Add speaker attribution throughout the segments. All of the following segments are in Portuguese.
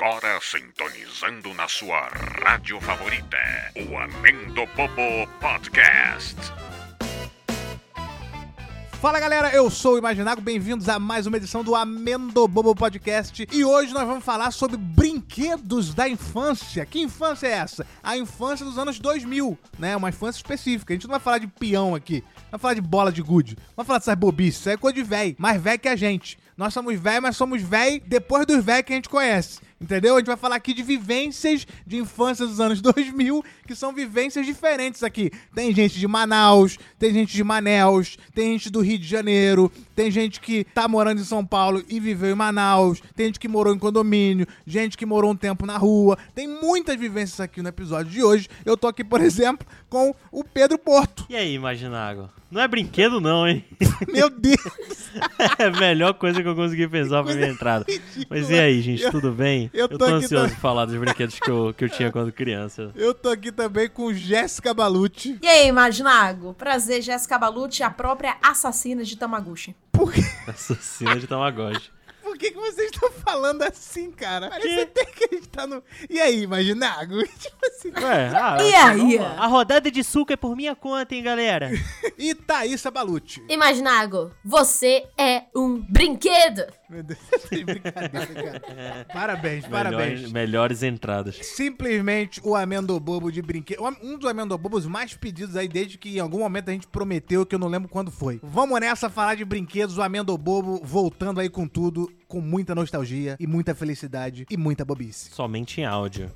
Speaker 1: hora sintonizando na sua rádio favorita, o Amendo Bobo Podcast.
Speaker 2: Fala galera, eu sou o Imaginago, bem-vindos a mais uma edição do Amendo Bobo Podcast. E hoje nós vamos falar sobre brinquedos da infância. Que infância é essa? A infância dos anos 2000, né? Uma infância específica. A gente não vai falar de peão aqui, não vai falar de bola de gude, não vai falar dessas bobices, isso aí é coisa de véi, mais véi que a gente. Nós somos véi, mas somos véi depois dos véi que a gente conhece. Entendeu? A gente vai falar aqui de vivências de infância dos anos 2000, que são vivências diferentes aqui. Tem gente de Manaus, tem gente de Manaus, tem gente do Rio de Janeiro, tem gente que tá morando em São Paulo e viveu em Manaus, tem gente que morou em condomínio, gente que morou um tempo na rua. Tem muitas vivências aqui no episódio de hoje. Eu tô aqui, por exemplo, com o Pedro Porto.
Speaker 3: E aí, Imaginago? Não é brinquedo não, hein?
Speaker 2: Meu Deus!
Speaker 3: É a melhor coisa que eu consegui pensar pra minha entrada. Mas e aí, gente,
Speaker 2: Eu-
Speaker 3: tudo bem?
Speaker 2: eu tô
Speaker 3: tô
Speaker 2: aqui
Speaker 3: ansioso
Speaker 2: também.
Speaker 3: pra falar dos brinquedos que eu, que eu tinha quando criança.
Speaker 2: Eu tô aqui também com Jéssica Balucci.
Speaker 4: E aí, Imaginago? Prazer, Jéssica Balucci, a própria assassina de Tamaguchi.
Speaker 2: Por que,
Speaker 3: Assassina de Tamagotchi.
Speaker 2: por que, que vocês estão falando assim, cara? Parece até que a gente tá no. E aí, Imaginago? Tipo assim.
Speaker 3: Ué, ah,
Speaker 4: E aí?
Speaker 3: A rodada de suco é por minha conta, hein, galera?
Speaker 2: E Thaísa Balucci.
Speaker 5: Imaginago, você é um brinquedo!
Speaker 2: Meu Deus, brincadeira, cara. Parabéns, parabéns.
Speaker 3: Melhores, melhores entradas.
Speaker 2: Simplesmente o amendobobo de brinquedo. Um dos amendobobos mais pedidos aí desde que em algum momento a gente prometeu, que eu não lembro quando foi. Vamos nessa falar de brinquedos, o amendobobo voltando aí com tudo, com muita nostalgia e muita felicidade e muita bobice.
Speaker 3: Somente em áudio.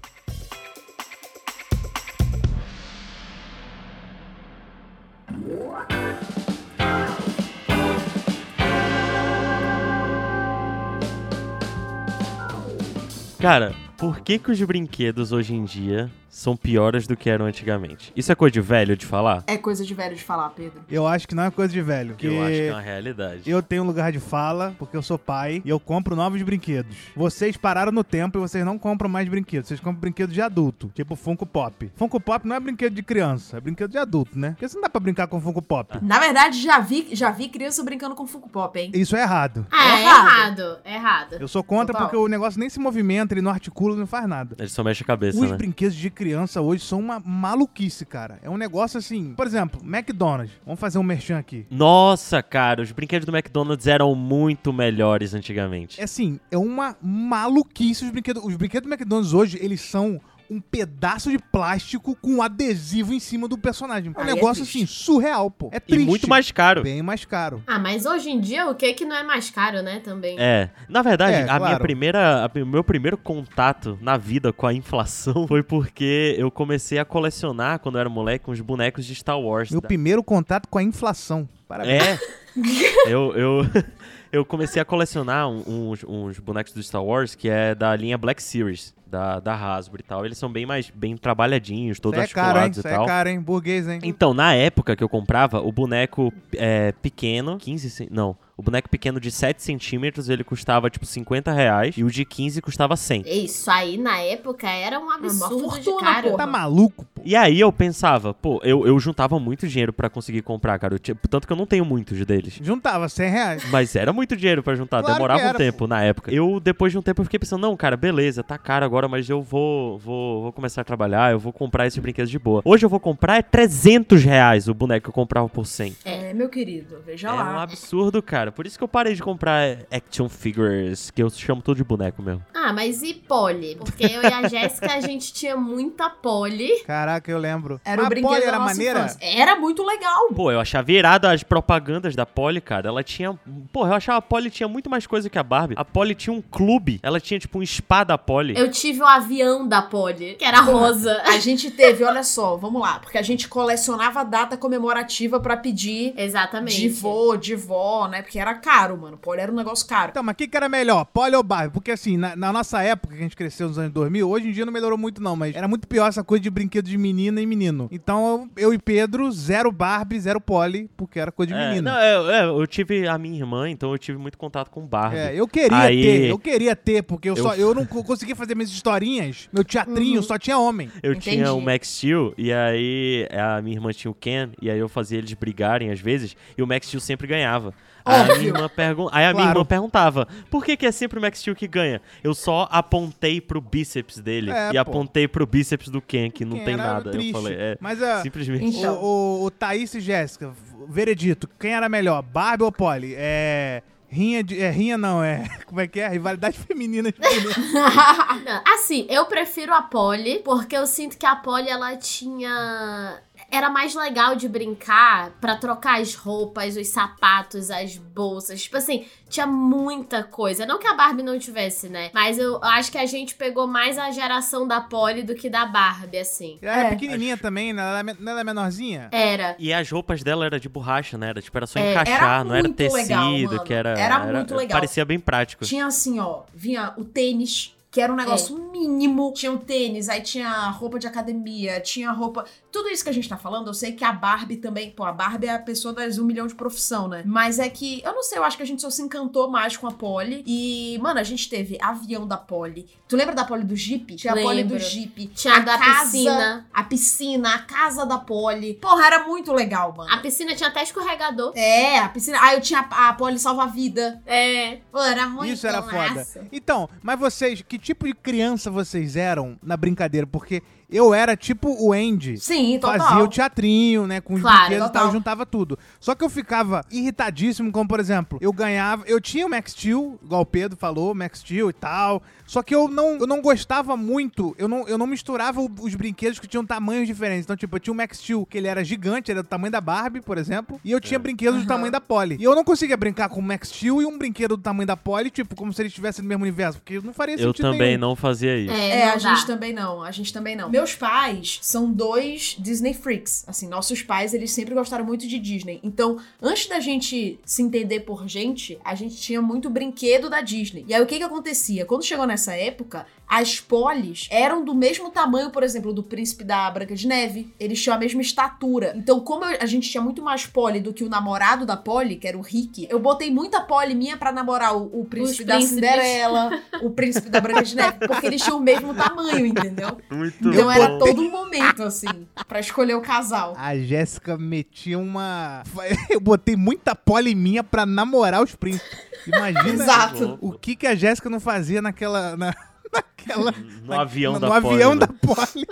Speaker 3: Cara, por que, que os brinquedos hoje em dia são piores do que eram antigamente? Isso é coisa de velho de falar?
Speaker 4: É coisa de velho de falar, Pedro.
Speaker 2: Eu acho que não é coisa de velho.
Speaker 3: Que eu acho que é uma realidade.
Speaker 2: Eu tenho lugar de fala, porque eu sou pai e eu compro novos brinquedos. Vocês pararam no tempo e vocês não compram mais brinquedos. Vocês compram brinquedos de adulto, tipo Funko Pop. Funko Pop não é brinquedo de criança, é brinquedo de adulto, né? Porque você não dá pra brincar com Funko Pop.
Speaker 4: Na verdade, já vi, já vi criança brincando com Funko Pop, hein?
Speaker 2: Isso é errado.
Speaker 5: Ah, é
Speaker 4: Errado.
Speaker 5: errado, é errado.
Speaker 2: Eu sou contra
Speaker 4: Total.
Speaker 2: porque o negócio nem se movimenta, ele não articula, não faz nada.
Speaker 3: Ele só mexe a cabeça,
Speaker 2: Os
Speaker 3: né?
Speaker 2: brinquedos de criança hoje são uma maluquice, cara. É um negócio assim. Por exemplo, McDonald's. Vamos fazer um merchan aqui.
Speaker 3: Nossa, cara, os brinquedos do McDonald's eram muito melhores antigamente.
Speaker 2: É assim, é uma maluquice os brinquedos. Os brinquedos do McDonald's hoje, eles são um pedaço de plástico com um adesivo em cima do personagem. É um
Speaker 4: Aí é
Speaker 2: negócio
Speaker 4: triste.
Speaker 2: assim, surreal, pô. É
Speaker 3: E
Speaker 2: triste.
Speaker 3: muito mais caro.
Speaker 2: Bem mais caro.
Speaker 5: Ah, mas hoje em dia o que é que não é mais caro, né, também?
Speaker 3: É, na verdade,
Speaker 2: É,
Speaker 3: a
Speaker 2: claro.
Speaker 3: minha primeira, a- o meu primeiro contato na vida com a inflação foi porque eu comecei a colecionar quando eu era moleque uns bonecos de Star Wars.
Speaker 2: Meu
Speaker 3: da-
Speaker 2: primeiro contato com a inflação. Parabéns.
Speaker 3: tá. É. eu, eu, eu comecei a colecionar um- uns, uns bonecos do Star Wars que é da linha Black Series, da, da Hasbro e tal. Eles são bem mais bem trabalhadinhos, todos
Speaker 2: Isso é caro, hein?
Speaker 3: articulados
Speaker 2: Isso
Speaker 3: e tal.
Speaker 2: é caro, hein? Burguês, hein?
Speaker 3: Então, na época que eu comprava, o boneco é, pequeno, 15 cen- Não, o boneco pequeno de 7 centímetros, ele custava tipo 50 reais e o de 15 custava 100.
Speaker 5: Isso aí, na época, era um absurdo de
Speaker 4: fortuna,
Speaker 5: caro.
Speaker 2: Tá maluco, pô.
Speaker 3: E aí eu pensava, pô, eu, eu juntava muito dinheiro pra conseguir comprar, cara. Eu tinha- tanto que eu não tenho muitos deles.
Speaker 2: Juntava 100 reais.
Speaker 3: Mas era muito dinheiro pra juntar,
Speaker 2: Claro
Speaker 3: demorava
Speaker 2: que era,
Speaker 3: um tempo na época. Eu, depois de um tempo, eu fiquei pensando, não, cara, beleza, tá caro agora, mas eu vou, vou, vou começar a trabalhar, eu vou comprar esses brinquedos de boa. Hoje eu vou comprar é 300 reais o boneco que eu comprava por 100.
Speaker 4: É, meu querido, veja
Speaker 3: É um
Speaker 4: lá.
Speaker 3: absurdo, cara. Por isso que eu parei de comprar action figures, que eu chamo tudo de boneco mesmo.
Speaker 5: Ah, mas e pole? Porque eu e a Jéssica, a gente tinha muita pole.
Speaker 2: Caraca, eu lembro.
Speaker 4: Era o
Speaker 2: Mas a
Speaker 4: brinquedo
Speaker 2: Polly
Speaker 4: da
Speaker 2: era
Speaker 4: nossa
Speaker 2: maneira?
Speaker 4: infância. Era muito legal.
Speaker 3: Pô, eu achava irado as propagandas da Polly, cara. Ela tinha. Porra, eu achava a Polly tinha muito mais coisa que a Barbie. A Polly tinha um clube. Ela tinha, tipo, um spa da Polly.
Speaker 5: Eu tive o avião da pole, que era rosa.
Speaker 4: A gente teve, olha só, vamos lá, porque a gente colecionava a data comemorativa pra pedir
Speaker 5: Exatamente.
Speaker 4: de vô, de vó, né? Porque era caro, mano. Pô, era um negócio caro.
Speaker 2: Então, mas o que, que era melhor, Poli ou Barbie? Porque assim, na, na nossa época, que a gente cresceu nos anos 2000, hoje em dia não melhorou muito não, mas era muito pior essa coisa de brinquedo de menina e menino. Então, eu, eu e Pedro, zero Barbie, zero Poli, porque era coisa de
Speaker 3: É,
Speaker 2: menina.
Speaker 3: não, eu, eu- eu tive a minha irmã, então eu tive muito contato com Barbie.
Speaker 2: É, eu queria
Speaker 3: Aí-
Speaker 2: ter, eu queria ter, porque eu,
Speaker 3: Eu-
Speaker 2: só eu não co- conseguia fazer minhas historinhas, meu teatrinho
Speaker 4: Uhum.
Speaker 2: só tinha homem.
Speaker 3: Eu
Speaker 4: Entendi.
Speaker 3: tinha o Max Steel e aí a minha irmã tinha o Ken e aí eu fazia eles brigarem às vezes e o Max Steel sempre ganhava. Aí a minha irmã, pergun aí a minha
Speaker 2: Claro.
Speaker 3: irmã perguntava: "Por que que é sempre o Max Steel que ganha?" Eu só apontei pro bíceps dele
Speaker 2: É,
Speaker 3: e
Speaker 2: pô.
Speaker 3: apontei pro bíceps do Ken, que não
Speaker 2: Ken
Speaker 3: tem
Speaker 2: era
Speaker 3: nada.
Speaker 2: triste.
Speaker 3: Eu falei, é.
Speaker 2: Mas a,
Speaker 3: Simplesmente.
Speaker 4: Então.
Speaker 2: o, o, o Thaís e Jéssica, v- veredito, quem era melhor, Barbie ou Polly? É... Rinha de... É, rinha não, é... Como é que é? Rivalidade feminina de primeiro.
Speaker 5: Não, assim, eu prefiro a Polly, porque eu sinto que a Polly, ela tinha... Era mais legal de brincar pra trocar as roupas, os sapatos, as bolsas. Tipo assim, tinha muita coisa. Não que a Barbie não tivesse, né? Mas eu acho que a gente pegou mais a geração da Polly do que da Barbie, assim.
Speaker 2: Ela era
Speaker 4: É.
Speaker 2: pequenininha também, né? Ela era men- não era menorzinha?
Speaker 5: Era.
Speaker 3: E as roupas dela era de borracha, né? Era tipo, era só
Speaker 5: É, era
Speaker 3: encaixar, não era
Speaker 4: muito
Speaker 3: tecido,
Speaker 4: legal, mano.
Speaker 3: que era.
Speaker 4: Era muito legal.
Speaker 3: Parecia bem prático.
Speaker 4: Tinha assim, ó, vinha o tênis, que era um negócio mínimo. Tinha o tênis, aí tinha roupa de academia, tinha roupa. Tudo isso que a gente tá falando, eu sei que a Barbie também. Pô, a Barbie é a pessoa das um milhão de profissão, né? Mas é que, eu não sei, eu acho que a gente só se encantou mais com a Polly. E, mano, a gente teve avião da Polly. Tu lembra da Polly do Jeep? Tinha a Polly do
Speaker 5: Lembro.
Speaker 4: Jeep.
Speaker 5: Tinha a da
Speaker 4: casa,
Speaker 5: piscina.
Speaker 4: A piscina, a casa da Polly. Porra, era muito legal, mano.
Speaker 5: A piscina tinha até escorregador.
Speaker 4: É, a piscina. Ah, eu tinha a, a Polly salva-vida.
Speaker 5: É.
Speaker 4: Pô, era muito
Speaker 2: Isso era foda.
Speaker 4: massa.
Speaker 2: Então, mas vocês, que tipo de criança vocês eram na brincadeira? Porque eu era tipo o Andy.
Speaker 4: Sim, total.
Speaker 2: Fazia o teatrinho, né? Com os
Speaker 5: Claro,
Speaker 2: brinquedos e tal,
Speaker 4: total.
Speaker 2: eu juntava tudo. Só que eu ficava irritadíssimo, como por exemplo, eu ganhava. Eu tinha o Max Steel, igual o Pedro falou, Max Steel e tal. Só que eu não, eu não gostava muito, eu não, eu não misturava o- os brinquedos que tinham tamanhos diferentes. Então, tipo, eu tinha o Max Steel, que ele era gigante, era do tamanho da Barbie, por exemplo. E eu
Speaker 3: É.
Speaker 2: tinha brinquedos do
Speaker 4: Aham.
Speaker 2: tamanho da Polly. E eu não conseguia brincar com o Max Steel e um brinquedo do tamanho da Polly, tipo, como se eles estivessem no mesmo universo. Porque não faria
Speaker 3: Eu
Speaker 2: sentido
Speaker 3: também
Speaker 2: nenhum.
Speaker 3: não fazia isso.
Speaker 5: É,
Speaker 4: É,
Speaker 5: não
Speaker 4: a
Speaker 5: dá.
Speaker 4: gente também não, a gente também não. Meus pais são dois Disney freaks. Assim, nossos pais, eles sempre gostaram muito de Disney. Então, antes da gente se entender por gente, a gente tinha muito brinquedo da Disney. E aí, o que que acontecia? Quando chegou nessa época, as polis eram do mesmo tamanho, por exemplo, do príncipe da Branca de Neve. Eles tinham a mesma estatura. Então, como eu- a gente tinha muito mais poli do que o namorado da poli, que era o Rick, eu botei muita poli minha pra namorar o, o príncipe da
Speaker 5: príncipes.
Speaker 4: Cinderela, o príncipe da Branca de Neve, porque eles tinham o mesmo tamanho, entendeu?
Speaker 3: Muito
Speaker 4: Então
Speaker 3: bom. Ah,
Speaker 4: era todo um momento, assim, pra escolher o casal.
Speaker 2: A Jéssica metia uma. Eu botei muita pole minha pra namorar os príncipes. Imagina
Speaker 4: Exato.
Speaker 2: o que, que a Jéssica não fazia naquela. Na... Naquela.
Speaker 3: No avião
Speaker 2: no,
Speaker 3: da
Speaker 2: no
Speaker 3: Polly,
Speaker 2: avião
Speaker 3: né?
Speaker 2: da Polly.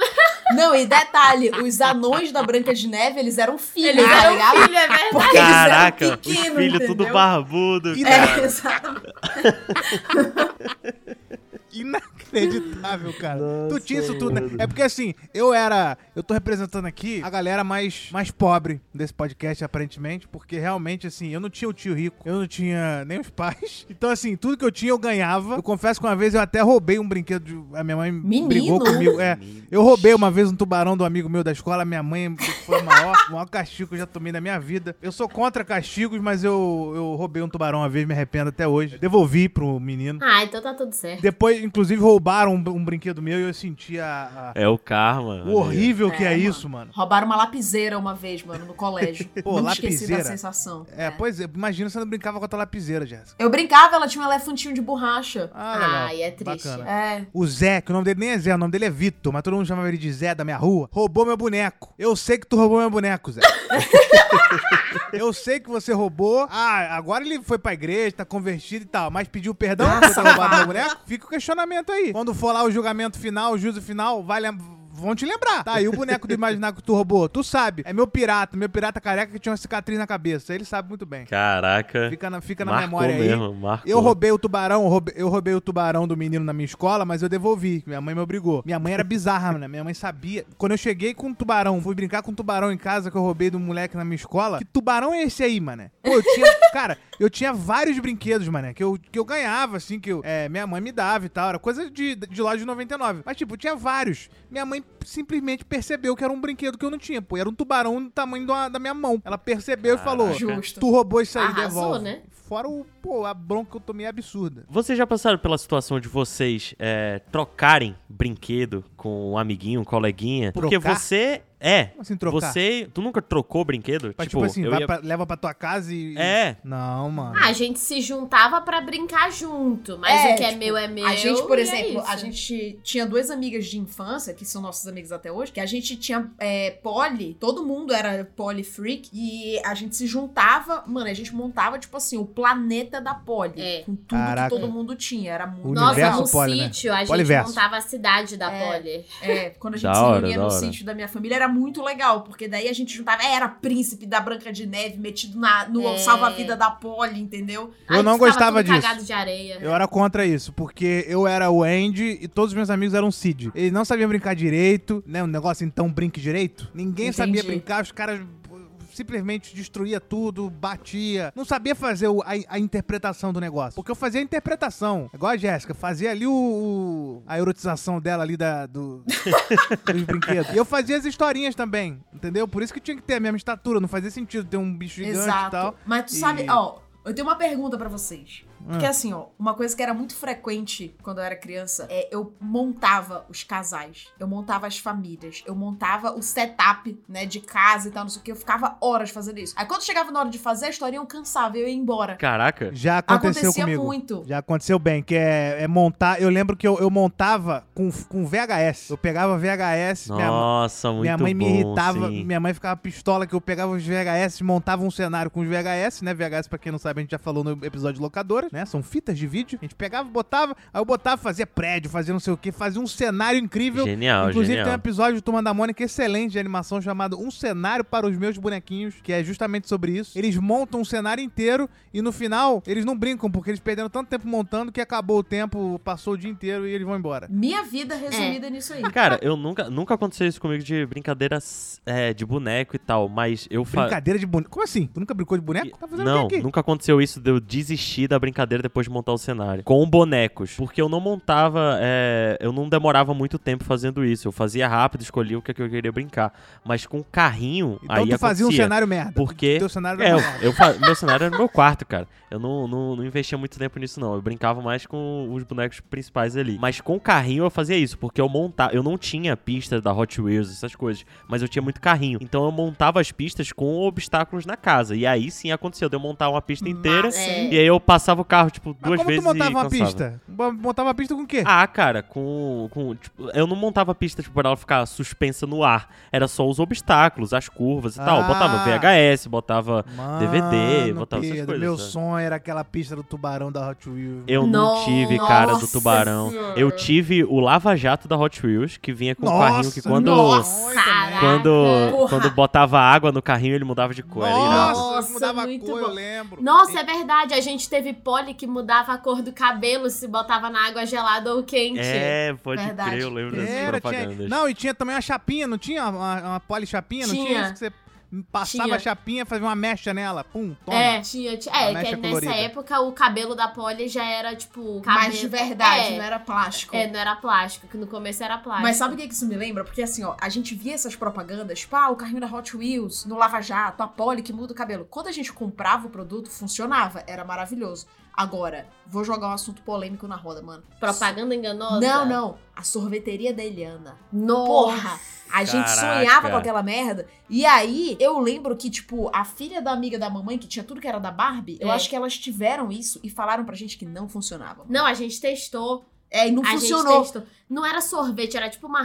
Speaker 4: Não, e detalhe, os anões da Branca de Neve, eles eram filhos,
Speaker 5: Eles
Speaker 4: tá
Speaker 5: eram
Speaker 4: ligado?
Speaker 5: filho, é verdade.
Speaker 4: Porque eles eram
Speaker 3: Caraca, os
Speaker 4: pequenos,
Speaker 3: filhos tudo
Speaker 4: entendeu?
Speaker 3: barbudo.
Speaker 2: E
Speaker 3: cara.
Speaker 4: É, exato.
Speaker 2: Inacreditável, cara. tu tinha isso tudo, né? É porque assim, eu era. Eu tô representando aqui a galera mais, mais pobre desse podcast, aparentemente, porque realmente, assim, eu não tinha o tio rico, eu não tinha nem os pais. Então, assim, tudo que eu tinha eu ganhava. Eu confesso que uma vez eu até roubei um brinquedo. de- A minha mãe
Speaker 4: Menino!
Speaker 2: brigou comigo. É, eu roubei uma vez um tubarão do amigo meu da escola. Minha mãe foi o maior, o maior castigo que eu já tomei na minha vida. Eu sou contra castigos, mas eu, eu roubei um tubarão uma vez, me arrependo até hoje. Devolvi pro menino.
Speaker 5: Ah, então tá tudo certo.
Speaker 2: Depois, inclusive, roubaram um, um brinquedo meu e eu senti a, a-
Speaker 3: É o karma.
Speaker 2: o horrível que é,
Speaker 4: É,
Speaker 2: isso, mano.
Speaker 4: Roubaram uma lapiseira uma vez, mano, no colégio.
Speaker 2: Pô,
Speaker 4: Nunca esqueci
Speaker 2: lapiseira.
Speaker 4: da sensação.
Speaker 2: É, pois é, imagina se eu não brincava com a tua lapiseira, Jéssica.
Speaker 4: Eu brincava, ela tinha um elefantinho de borracha.
Speaker 2: Ah, legal.
Speaker 5: Ai, é triste.
Speaker 2: Bacana.
Speaker 4: É.
Speaker 2: O Zé, que o nome dele nem é Zé, o nome dele é Vitor, mas todo mundo chamava ele de Zé da minha rua, roubou meu boneco. Eu sei que tu roubou meu boneco, Zé. eu sei que você roubou. Ah, agora ele foi pra igreja, tá convertido e tal, mas pediu perdão por ter roubado meu boneco? Fica o questionamento aí. Quando for lá o julgamento final, o juízo final, vai lembrar. Vão te lembrar. Tá, e o boneco do imaginário que tu roubou? Tu sabe. É meu pirata, meu pirata careca que tinha uma cicatriz na cabeça. Ele sabe muito bem.
Speaker 3: Caraca.
Speaker 2: Fica na, fica na
Speaker 3: É. marcou
Speaker 2: memória aí.
Speaker 3: mesmo, marcou.
Speaker 2: Eu roubei o tubarão, roubei- eu roubei o tubarão do menino na minha escola, mas eu devolvi. Minha mãe me obrigou. Minha mãe era bizarra, né? Minha mãe sabia. Quando eu cheguei com o tubarão, fui brincar com o tubarão em casa que eu roubei do moleque na minha escola. Que tubarão é esse aí, mané? Pô, eu tinha. cara, eu tinha vários brinquedos, mané, que eu, que eu ganhava, assim, que eu, é, minha mãe me dava e tal. Era coisa de, de loja de 99. Mas, tipo, tinha vários. Minha mãe simplesmente percebeu que era um brinquedo que eu não tinha. Pô, era um tubarão do tamanho de uma- da minha mão. Ela percebeu e falou:
Speaker 4: Justo.
Speaker 2: Tu roubou isso aí,
Speaker 5: Arrasou,
Speaker 2: devolve.
Speaker 5: né?
Speaker 2: Fora o, pô, a bronca que eu tomei é absurda.
Speaker 3: Vocês já passaram pela situação de vocês é, trocarem brinquedo com um amiguinho, um coleguinha? Porque
Speaker 2: Trocar?
Speaker 3: você É.
Speaker 2: Como assim trocar?
Speaker 3: Você. Tu nunca trocou brinquedo?
Speaker 2: Mas, tipo, assim,
Speaker 3: eu
Speaker 2: vai
Speaker 3: ia-
Speaker 2: pra- leva pra tua casa e.
Speaker 3: É.
Speaker 2: Não, mano.
Speaker 5: Ah, a gente se juntava pra brincar junto, mas
Speaker 4: É,
Speaker 5: o que é
Speaker 4: tipo,
Speaker 5: meu é meu.
Speaker 4: A gente, por
Speaker 5: e é
Speaker 4: exemplo, a
Speaker 5: isso.
Speaker 4: gente tinha duas amigas de infância, que são nossas amigas até hoje, que a gente tinha é, poli, todo mundo era poli freak, e a gente se juntava, mano, a gente montava, tipo assim, o planeta da poli,
Speaker 5: É.
Speaker 4: com tudo
Speaker 2: Caraca.
Speaker 4: que todo mundo tinha, era muito
Speaker 2: Nossa, Universo
Speaker 5: no
Speaker 2: Poli, né?
Speaker 5: sítio, a gente
Speaker 2: Poliverso.
Speaker 5: montava a cidade da
Speaker 4: É.
Speaker 5: Poli.
Speaker 4: É, quando a gente
Speaker 3: Da
Speaker 4: se
Speaker 3: hora,
Speaker 4: reunia
Speaker 3: da
Speaker 4: no
Speaker 3: hora.
Speaker 4: sítio da minha família, era muito legal, porque daí a gente juntava, era príncipe da Branca de Neve, metido na, no
Speaker 5: É.
Speaker 4: salva-vida da poli, entendeu?
Speaker 5: A gente
Speaker 2: não
Speaker 5: ficava
Speaker 2: gostava
Speaker 5: tudo
Speaker 2: disso.
Speaker 5: cagado de areia.
Speaker 2: Eu era contra isso, porque eu era o Andy e todos os meus amigos eram o Cid. Eles não sabiam brincar direito, né? Um negócio então brinque direito. Ninguém
Speaker 4: Entendi.
Speaker 2: sabia brincar, os caras pô, simplesmente destruía tudo, batia. Não sabia fazer o- a, a interpretação do negócio. Porque eu fazia a interpretação. Igual a Jéssica, fazia ali o, o- a erotização dela ali da, do, dos brinquedos. E eu fazia as historinhas também, entendeu? Por isso que tinha que ter a mesma estatura. Não fazia sentido ter um bicho gigante e tal.
Speaker 4: Mas tu
Speaker 2: E-
Speaker 4: sabe, ó, eu tenho uma pergunta pra vocês. Porque
Speaker 2: Ah.
Speaker 4: assim, ó, uma coisa que era muito frequente quando eu era criança é eu montava os casais, eu montava as famílias, eu montava o setup, né, de casa e tal, não sei o que, eu ficava horas fazendo isso. Aí quando chegava na hora de fazer a historinha, eu cansava, eu ia embora.
Speaker 3: Caraca.
Speaker 2: Já aconteceu
Speaker 4: Acontecia
Speaker 2: comigo.
Speaker 4: muito.
Speaker 2: Já aconteceu bem, que é, é montar. Eu lembro que eu, eu montava com, com VHS. Eu pegava VHS, minha, mãe-
Speaker 3: Nossa, muito
Speaker 2: minha mãe me
Speaker 3: bom,
Speaker 2: irritava,
Speaker 3: sim.
Speaker 2: minha mãe ficava pistola que eu pegava os VHS, montava um cenário com os VHS, né? VHS, pra quem não sabe, a gente já falou no episódio de locadora, né? São fitas de vídeo. A gente pegava, botava, aí eu botava, fazia prédio, fazia não sei o que, fazia um cenário incrível.
Speaker 3: Genial,
Speaker 2: Inclusive
Speaker 3: genial.
Speaker 2: tem um episódio do Turma da Mônica excelente de animação chamado Um Cenário para os Meus Bonequinhos, que é justamente sobre isso. Eles montam um cenário inteiro e no final eles não brincam, porque eles perderam tanto tempo montando que acabou o tempo, passou o dia inteiro e eles vão embora.
Speaker 4: Minha vida resumida nisso
Speaker 5: É.
Speaker 4: aí.
Speaker 3: Cara, eu nunca, nunca aconteceu isso comigo de brincadeiras é, de boneco e tal, mas eu fa...
Speaker 2: Brincadeira de boneco. Como assim? Tu nunca brincou de boneco? Tá fazendo
Speaker 3: Não,
Speaker 2: o que aqui?
Speaker 3: nunca aconteceu isso de eu desistir da brincadeira depois de montar o cenário. Com bonecos. Porque eu não montava. é, eu não demorava muito tempo fazendo isso. Eu fazia rápido, escolhia o que, é que eu queria brincar. Mas com carrinho.
Speaker 2: Então
Speaker 3: aí
Speaker 2: tu fazia um
Speaker 3: acontecia.
Speaker 2: cenário merda.
Speaker 3: Porque-
Speaker 2: Teu cenário
Speaker 3: É,
Speaker 2: era
Speaker 3: eu,
Speaker 2: merda.
Speaker 3: eu fa- meu cenário era no meu quarto, cara. Eu não, não, não investia muito tempo nisso, não. Eu brincava mais com os bonecos principais ali. Mas com carrinho eu fazia isso, porque eu montava. Eu não tinha pista da Hot Wheels, essas coisas, mas eu tinha muito carrinho. Então eu montava as pistas com obstáculos na casa. E aí sim aconteceu. de eu montar uma pista inteira.
Speaker 5: Massa,
Speaker 3: E aí eu passava o carro, tipo,
Speaker 2: é. Mas
Speaker 3: duas
Speaker 2: como
Speaker 3: vezes.
Speaker 2: tu montava
Speaker 3: e
Speaker 2: uma
Speaker 3: cansava.
Speaker 2: pista? Bo- Montava uma pista com o quê?
Speaker 3: Ah, cara, com. com tipo, eu não montava a pista tipo, pra ela ficar suspensa no ar. Era só os obstáculos, as curvas e tal.
Speaker 2: Ah.
Speaker 3: Botava VHS, botava
Speaker 2: Mano,
Speaker 3: DVD, botava essas
Speaker 2: Pedro,
Speaker 3: coisas.
Speaker 2: meu
Speaker 3: sabe?
Speaker 2: sonho era aquela pista do tubarão da Hot Wheels.
Speaker 3: Eu não
Speaker 5: Nossa
Speaker 3: tive, cara, do
Speaker 5: Senhora.
Speaker 3: tubarão. Eu tive o Lava Jato da Hot Wheels, que vinha com um carrinho que quando.
Speaker 2: nossa,
Speaker 5: Nossa,
Speaker 2: também.
Speaker 3: Quando,
Speaker 4: Porra.
Speaker 3: quando botava água no carrinho, ele mudava de cor. era irado.
Speaker 5: Nossa,
Speaker 2: mudava a
Speaker 5: muito
Speaker 2: cor, eu
Speaker 5: bom.
Speaker 2: lembro.
Speaker 5: Nossa, é verdade. A gente teve pole que mudava a cor do cabelo se botava na água gelada ou quente.
Speaker 3: É, pode
Speaker 4: Verdade.
Speaker 3: crer, eu lembro dessas
Speaker 2: Era, tinha-
Speaker 3: propagandas.
Speaker 2: Não, e tinha também uma chapinha, não tinha uma, uma polichapinha? Não tinha
Speaker 5: Tinha.
Speaker 2: isso que você passava
Speaker 5: Tinha.
Speaker 2: a chapinha, fazia uma mecha nela, pum, toma.
Speaker 5: É, tinha, tinha- é,
Speaker 2: A
Speaker 5: que
Speaker 2: mecha
Speaker 5: nessa
Speaker 2: colorida.
Speaker 5: época o cabelo da Polly já era, tipo, cabelo.
Speaker 4: Mas de verdade,
Speaker 5: é,
Speaker 4: não era plástico.
Speaker 5: É, não era plástico, que no começo era plástico.
Speaker 4: Mas sabe o que que isso me lembra? Porque assim, ó, a gente via essas propagandas, pá, o carrinho da Hot Wheels, no Lava Jato, a Poli que muda o cabelo. Quando a gente comprava o produto, funcionava, era maravilhoso. Agora, vou jogar um assunto polêmico na roda, mano.
Speaker 5: Propaganda enganosa?
Speaker 4: Não, não. A sorveteria da Eliana.
Speaker 5: Nossa.
Speaker 4: Porra! A gente
Speaker 3: Caraca.
Speaker 4: sonhava com aquela merda. E aí, eu lembro que, tipo, a filha da amiga da mamãe, que tinha tudo que era da Barbie, eu
Speaker 5: É.
Speaker 4: acho que elas tiveram isso e falaram pra gente que não funcionava.
Speaker 5: Não, a gente testou.
Speaker 4: É, e não
Speaker 5: a
Speaker 4: funcionou.
Speaker 5: gente testou. Não era sorvete, era tipo uma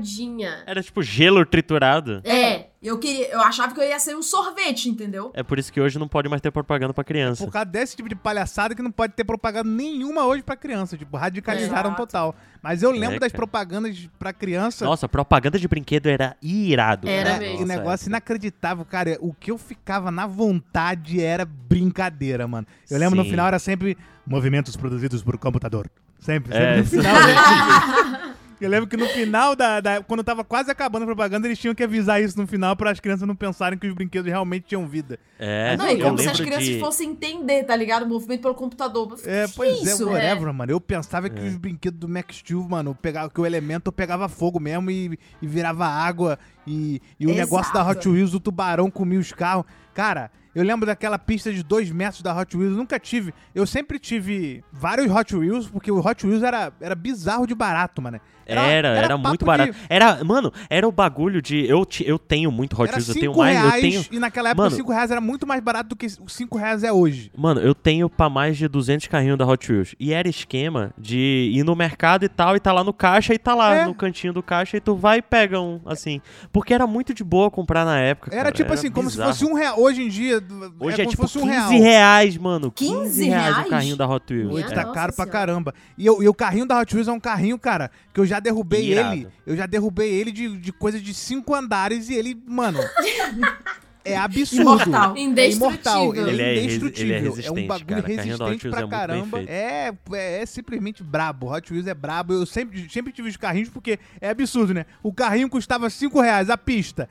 Speaker 5: raspadinha.
Speaker 3: Era tipo gelo triturado.
Speaker 5: É.
Speaker 4: Eu queria, eu achava que eu ia ser um sorvete, entendeu?
Speaker 3: É por isso que hoje não pode mais ter propaganda pra criança.
Speaker 2: Por causa desse tipo de palhaçada que não pode ter propaganda nenhuma hoje pra criança. Tipo, radicalizaram
Speaker 4: Exato.
Speaker 2: total. Mas eu lembro
Speaker 3: É,
Speaker 2: das
Speaker 3: cara.
Speaker 2: propagandas pra criança.
Speaker 3: Nossa, propaganda de brinquedo era irado.
Speaker 5: Era
Speaker 3: cara.
Speaker 2: né?
Speaker 5: mesmo.
Speaker 2: Um
Speaker 3: Nossa, é.
Speaker 2: negócio inacreditável, cara. O que eu ficava na vontade era brincadeira, mano. Eu lembro no
Speaker 3: Sim.
Speaker 2: final era sempre movimentos produzidos por computador. Sempre, sempre
Speaker 3: É,
Speaker 2: no
Speaker 3: isso-
Speaker 2: final. né? Eu lembro que no final da, da- Quando tava quase acabando a propaganda, eles tinham que avisar isso no final para as crianças não pensarem que os brinquedos realmente tinham vida.
Speaker 3: É,
Speaker 4: não,
Speaker 3: eu
Speaker 4: e como
Speaker 3: lembro
Speaker 4: se as crianças
Speaker 3: de...
Speaker 4: fossem entender, tá ligado? O movimento pelo computador. Mas
Speaker 2: É,
Speaker 4: que
Speaker 2: pois
Speaker 4: isso? né?
Speaker 2: é, whatever, mano. Eu pensava
Speaker 3: É.
Speaker 2: que os brinquedos do Max Steel, mano, eu pegava que o elemento eu pegava fogo mesmo e, e virava água. E, e o
Speaker 4: Exato.
Speaker 2: negócio da Hot Wheels, o tubarão comia os carros. Cara, eu lembro daquela pista de dois metros da Hot Wheels, eu nunca tive. Eu sempre tive vários Hot Wheels, porque o Hot Wheels era, era bizarro de barato, mano.
Speaker 3: Era, era,
Speaker 2: papo
Speaker 3: muito
Speaker 2: de-
Speaker 3: barato. Era, mano, era o bagulho de. Eu, ti- eu tenho muito Hot
Speaker 2: Era
Speaker 3: Wheels, eu
Speaker 2: 5
Speaker 3: tenho mais,
Speaker 2: reais
Speaker 3: eu tenho.
Speaker 2: e naquela época
Speaker 3: Mano.
Speaker 2: 5 reais era muito mais barato do que 5 reais é hoje.
Speaker 3: Mano, eu tenho pra mais de 200 carrinhos da Hot Wheels. E era esquema de ir no mercado e tal, e tá lá no caixa, e tá lá
Speaker 2: É.
Speaker 3: no cantinho do caixa, e tu vai e pega um, assim. Porque era muito de boa comprar na época.
Speaker 2: Era
Speaker 3: cara,
Speaker 2: tipo assim, como
Speaker 3: bizarro.
Speaker 2: se fosse um real. Hoje em dia,
Speaker 3: Hoje é,
Speaker 2: como se
Speaker 3: tipo
Speaker 2: fosse
Speaker 3: 15
Speaker 2: um real.
Speaker 3: reais, mano.
Speaker 4: 15
Speaker 3: o
Speaker 4: reais?
Speaker 3: carrinho da Hot Wheels.
Speaker 5: Oito
Speaker 2: Hoje
Speaker 5: É.
Speaker 2: tá
Speaker 5: Nossa
Speaker 2: caro pra
Speaker 5: Senhora.
Speaker 2: caramba. E, eu, e o carrinho da Hot Wheels é um carrinho, cara, que eu já derrubei
Speaker 3: Irado.
Speaker 2: ele. Eu já derrubei ele de, de coisa de cinco andares e ele, mano. é absurdo.
Speaker 4: Imortal.
Speaker 2: É
Speaker 5: Indestrutível.
Speaker 2: imortal, ele,
Speaker 3: Ele é
Speaker 2: é
Speaker 3: resi-
Speaker 2: indestrutível.
Speaker 3: ele é
Speaker 2: um
Speaker 3: resistente,
Speaker 2: bagulho
Speaker 3: cara. Carrinho da Hot
Speaker 2: resistente
Speaker 3: Wheels
Speaker 2: pra
Speaker 3: é muito bem
Speaker 2: caramba.
Speaker 3: feito.
Speaker 2: É, é, é simplesmente brabo. Hot Wheels é brabo. Eu sempre, sempre tive os carrinhos porque é absurdo, né? O carrinho custava 5 reais, a pista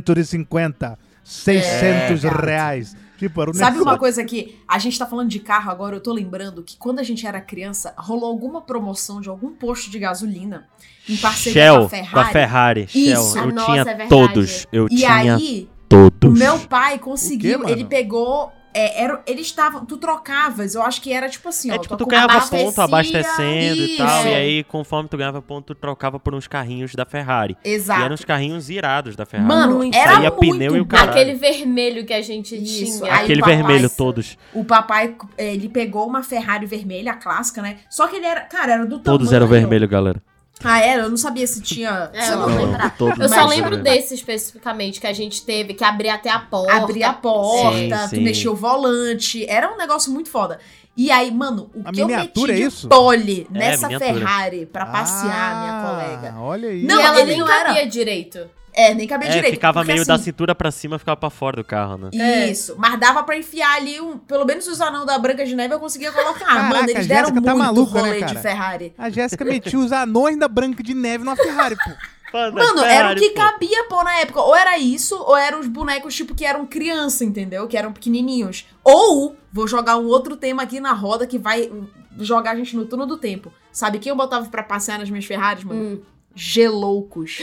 Speaker 2: 350, 600 reais. Tipo, era um
Speaker 4: Sabe
Speaker 2: negócio-
Speaker 4: uma coisa que a gente tá falando de carro agora, eu tô lembrando que quando a gente era criança, rolou alguma promoção de algum posto de gasolina em parceria
Speaker 3: Shell,
Speaker 4: com a Ferrari.
Speaker 3: Ferrari.
Speaker 4: Isso.
Speaker 3: Shell, eu
Speaker 5: Ah, nossa,
Speaker 3: tinha
Speaker 5: é verdade.
Speaker 3: todos. Eu
Speaker 4: E
Speaker 3: tinha
Speaker 4: aí, o
Speaker 3: todos.
Speaker 4: meu pai conseguiu,
Speaker 2: mano?
Speaker 4: ele pegou. é, era, eles estavam. Tu trocavas, eu acho que era tipo assim,
Speaker 3: É
Speaker 4: ó.
Speaker 3: tipo, tu
Speaker 4: com-
Speaker 3: ganhava
Speaker 5: abastecia,
Speaker 3: ponto abastecendo e tal.
Speaker 5: isso.
Speaker 3: E aí, conforme tu ganhava ponto, tu trocava por uns carrinhos da Ferrari. E eram
Speaker 4: Exato.
Speaker 3: uns carrinhos irados da Ferrari.
Speaker 4: Mano,
Speaker 3: Tipo,
Speaker 4: era
Speaker 3: saía
Speaker 4: muito
Speaker 3: pneu e o
Speaker 4: bom.
Speaker 3: caralho.
Speaker 5: Aquele vermelho que a gente
Speaker 4: Isso,
Speaker 5: tinha.
Speaker 4: aí
Speaker 3: Aquele
Speaker 4: papai-
Speaker 3: vermelho, todos.
Speaker 4: O papai, é, ele pegou uma Ferrari vermelha, a clássica, né? Só que ele era. Cara, era do
Speaker 3: Todos
Speaker 4: tamanho-
Speaker 3: eram vermelho, galera.
Speaker 4: Ah, era? Eu não sabia se tinha.
Speaker 5: É,
Speaker 4: sei
Speaker 5: eu
Speaker 4: lá.
Speaker 5: não lembrava.
Speaker 3: todos
Speaker 5: Eu só
Speaker 3: eram
Speaker 4: Mas-
Speaker 5: lembro
Speaker 3: vermelho.
Speaker 5: desse especificamente, que a gente teve que abrir até a porta. É.
Speaker 4: Abrir a porta,
Speaker 3: Sim,
Speaker 4: tu
Speaker 3: sim.
Speaker 4: mexia o volante. Era um negócio muito foda. E aí, mano, o
Speaker 2: A
Speaker 4: que eu meti
Speaker 2: miniatura é Ah.
Speaker 4: de
Speaker 2: isso?
Speaker 4: pole nessa
Speaker 3: miniatura.
Speaker 4: Ferrari pra passear, minha
Speaker 2: Ah,
Speaker 4: colega.
Speaker 2: Olha aí.
Speaker 5: E
Speaker 4: Não,
Speaker 5: ela
Speaker 4: ele
Speaker 5: nem
Speaker 4: não era-
Speaker 5: cabia direito.
Speaker 4: É, nem cabia
Speaker 3: É,
Speaker 4: direito.
Speaker 3: ficava
Speaker 4: porque
Speaker 3: meio
Speaker 4: assim,
Speaker 3: da cintura pra cima, ficava pra fora do carro, né?
Speaker 5: É.
Speaker 4: Isso, mas dava pra enfiar ali, um, pelo menos os anão da Branca de Neve eu conseguia colocar.
Speaker 2: Caraca,
Speaker 4: mano,
Speaker 2: a Jéssica
Speaker 4: eles deram
Speaker 2: tá
Speaker 4: muito
Speaker 2: maluca, né,
Speaker 4: rolê de
Speaker 2: cara?
Speaker 4: Ferrari.
Speaker 2: A Jéssica metia os anões da Branca de Neve na Ferrari, pô.
Speaker 4: Mano, era o que cabia, pô, na época. Ou era isso, ou eram os bonecos, tipo, que eram criança, entendeu? Que eram pequenininhos. Ou, vou jogar um outro tema aqui na roda que vai hum, jogar a gente no turno do tempo. Sabe quem eu botava pra passear nas minhas Ferraris, mano?
Speaker 5: Hum.
Speaker 4: Geloucos.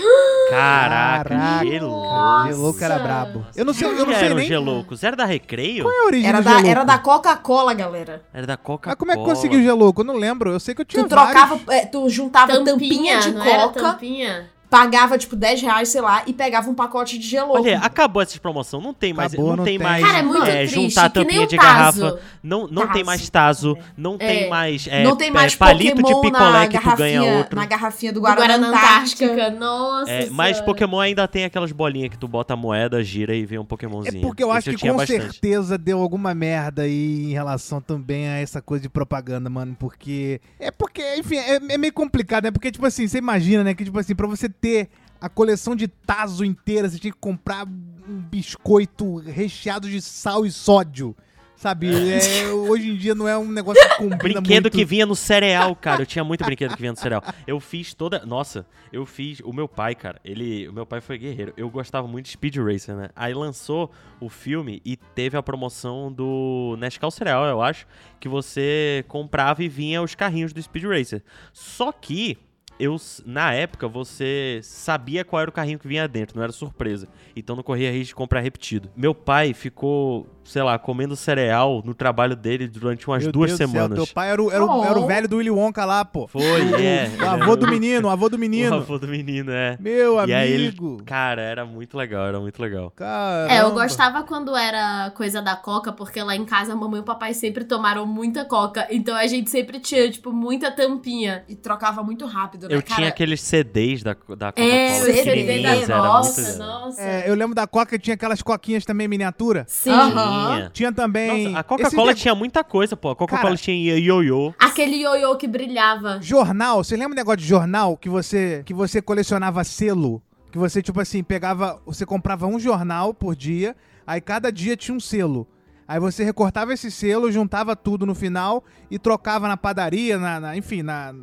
Speaker 3: Caraca,
Speaker 2: Caraca.
Speaker 3: gelouco.
Speaker 2: Gelouco era brabo. Eu não sei, eu não
Speaker 3: Era
Speaker 2: sei
Speaker 3: um
Speaker 2: nem
Speaker 3: gelouco. Era da Recreio?
Speaker 2: qual é a origem
Speaker 4: Era
Speaker 2: do
Speaker 4: da,
Speaker 2: Gelouco.
Speaker 4: era da Coca-Cola, galera.
Speaker 3: Era da Coca-Cola.
Speaker 2: Mas como é que conseguiu o Gelouco? Eu não lembro. Eu sei que eu tinha
Speaker 4: Tu trocava, é, tu juntava tampinha, de
Speaker 5: Hum, não era
Speaker 4: coca,
Speaker 5: tampinha?
Speaker 4: pagava, tipo, 10 reais, sei lá, e pegava um pacote de gelouco.
Speaker 3: Olha, acabou essa promoção. Não tem mais.
Speaker 2: Acabou,
Speaker 3: não,
Speaker 2: não
Speaker 3: tem,
Speaker 2: tem.
Speaker 3: mais.
Speaker 5: Cara, é muito
Speaker 3: é,
Speaker 5: triste.
Speaker 3: juntar
Speaker 5: que nem
Speaker 3: tampinha
Speaker 5: o
Speaker 3: de
Speaker 5: tazo.
Speaker 3: garrafa. Não, não
Speaker 4: Tazo.
Speaker 3: tem mais tazo. Não tem mais. é,
Speaker 4: não tem
Speaker 3: é,
Speaker 4: mais
Speaker 3: palito
Speaker 4: Pokémon
Speaker 3: de picolé
Speaker 4: na
Speaker 3: que tu
Speaker 4: garrafinha-
Speaker 3: ganha outro.
Speaker 4: Na garrafinha do
Speaker 5: Do Guaraná,
Speaker 4: Guaraná, Antártica.
Speaker 5: Antártica. Nossa
Speaker 3: É, mas
Speaker 5: Senhora.
Speaker 3: Pokémon ainda tem aquelas bolinhas que tu bota a moeda, gira e vem um
Speaker 2: É
Speaker 3: Pokémonzinho.
Speaker 2: porque eu
Speaker 3: Esse
Speaker 2: acho que
Speaker 3: tinha
Speaker 2: com
Speaker 3: bastante.
Speaker 2: certeza deu alguma merda aí em relação também a essa coisa de propaganda, mano. Porque. É porque, enfim, é, é meio complicado, né? Porque, tipo assim, você imagina, né? Que, tipo assim, pra você ter a coleção de Tazo inteira, você tinha que comprar um biscoito recheado de sal e sódio. Sabe? É, hoje em dia não é um negócio que combina
Speaker 3: Brinquedo
Speaker 2: muito.
Speaker 3: que vinha no cereal, cara. Eu tinha muito brinquedo que vinha no cereal. Eu fiz toda. Nossa, eu fiz. O meu pai, cara, ele. O meu pai foi guerreiro. Eu gostava muito de Speed Racer, né? Aí lançou o filme e teve a promoção do Nescau Cereal, eu acho. Que você comprava e vinha os carrinhos do Speed Racer. Só que. Eu, s- na época, você sabia qual era o carrinho que vinha dentro, não era surpresa. Então não corria risco de comprar repetido. Meu pai ficou, sei lá, comendo cereal no trabalho dele durante umas
Speaker 2: Meu
Speaker 3: duas
Speaker 2: Deus do céu,
Speaker 3: semanas.
Speaker 2: teu pai era o, era, o, era o
Speaker 4: Oh.
Speaker 2: velho do Willy Wonka lá, pô.
Speaker 3: Foi, é.
Speaker 2: O avô do menino, o avô do menino.
Speaker 3: O avô do menino, é.
Speaker 2: Meu
Speaker 3: E aí ele-
Speaker 2: amigo.
Speaker 3: Cara, era muito legal, era muito legal.
Speaker 2: Caramba.
Speaker 5: É, eu gostava quando era coisa da coca, porque lá em casa a mamãe e o papai sempre tomaram muita coca. Então a gente sempre tinha, tipo, muita tampinha.
Speaker 4: E trocava muito rápido, né,
Speaker 3: Eu
Speaker 4: cara?
Speaker 3: tinha aqueles CDs da, da Coca-Cola.
Speaker 5: É, o
Speaker 4: CD
Speaker 5: CD
Speaker 4: pequenininhos,
Speaker 5: da
Speaker 3: era
Speaker 5: nossa,
Speaker 3: muito...
Speaker 5: nossa.
Speaker 2: É, eu lembro da Coca tinha aquelas coquinhas também miniatura.
Speaker 5: Sim.
Speaker 4: Aham.
Speaker 3: Tinha.
Speaker 2: Tinha também.
Speaker 3: Nossa, a Coca-Cola
Speaker 2: esse
Speaker 3: tinha muita coisa, pô. A Coca-Cola
Speaker 2: Cara-
Speaker 3: tinha ioiô.
Speaker 5: Aquele ioiô que brilhava.
Speaker 2: ne- Jornal, você lembra o negócio de jornal que você que você colecionava selo? Que você, tipo assim, pegava. Você comprava um jornal por dia, aí cada dia tinha um selo. Aí você recortava esse selo, juntava tudo no final e trocava na padaria, na. na- enfim, na.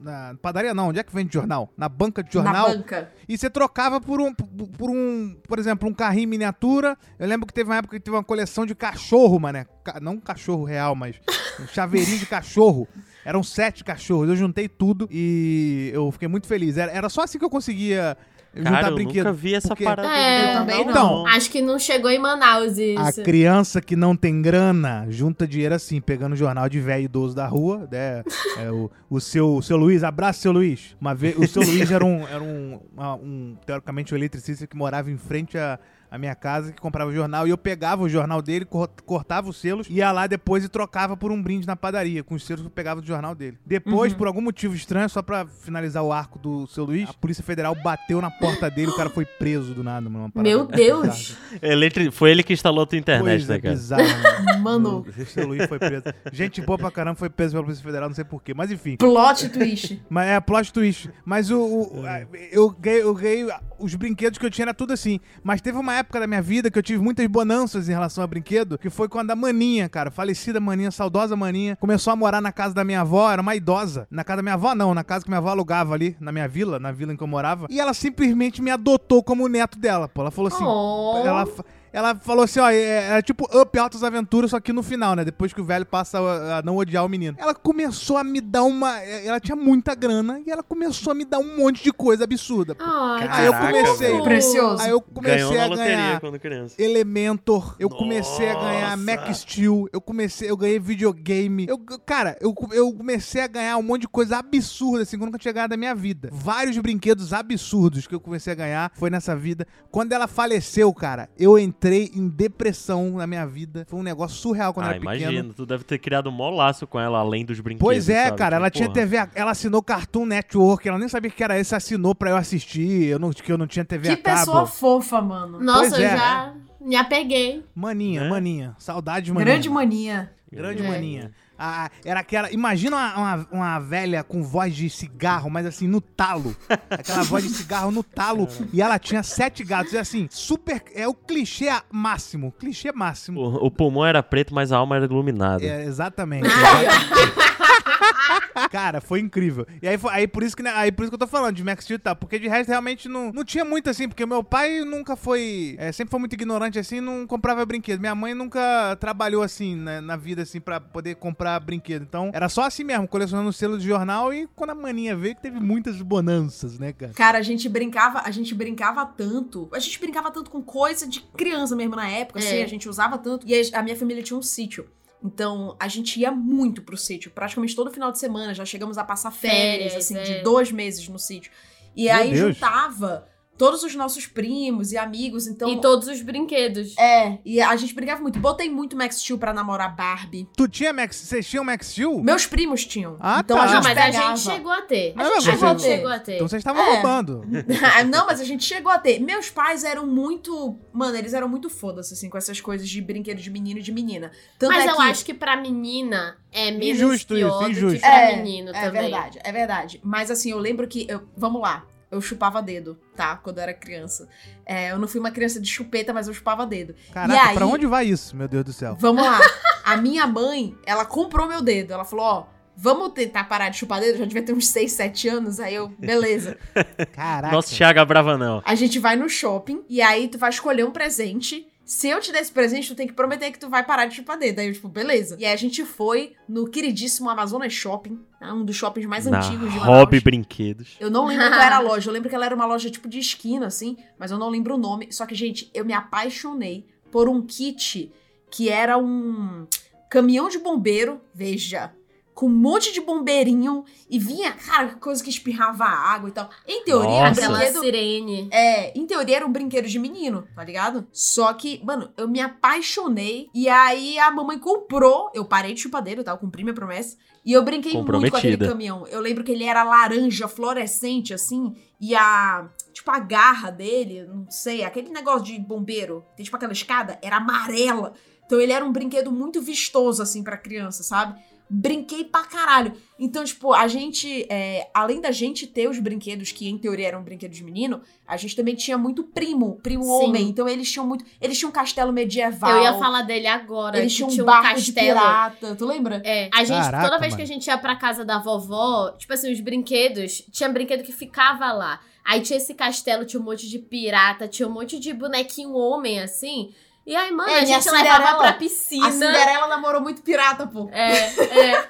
Speaker 2: Na padaria não, onde é que vende jornal? Na banca de jornal.
Speaker 4: Na banca.
Speaker 2: E você trocava por um, por um, por exemplo, um carrinho em miniatura. Eu lembro que teve uma época que teve uma coleção de cachorro, mané. Ca- Não um cachorro real, mas um chaveirinho de cachorro. Eram sete cachorros. Eu juntei tudo e eu fiquei muito feliz. Era, era só assim que eu conseguia
Speaker 3: Cara,
Speaker 2: juntar
Speaker 3: eu
Speaker 2: brinquedo.
Speaker 3: nunca vi essa
Speaker 2: Porque-
Speaker 3: parada.
Speaker 5: É,
Speaker 4: Eu também não.
Speaker 2: Então,
Speaker 5: Acho que não chegou em Manaus
Speaker 2: A
Speaker 5: isso.
Speaker 2: criança que não tem grana junta dinheiro assim, pegando jornal de velho idoso da rua, né? É, o, o seu, o seu Luiz, abraço, seu Luiz. Uma vez, o seu Luiz era um, era um, uma- um, teoricamente, um eletricista que morava em frente à, à minha casa, que comprava jornal, e eu pegava o jornal dele, cor- cortava os selos, ia lá depois e trocava por um brinde na padaria, com os selos que eu pegava do jornal dele. Depois,
Speaker 5: Uhum.
Speaker 2: por algum motivo estranho, só pra finalizar o arco do seu Luiz, a Polícia Federal bateu na porta dele, o cara foi preso do nada, mano. uma parada
Speaker 5: Meu Deus!
Speaker 3: Então, Eletri- Foi ele que instalou a tua internet,
Speaker 2: Coisa
Speaker 3: né, cara?
Speaker 2: bizarra, né?
Speaker 4: Mano,
Speaker 2: O seu Luiz foi preso. Gente boa pra caramba foi preso pela Polícia Federal, não sei porquê. Mas enfim.
Speaker 4: plot twist.
Speaker 2: Mas é plot twist. Mas o. o- a- eu, ganhei, eu ganhei- Os brinquedos que eu tinha era tudo assim. Mas teve uma época da minha vida que eu tive muitas bonanças em relação a brinquedo, que foi quando a maninha, cara, falecida maninha, saudosa maninha, começou a morar na casa da minha avó, era uma idosa. Na casa da minha avó, não, na casa que minha avó alugava ali, na minha vila, na vila em que eu morava. E ela simplesmente me adotou como neto dela, pô. Ela falou assim.
Speaker 5: Oh.
Speaker 2: Ela, fa- ela falou assim, ó, é, é tipo Up Altas Aventuras, só que no final, né? Depois que o velho passa a, a não odiar o menino. Ela começou a me dar uma... é, Ela tinha muita grana e ela começou a me dar um monte de coisa absurda. pô.
Speaker 5: Ai,
Speaker 2: Aí eu
Speaker 5: que
Speaker 2: comecei.
Speaker 5: fofo.
Speaker 4: Precioso.
Speaker 2: Aí eu
Speaker 3: Ganhou
Speaker 2: comecei
Speaker 3: na
Speaker 2: a
Speaker 3: loteria
Speaker 2: ganhar
Speaker 3: quando criança.
Speaker 2: Elementor, eu comecei a ganhar
Speaker 3: Nossa.
Speaker 2: Mac Steel, eu comecei, eu ganhei videogame. Eu, cara, eu, eu comecei a ganhar um monte de coisa absurda, assim, que eu nunca tinha ganhado na minha vida. Vários brinquedos absurdos que eu comecei a ganhar foi nessa vida. Quando ela faleceu, cara, eu entrei em depressão na minha vida. Foi um negócio surreal quando eu
Speaker 3: Ah,
Speaker 2: era pequeno.
Speaker 3: imagina. Tu deve ter criado um mó laço com ela, além dos brinquedos.
Speaker 2: Pois é,
Speaker 3: sabe?
Speaker 2: cara,
Speaker 3: Tipo,
Speaker 2: ela tinha
Speaker 3: porra.
Speaker 2: TV, a- ela assinou Cartoon Network, ela nem sabia que era esse, assinou pra eu assistir, eu não, que eu não tinha TV
Speaker 4: Que
Speaker 2: a cabo.
Speaker 4: pessoa fofa, mano.
Speaker 5: Nossa,
Speaker 2: Pois
Speaker 5: eu
Speaker 2: é.
Speaker 5: já me apeguei.
Speaker 2: Maninha,
Speaker 3: Né?
Speaker 2: maninha, saudade maninha.
Speaker 4: Grande mania.
Speaker 2: Grande
Speaker 5: É.
Speaker 2: maninha. Ah, era aquela. Imagina uma, uma- uma velha com voz de cigarro, mas assim, no talo. Aquela voz de cigarro no talo. E ela tinha sete gatos. E assim, super. É o clichê a- máximo. Clichê máximo.
Speaker 3: O, o pulmão era preto, mas a alma era iluminada.
Speaker 2: É, exatamente. Cara, foi incrível. E aí, foi- aí, por isso que, né, aí por isso que eu tô falando de Max Steel e tal. Porque de resto realmente não, não tinha muito assim. Porque meu pai nunca foi. é, sempre foi muito ignorante assim não comprava brinquedo. Minha mãe nunca trabalhou assim né, na vida assim pra poder comprar brinquedo. Então era só assim mesmo, colecionando selo de jornal. E quando a maninha veio, que teve muitas bonanças, né, cara?
Speaker 4: Cara, a gente brincava, a gente brincava tanto. A gente brincava tanto com coisa de criança mesmo na época,
Speaker 5: É.
Speaker 4: assim, a gente usava tanto. E a- a minha família tinha um sítio. Então, a gente ia muito pro sítio, praticamente todo final de semana. Já chegamos a passar férias,
Speaker 5: Férias,
Speaker 4: assim,
Speaker 5: é.
Speaker 4: de dois meses no sítio. E
Speaker 2: Meu
Speaker 4: aí
Speaker 2: Deus.
Speaker 4: juntava todos os nossos primos e amigos. Então,
Speaker 5: E todos os brinquedos.
Speaker 4: é, e a gente brincava muito. Botei muito Max Steel pra namorar Barbie.
Speaker 2: Tu tinha Max. Vocês tinham Max Steel?
Speaker 4: Meus primos tinham.
Speaker 2: Ah,
Speaker 4: então
Speaker 2: tá.
Speaker 4: a
Speaker 5: Não,
Speaker 4: gente
Speaker 5: mas
Speaker 4: pegava.
Speaker 5: a gente chegou a ter.
Speaker 2: Não,
Speaker 5: A
Speaker 2: mas
Speaker 5: gente chegou a
Speaker 2: você-
Speaker 5: ter. Chegou a ter.
Speaker 2: Então vocês estavam
Speaker 4: É.
Speaker 2: roubando.
Speaker 4: Ah, não, mas a gente chegou a ter. Meus pais eram muito. Mano, eles eram muito foda-se, assim, com essas coisas de brinquedo de menino e de menina. Tanto
Speaker 5: Mas
Speaker 4: é
Speaker 5: eu
Speaker 4: que...
Speaker 5: acho que pra menina é menos
Speaker 2: Injusto
Speaker 5: pior
Speaker 2: isso,
Speaker 5: do
Speaker 2: injusto.
Speaker 5: que pra menino
Speaker 4: é
Speaker 5: também.
Speaker 4: verdade, é verdade. Mas assim, eu lembro que. eu- vamos lá. Eu chupava dedo, tá? Quando eu era criança. É, eu não fui uma criança de chupeta, mas eu chupava dedo.
Speaker 2: Caraca,
Speaker 4: aí-
Speaker 2: pra onde vai isso, meu Deus do céu?
Speaker 4: Vamos lá. A minha mãe, ela comprou meu dedo. Ela falou: ó, vamos tentar parar de chupar dedo. Eu já devia ter uns 6, 7 anos. Aí eu, beleza.
Speaker 2: Caraca.
Speaker 3: Nossa, Thiago é brava não.
Speaker 4: A gente vai no shopping e aí tu vai escolher um presente. Se eu te der esse presente, tu tem que prometer que tu vai parar de chupar dedo. Aí eu, tipo, beleza. E aí a gente foi no queridíssimo Amazonas Shopping, tá? um dos shoppings mais
Speaker 3: Na
Speaker 4: antigos de Manaus.
Speaker 3: Hobby Brinquedos.
Speaker 4: Eu não lembro qual era a loja. Eu lembro que ela era uma loja tipo de esquina, assim, mas eu não lembro o nome. Só que, gente, eu me apaixonei por um kit que era um caminhão de bombeiro, veja, com um monte de bombeirinho e vinha, cara, coisa que espirrava água e tal. Em teoria,
Speaker 3: Nossa.
Speaker 4: o
Speaker 5: Aquela
Speaker 4: brinquedo
Speaker 5: sirene.
Speaker 4: é, em teoria era um brinquedo de menino, tá ligado? Só que, mano, eu me apaixonei. E aí a mamãe comprou. Eu parei de chupadeiro, tá? Eu cumpri minha promessa. E eu brinquei muito com aquele
Speaker 3: Comprometida.
Speaker 4: caminhão. Eu lembro que ele era laranja, fluorescente, assim. E a. Tipo, a garra dele, não sei, aquele negócio de bombeiro, tem tipo aquela escada, era amarela. Então ele era um brinquedo muito vistoso, assim, pra criança, sabe? Brinquei pra caralho. Então, tipo, a gente, é, além da gente ter os brinquedos que em teoria eram brinquedos de menino, a gente também tinha muito primo, primo
Speaker 5: Sim.
Speaker 4: homem. Então eles tinham muito. Eles tinham um castelo medieval.
Speaker 5: Eu ia falar dele agora.
Speaker 4: Eles
Speaker 5: que
Speaker 4: tinham um
Speaker 5: tinha
Speaker 4: barco de
Speaker 5: castelo.
Speaker 4: pirata. Tu lembra?
Speaker 5: É, a gente,
Speaker 2: Caraca,
Speaker 5: toda vez que
Speaker 2: mano.
Speaker 5: a gente ia pra casa da vovó, tipo assim, os brinquedos, tinha brinquedo que ficava lá. Aí tinha esse castelo, tinha um monte de pirata, tinha um monte de bonequinho homem, assim. E aí, mano,
Speaker 4: É,
Speaker 5: a
Speaker 4: e a
Speaker 5: gente levava
Speaker 4: Cinderela?
Speaker 5: pra
Speaker 4: A
Speaker 5: piscina.
Speaker 4: Cinderela namorou muito pirata, pô.
Speaker 5: É, é.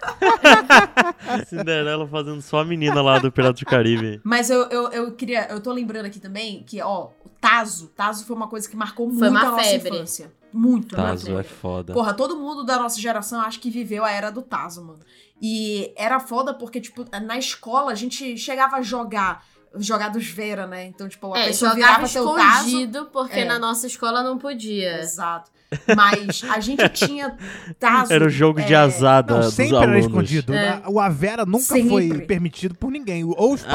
Speaker 3: Cinderela fazendo só a menina lá do Pirata do Caribe.
Speaker 4: Mas eu, eu, eu queria. Eu tô lembrando aqui também que, ó, o Tazo. Tazo foi uma coisa que marcou muito
Speaker 5: uma
Speaker 4: a nossa
Speaker 5: febre.
Speaker 4: infância. Muito, né?
Speaker 3: Tazo é foda.
Speaker 4: Porra, todo mundo da nossa geração acho que viveu a era do Tazo, mano. E era foda porque, tipo, na escola a gente chegava a jogar. Jogar dos Vera, né? Então, tipo, a
Speaker 5: É,
Speaker 4: pessoa
Speaker 5: jogava
Speaker 4: virava seu Tazo.
Speaker 5: escondido, porque
Speaker 4: É.
Speaker 5: na nossa escola não podia.
Speaker 4: Exato. Mas a gente tinha Tazo.
Speaker 3: Era o jogo de
Speaker 4: é,
Speaker 3: azar da,
Speaker 2: Não,
Speaker 3: dos
Speaker 2: sempre
Speaker 3: alunos.
Speaker 2: era escondido.
Speaker 5: É.
Speaker 2: O Avera nunca foi
Speaker 4: Sempre.
Speaker 2: permitido por ninguém. Ou os pais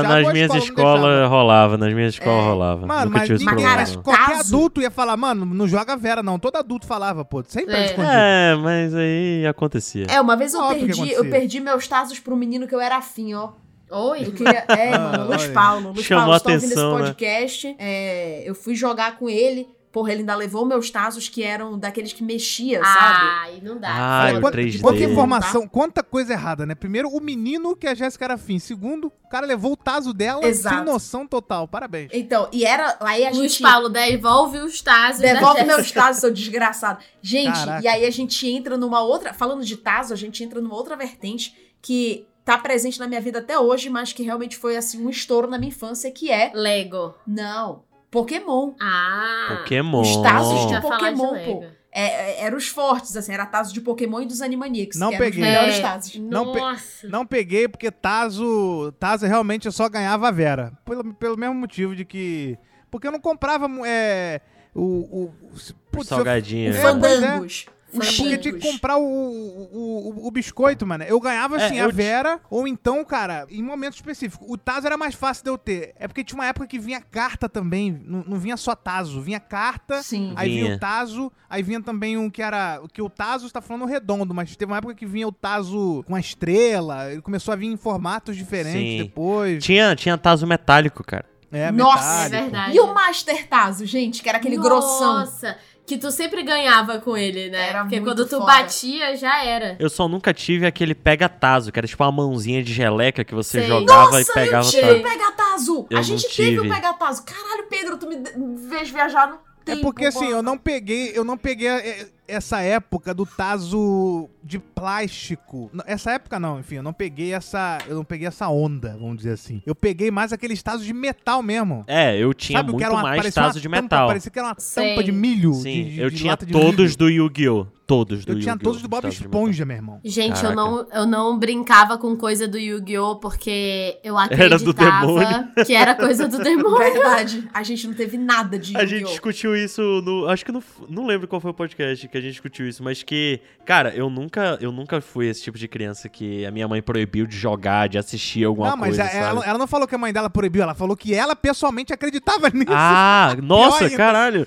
Speaker 2: não deixavam, ou
Speaker 3: nas
Speaker 2: a
Speaker 3: minhas
Speaker 2: escola não deixava.
Speaker 3: escolas rolava, nas minhas escolas rolava.
Speaker 2: Mano,
Speaker 3: Nunca
Speaker 2: mas,
Speaker 3: tive esse
Speaker 2: ninguém-
Speaker 3: problema.
Speaker 4: cara,
Speaker 2: mas
Speaker 3: não.
Speaker 2: qualquer
Speaker 4: Tazo.
Speaker 2: adulto ia falar, mano, não joga Vera, não. Todo adulto falava, pô. Sempre era
Speaker 5: É.
Speaker 2: escondido.
Speaker 3: É, mas aí acontecia.
Speaker 4: É, uma vez eu
Speaker 2: Óbvio que
Speaker 4: perdi, eu
Speaker 2: acontecia.
Speaker 4: perdi meus Tazos pro menino que eu era afim, ó. Eu
Speaker 5: Oi?
Speaker 4: queria. É,
Speaker 2: Ah,
Speaker 4: mano, Luiz
Speaker 2: olha.
Speaker 4: Paulo. Luiz
Speaker 3: Chamou
Speaker 4: Paulo,
Speaker 3: a
Speaker 4: você tá ouvindo esse
Speaker 3: atenção, né?
Speaker 4: podcast. É, eu fui jogar com ele. Porra, ele ainda levou meus Tazos que eram dadaqueles que mexia,
Speaker 2: Ah.
Speaker 4: sabe?
Speaker 5: Ai, não dá.
Speaker 3: Ai,
Speaker 2: Olha,
Speaker 3: o
Speaker 2: quanta,
Speaker 3: 3D.
Speaker 2: quanta
Speaker 4: Tá?
Speaker 2: informação, quanta coisa errada, né? Primeiro, o menino que a Jéssica era fim. Segundo, o cara levou o taso dela
Speaker 4: Exato.
Speaker 2: sem noção total. Parabéns.
Speaker 4: Então, e era. Aí a
Speaker 5: Luiz
Speaker 4: gente.
Speaker 5: Tá. Paulo, devolve os tazos da
Speaker 4: Devolve
Speaker 5: Jéssica.
Speaker 4: meus Tazos, seu desgraçado. Gente,
Speaker 2: Caraca.
Speaker 4: e aí a gente entra numa outra. Falando de Tazo, a gente entra numa outra vertente que tá presente na minha vida até hoje, mas que realmente foi assim um estouro na minha infância, que é.
Speaker 5: Lego.
Speaker 4: Não, Pokémon.
Speaker 5: Ah.
Speaker 3: Pokémon.
Speaker 4: Os Tazos
Speaker 5: a gente
Speaker 4: de
Speaker 5: vai falar de
Speaker 4: Pokémon,
Speaker 5: Lego.
Speaker 4: pô. É, é, eram os fortes, assim, era Tazo de Pokémon e dos Animaniacs.
Speaker 2: Não
Speaker 4: que eram os
Speaker 2: peguei.
Speaker 4: melhores
Speaker 5: É.
Speaker 4: Tazos.
Speaker 2: Não pe-
Speaker 5: Nossa.
Speaker 2: Não peguei porque Tazo, Tazo realmente eu só ganhava a Vera. Pelo, pelo mesmo motivo de que. Porque eu não comprava é, o. o, o se- putz, eu-
Speaker 3: Salgadinho.
Speaker 4: Os
Speaker 2: É,
Speaker 3: né?
Speaker 2: pois é.
Speaker 4: Fandangos.
Speaker 2: é
Speaker 4: Os
Speaker 2: porque tinha que
Speaker 4: Chicos.
Speaker 2: comprar o, o, o- o biscoito, mano. Eu ganhava
Speaker 3: É,
Speaker 2: assim,
Speaker 3: eu
Speaker 2: a
Speaker 3: ti-
Speaker 2: Vera, ou então, cara, em momentos específicos. O Tazo era mais fácil de eu ter. É porque tinha uma época que vinha carta também. Não, não vinha só Tazo, vinha carta.
Speaker 4: Sim.
Speaker 2: Aí vinha
Speaker 3: Vinha.
Speaker 2: o Tazo, aí vinha também um que era. Que o Tazo está falando redondo, mas teve uma época que vinha o Tazo com a estrela, ele começou a vir em formatos diferentes
Speaker 3: Sim.
Speaker 2: depois.
Speaker 3: Tinha, tinha Tazo metálico, cara.
Speaker 2: É,
Speaker 4: Nossa,
Speaker 5: É
Speaker 2: metálico.
Speaker 5: verdade.
Speaker 4: E o Master Tazo, gente, que era aquele grossão.
Speaker 5: Nossa, que tu sempre ganhava com ele, né?
Speaker 4: Era
Speaker 5: Porque
Speaker 4: muito
Speaker 5: quando tu
Speaker 4: foda.
Speaker 5: batia, já era.
Speaker 3: Eu só nunca tive aquele pega Tazo, que era tipo uma mãozinha de geleca que você
Speaker 5: Sei.
Speaker 3: jogava
Speaker 4: Nossa,
Speaker 3: e pegava
Speaker 4: eu
Speaker 3: Tazo.
Speaker 4: tive o Pegatazo.
Speaker 3: Eu
Speaker 4: a
Speaker 3: não
Speaker 4: gente teve o
Speaker 3: tive.
Speaker 4: Pegatazo. Caralho, Pedro, tu me de- me fez viajar no
Speaker 2: É
Speaker 4: tempo.
Speaker 2: porque assim,
Speaker 4: mano.
Speaker 2: eu não peguei, eu não peguei é, essa época do Tazo de plástico. Não, Essa época não, enfim, eu não peguei essa, eu não peguei essa onda, vamos dizer assim. Eu peguei mais aqueles Tazos de metal mesmo.
Speaker 3: É, eu tinha
Speaker 2: Sabe o que
Speaker 3: muito
Speaker 2: era uma,
Speaker 3: mais
Speaker 2: parecia uma
Speaker 3: Tazo de
Speaker 2: tampa,
Speaker 3: metal.
Speaker 2: Parecia que era uma
Speaker 5: Sei.
Speaker 2: tampa de milho.
Speaker 3: Sim,
Speaker 2: de- de-
Speaker 3: eu
Speaker 2: de
Speaker 3: tinha
Speaker 2: lata de milho.
Speaker 3: todos do Yu-Gi-Oh! Todos do
Speaker 2: Eu tinha
Speaker 3: Yu-Gi-Oh!
Speaker 2: todos do Bob
Speaker 3: Tazo de metal.
Speaker 2: Esponja, meu irmão.
Speaker 5: Gente,
Speaker 3: Caraca.
Speaker 5: eu não, eu não brincava com coisa do Yu-Gi-Oh! porque eu
Speaker 3: Era do
Speaker 5: acreditava
Speaker 3: demônio.
Speaker 5: que era coisa do demônio.
Speaker 4: Verdade. A gente não teve nada de
Speaker 3: A gente
Speaker 4: Yu-Gi-Oh!
Speaker 3: discutiu isso no. Acho que no, não lembro qual foi o podcast que a gente discutiu isso, mas que. Cara, eu nunca, eu nunca fui esse tipo de criança que a minha mãe proibiu de jogar, de assistir alguma
Speaker 2: não, mas
Speaker 3: coisa.
Speaker 2: a-
Speaker 3: sabe?
Speaker 2: ela, é ela não falou que a mãe dela proibiu, ela falou que ela pessoalmente acreditava nisso.
Speaker 3: Ah, nossa,
Speaker 2: ainda.
Speaker 3: caralho.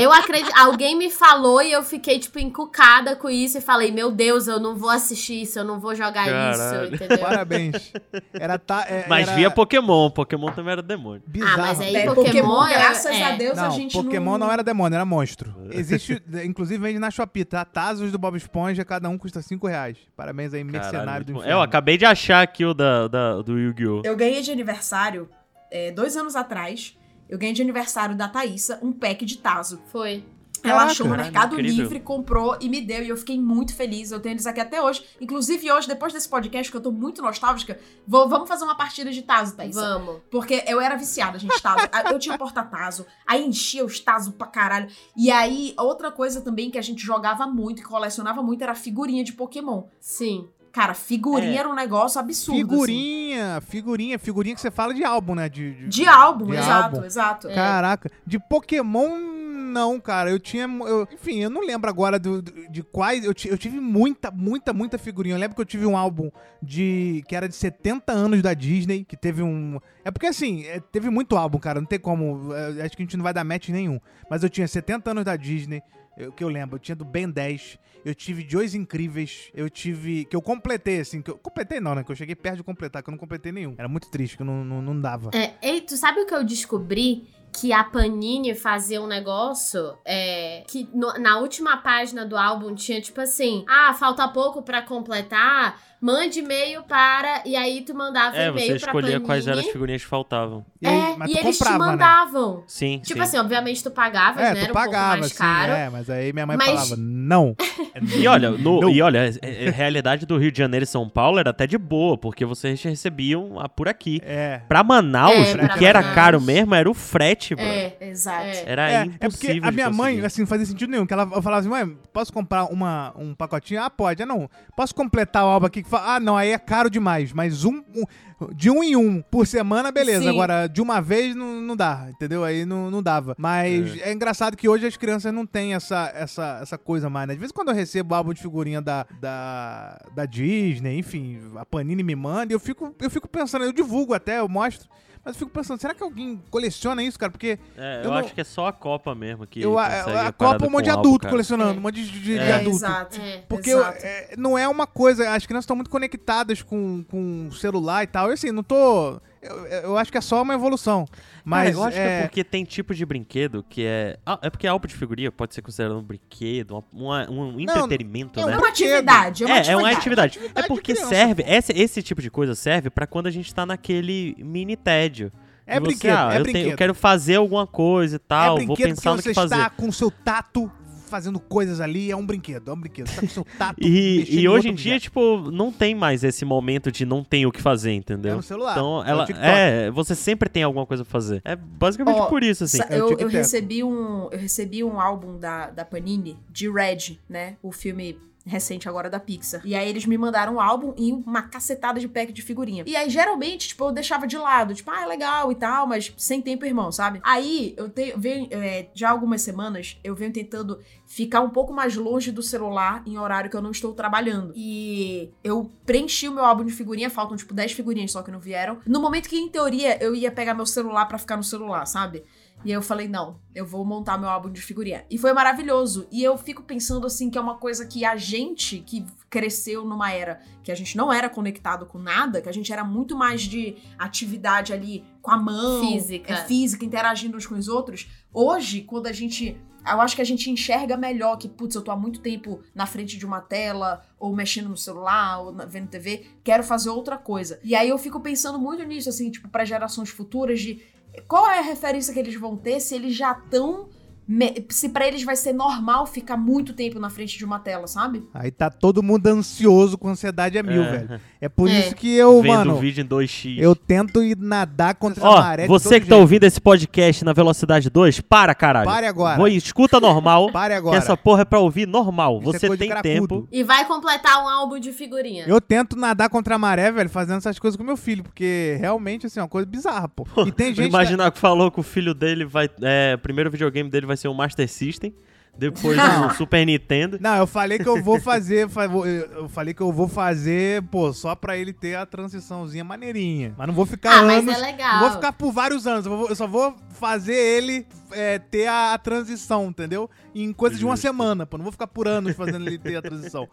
Speaker 5: Eu acredito. Alguém me falou e eu fiquei, tipo, encucada com isso e falei: Meu Deus, eu não vou assistir isso, eu não vou jogar
Speaker 3: Caralho.
Speaker 5: isso, entendeu?
Speaker 2: Parabéns. Era ta, é-
Speaker 3: Mas
Speaker 2: era
Speaker 3: via Pokémon, Pokémon também era demônio.
Speaker 5: Ah,
Speaker 2: bizarro.
Speaker 5: mas aí
Speaker 4: É,
Speaker 5: Pokémon,
Speaker 4: Pokémon,
Speaker 5: é-
Speaker 4: graças
Speaker 5: é.
Speaker 4: a Deus, a
Speaker 2: Não,
Speaker 4: gente
Speaker 2: Pokémon não... é- era demônio, era monstro.
Speaker 3: É.
Speaker 2: Existe, inclusive vende na Shopee, tá? Tazos do Bob Esponja, cada um custa 5 reais. Parabéns aí, mercenário
Speaker 3: Caralho,
Speaker 2: do
Speaker 3: muito bom.
Speaker 2: inferno.
Speaker 3: É, eu acabei de achar aqui o da, da- do Yu-Gi-Oh!
Speaker 4: Eu ganhei de aniversário, é, dois anos atrás, eu ganhei de aniversário da Thaísa um pack de Tazo.
Speaker 5: Foi.
Speaker 4: Ela
Speaker 2: Caraca.
Speaker 4: achou no
Speaker 3: Caralho,
Speaker 4: Mercado
Speaker 3: incrível.
Speaker 4: Livre, comprou e me deu. E eu fiquei muito feliz. Eu tenho eles aqui até hoje. Inclusive, hoje, depois desse podcast, que eu tô muito nostálgica, vou- vamos fazer uma partida de Tazo, Thaísa.
Speaker 5: Vamos.
Speaker 4: Porque eu era viciada, gente, Tazo. Ah, Eu tinha porta-tazo, aí enchia os Tazo pra caralho. E aí, outra coisa também que a gente jogava muito, que colecionava muito, era figurinha de Pokémon.
Speaker 5: Sim.
Speaker 4: Cara, figurinha
Speaker 3: É.
Speaker 4: era um negócio absurdo. assim.
Speaker 2: Figurinha, figurinha, figurinha que você fala de álbum, né? De, de-
Speaker 4: De álbum,
Speaker 2: De
Speaker 4: exato,
Speaker 2: álbum.
Speaker 5: É.
Speaker 4: exato.
Speaker 2: Caraca, de Pokémon não, cara. Eu tinha. eu- enfim, eu não lembro agora do, do- de quais. Eu, ti- eu tive muita, muita, muita figurinha. Eu lembro que eu tive um álbum de. que era de 70 anos da Disney, que teve um. É porque assim, é, teve muito álbum, cara. Não tem como. é, acho que a gente não vai dar match nenhum. Mas eu tinha 70 anos da Disney, eu, que eu lembro. Eu tinha do Ben 10. Eu tive de Dois Incríveis. Eu tive. Que eu completei, assim. Que eu completei não, né? Que eu cheguei perto de completar, que eu não completei nenhum. Era muito triste, que eu não, não, não dava.
Speaker 5: É, ei, tu sabe o que eu descobri? Que a Panini fazia um negócio é, que no- na última página do álbum tinha tipo assim: ah, falta pouco pra completar, mande e-mail para. E aí tu mandava
Speaker 3: É,
Speaker 5: e-mail
Speaker 3: você escolhia
Speaker 5: pra Panini.
Speaker 3: quais eram as figurinhas que faltavam.
Speaker 2: E
Speaker 5: é,
Speaker 2: aí- mas
Speaker 5: e
Speaker 2: tu
Speaker 5: eles te
Speaker 2: comprava, né?
Speaker 5: mandavam.
Speaker 3: Sim,
Speaker 5: Tipo
Speaker 3: sim.
Speaker 5: assim, obviamente tu pagavas, né?
Speaker 2: É,
Speaker 5: Era
Speaker 2: tu
Speaker 5: um
Speaker 2: pagava,
Speaker 5: pouco mais
Speaker 2: assim,
Speaker 5: caro.
Speaker 2: é, mas aí minha mãe
Speaker 5: Mas-
Speaker 2: falava, não.
Speaker 3: E olha, no-
Speaker 2: Não.
Speaker 3: e olha, é- é- a realidade do Rio de Janeiro e São Paulo era até de boa, porque vocês recebiam a- por aqui.
Speaker 2: É.
Speaker 3: Pra Manaus,
Speaker 5: É,
Speaker 3: o
Speaker 5: pra
Speaker 3: que era
Speaker 5: Manaus.
Speaker 3: caro mesmo era o frete, bro.
Speaker 5: É,
Speaker 4: Exato.
Speaker 5: é.
Speaker 3: Era
Speaker 2: É, é
Speaker 3: impossível.
Speaker 2: porque a
Speaker 3: de
Speaker 2: minha mãe,
Speaker 3: conseguir.
Speaker 2: assim, não fazia sentido nenhum. Que ela eu falava assim, mãe, posso comprar uma, um pacotinho? Ah, pode. Ah, não. Posso completar o álbum aqui? que fala- Ah, não, aí é caro demais. Mas um, um- de um em um por semana, beleza.
Speaker 4: Sim.
Speaker 2: Agora, de uma vez, não, não dá, entendeu? Aí não, não dava. Mas é. engraçado que hoje as crianças não têm essa, essa, essa coisa mais, né? De vez em quando eu recebo álbum de figurinha da, da, da Disney, enfim, a Panini me manda, e eu fico, eu fico pensando, eu divulgo até, eu mostro. Mas eu fico pensando, será que alguém coleciona isso, cara? Porque
Speaker 3: É, eu,
Speaker 2: assim, eu não-
Speaker 3: acho que é só a Copa mesmo que.
Speaker 2: eu, a,
Speaker 3: consegue
Speaker 2: a
Speaker 3: a
Speaker 2: Copa
Speaker 3: parada
Speaker 2: é um monte de
Speaker 3: com álbum,
Speaker 2: adulto
Speaker 3: cara.
Speaker 2: colecionando, um monte de, de- de
Speaker 4: É,
Speaker 2: adulto.
Speaker 4: exato.
Speaker 5: É.
Speaker 2: Porque
Speaker 4: Exato.
Speaker 2: é, não é uma coisa, as crianças estão muito conectadas com, com o celular e tal. Eu assim, não tô. Eu, eu acho que é só uma evolução. Mas
Speaker 3: Cara, eu acho que é
Speaker 2: é,
Speaker 3: porque tem tipo de brinquedo que é. Ah, é porque álbum de figurinha pode ser considerado um brinquedo, uma- uma- um entretenimento,
Speaker 2: é
Speaker 3: né?
Speaker 4: É
Speaker 2: um
Speaker 4: uma atividade, é uma
Speaker 3: É,
Speaker 4: atividade.
Speaker 3: é uma atividade.
Speaker 2: atividade
Speaker 3: É
Speaker 2: de
Speaker 3: porque
Speaker 2: criança,
Speaker 3: serve, esse, esse tipo de coisa serve pra quando a gente tá naquele mini tédio.
Speaker 2: É
Speaker 3: E você,
Speaker 2: brinquedo,
Speaker 3: ah,
Speaker 2: é
Speaker 3: eu,
Speaker 2: brinquedo.
Speaker 3: eu quero fazer alguma coisa e
Speaker 2: é
Speaker 3: tal, vou
Speaker 2: brinquedo
Speaker 3: pensar no
Speaker 2: porque
Speaker 3: que
Speaker 2: você
Speaker 3: fazer.
Speaker 2: está com o seu tato fazendo coisas ali. É um brinquedo, é um brinquedo. Você tá com o seu tato. mexendo em
Speaker 3: E, e hoje em
Speaker 2: outro
Speaker 3: dia,
Speaker 2: objeto.
Speaker 3: tipo, não tem mais esse momento de não tem o que fazer,
Speaker 2: É
Speaker 3: entendeu?
Speaker 2: no celular.
Speaker 3: Então,
Speaker 2: é o
Speaker 3: ela
Speaker 2: TikTok.
Speaker 3: é, você sempre tem alguma coisa pra fazer. É basicamente
Speaker 4: Ó,
Speaker 3: por isso, assim.
Speaker 4: Sa-
Speaker 2: é o
Speaker 4: eu,
Speaker 2: Tic
Speaker 4: eu
Speaker 2: Tac.
Speaker 4: recebi um, eu recebi um álbum da, da Panini de Red, né? O filme recente agora da Pixar. E aí eles me mandaram um álbum e uma cacetada de pack de figurinha. E aí geralmente, tipo, eu deixava de lado, tipo, ah, é legal e tal, mas sem tempo, irmão, sabe? Aí eu tenho, venho, é, já há algumas semanas eu venho tentando ficar um pouco mais longe do celular em horário que eu não estou trabalhando. E eu preenchi o meu álbum de figurinha, faltam tipo 10 figurinhas só que não vieram. No momento que em teoria eu ia pegar meu celular pra ficar no celular, sabe? E aí eu falei, não, eu vou montar meu álbum de figurinha. E foi maravilhoso. E eu fico pensando assim que é uma coisa que a gente que cresceu numa era que a gente não era conectado com nada, que a gente era muito mais de atividade ali com a mão,
Speaker 5: Física.
Speaker 4: é, física, interagindo uns com os outros. Hoje, quando a gente eu acho que a gente enxerga melhor que, putz, eu tô há muito tempo na frente de uma tela, ou mexendo no celular, ou na- vendo TV, quero fazer outra coisa. E aí eu fico pensando muito nisso, assim, tipo, pra gerações futuras, de qual é a referência que eles vão ter se eles já estão. Se pra eles vai ser normal ficar muito tempo na frente de uma tela, sabe?
Speaker 2: Aí tá todo mundo ansioso com ansiedade a mil,
Speaker 3: É.
Speaker 2: velho. É por
Speaker 5: É.
Speaker 2: isso que eu,
Speaker 3: Vendo
Speaker 2: mano,
Speaker 3: o vídeo em 2x.
Speaker 2: eu tento ir nadar contra a maré.
Speaker 3: Ó,
Speaker 2: de
Speaker 3: você
Speaker 2: todo
Speaker 3: que tá
Speaker 2: jeito.
Speaker 3: ouvindo esse podcast na velocidade 2, para, caralho.
Speaker 2: Pare agora.
Speaker 3: Vou, escuta normal,
Speaker 2: Pare
Speaker 3: que
Speaker 2: agora.
Speaker 3: essa porra é pra ouvir normal.
Speaker 2: Isso é
Speaker 3: Você
Speaker 2: coisa de
Speaker 3: tem
Speaker 2: cracudo.
Speaker 3: tempo.
Speaker 5: E vai completar um álbum de figurinha.
Speaker 2: Eu tento nadar contra a maré, velho, fazendo essas coisas com meu filho, porque realmente, assim, é uma coisa bizarra, pô. E tem gente.
Speaker 3: Imaginar que falou que o filho dele vai... É, o primeiro videogame dele vai ser o Master System, depois
Speaker 2: Não.
Speaker 3: o Super Nintendo.
Speaker 2: Não, eu falei que eu vou fazer. fa- vou- Eu eu falei que eu vou fazer, pô, só pra ele ter a transiçãozinha maneirinha. Mas não vou ficar
Speaker 5: Ah,
Speaker 2: anos.
Speaker 5: mas é legal.
Speaker 2: Não vou ficar por vários anos. Eu, vou- eu só vou fazer ele é, ter a, a transição, entendeu? Em coisa de uma
Speaker 3: Justo.
Speaker 2: semana, pô. Não vou ficar por anos fazendo ele ter a transição.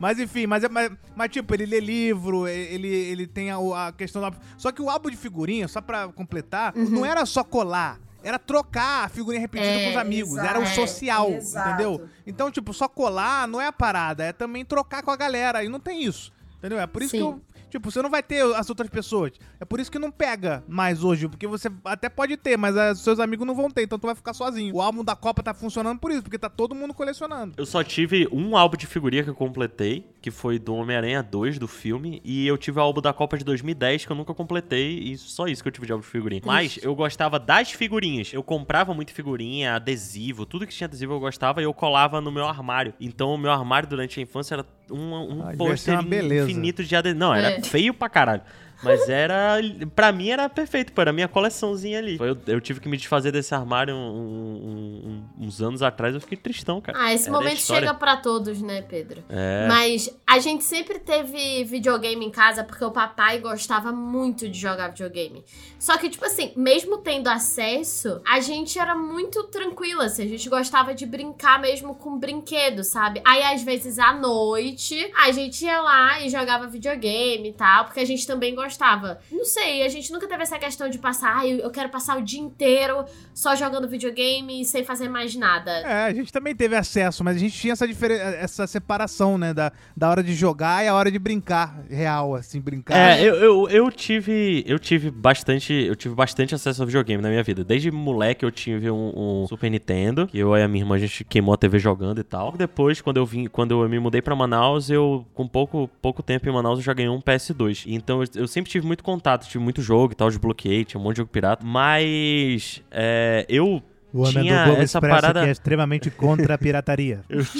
Speaker 2: Mas enfim, mas, é- mas, mas, tipo, ele lê livro, e- ele, ele tem a, o- a questão da. Só que o álbum de figurinha, só pra completar,
Speaker 5: Uhum.
Speaker 2: não era só colar. Era trocar a figurinha repetida
Speaker 5: É,
Speaker 2: com os amigos.
Speaker 4: exato.
Speaker 2: era o social,
Speaker 4: Exato.
Speaker 2: entendeu? Então, tipo, só colar não é a parada. É também trocar com a galera. E não tem isso. Entendeu? É por isso
Speaker 5: Sim.
Speaker 2: que eu Tipo, você não vai ter as outras pessoas. É por isso que não pega mais hoje, porque você até pode ter, mas ah, seus amigos não vão ter, então tu vai ficar sozinho. O álbum da Copa tá funcionando por isso, porque tá todo mundo colecionando.
Speaker 3: Eu só tive um álbum de figurinha que eu completei, que foi do Homem-Aranha 2 do filme, e eu tive o álbum da Copa de 2010 que eu nunca completei, e só isso que eu tive de álbum de figurinha. Mas eu gostava das figurinhas. Eu comprava muito figurinha, adesivo, tudo que tinha adesivo eu gostava e eu colava no meu armário. Então o meu armário durante a infância era um, um
Speaker 2: Ah, devia ser
Speaker 3: pôster
Speaker 2: uma beleza.
Speaker 3: infinito de adesivo. Não, era
Speaker 5: É.
Speaker 3: feio pra caralho. Mas era. Pra mim era perfeito, pô. Era a minha coleçãozinha ali. Eu, eu tive que me desfazer desse armário um- um- um- uns anos atrás. Eu fiquei tristão, cara.
Speaker 5: Ah, esse
Speaker 3: Era a
Speaker 5: momento
Speaker 3: história.
Speaker 5: chega pra todos, né, Pedro?
Speaker 3: É.
Speaker 5: Mas a gente sempre teve videogame em casa porque o papai gostava muito de jogar videogame. Só que, tipo assim, mesmo tendo acesso, a gente era muito tranquila, assim, a gente gostava de brincar mesmo com brinquedo, sabe? Aí, às vezes, à noite, a gente ia lá e jogava videogame e tal, porque a gente também gostava. Não sei, a gente nunca teve essa questão de passar, ah, eu, eu quero passar o dia inteiro só jogando videogame e sem fazer mais nada.
Speaker 2: É, a gente também teve acesso, mas a gente tinha essa, diferen- essa separação, né? Da, da hora de jogar e a hora de brincar, real, assim, brincar.
Speaker 3: É, eu, eu, eu tive. Eu tive bastante. Eu tive bastante acesso ao videogame na minha vida. Desde moleque eu tive um, um Super Nintendo, que eu e a minha irmã, a gente queimou a TV jogando e tal. Logo Depois, quando eu vim, quando eu me mudei pra Manaus, eu, com pouco, pouco tempo em Manaus, eu já ganhei um PS2. Então eu, eu sempre tive muito contato, tive muito jogo e tal, desbloqueei, tinha um monte de jogo pirata. Mas é, eu
Speaker 6: O homem
Speaker 3: tinha
Speaker 6: do Globo
Speaker 3: essa
Speaker 6: Expresso
Speaker 3: parada.
Speaker 6: que é extremamente contra a pirataria.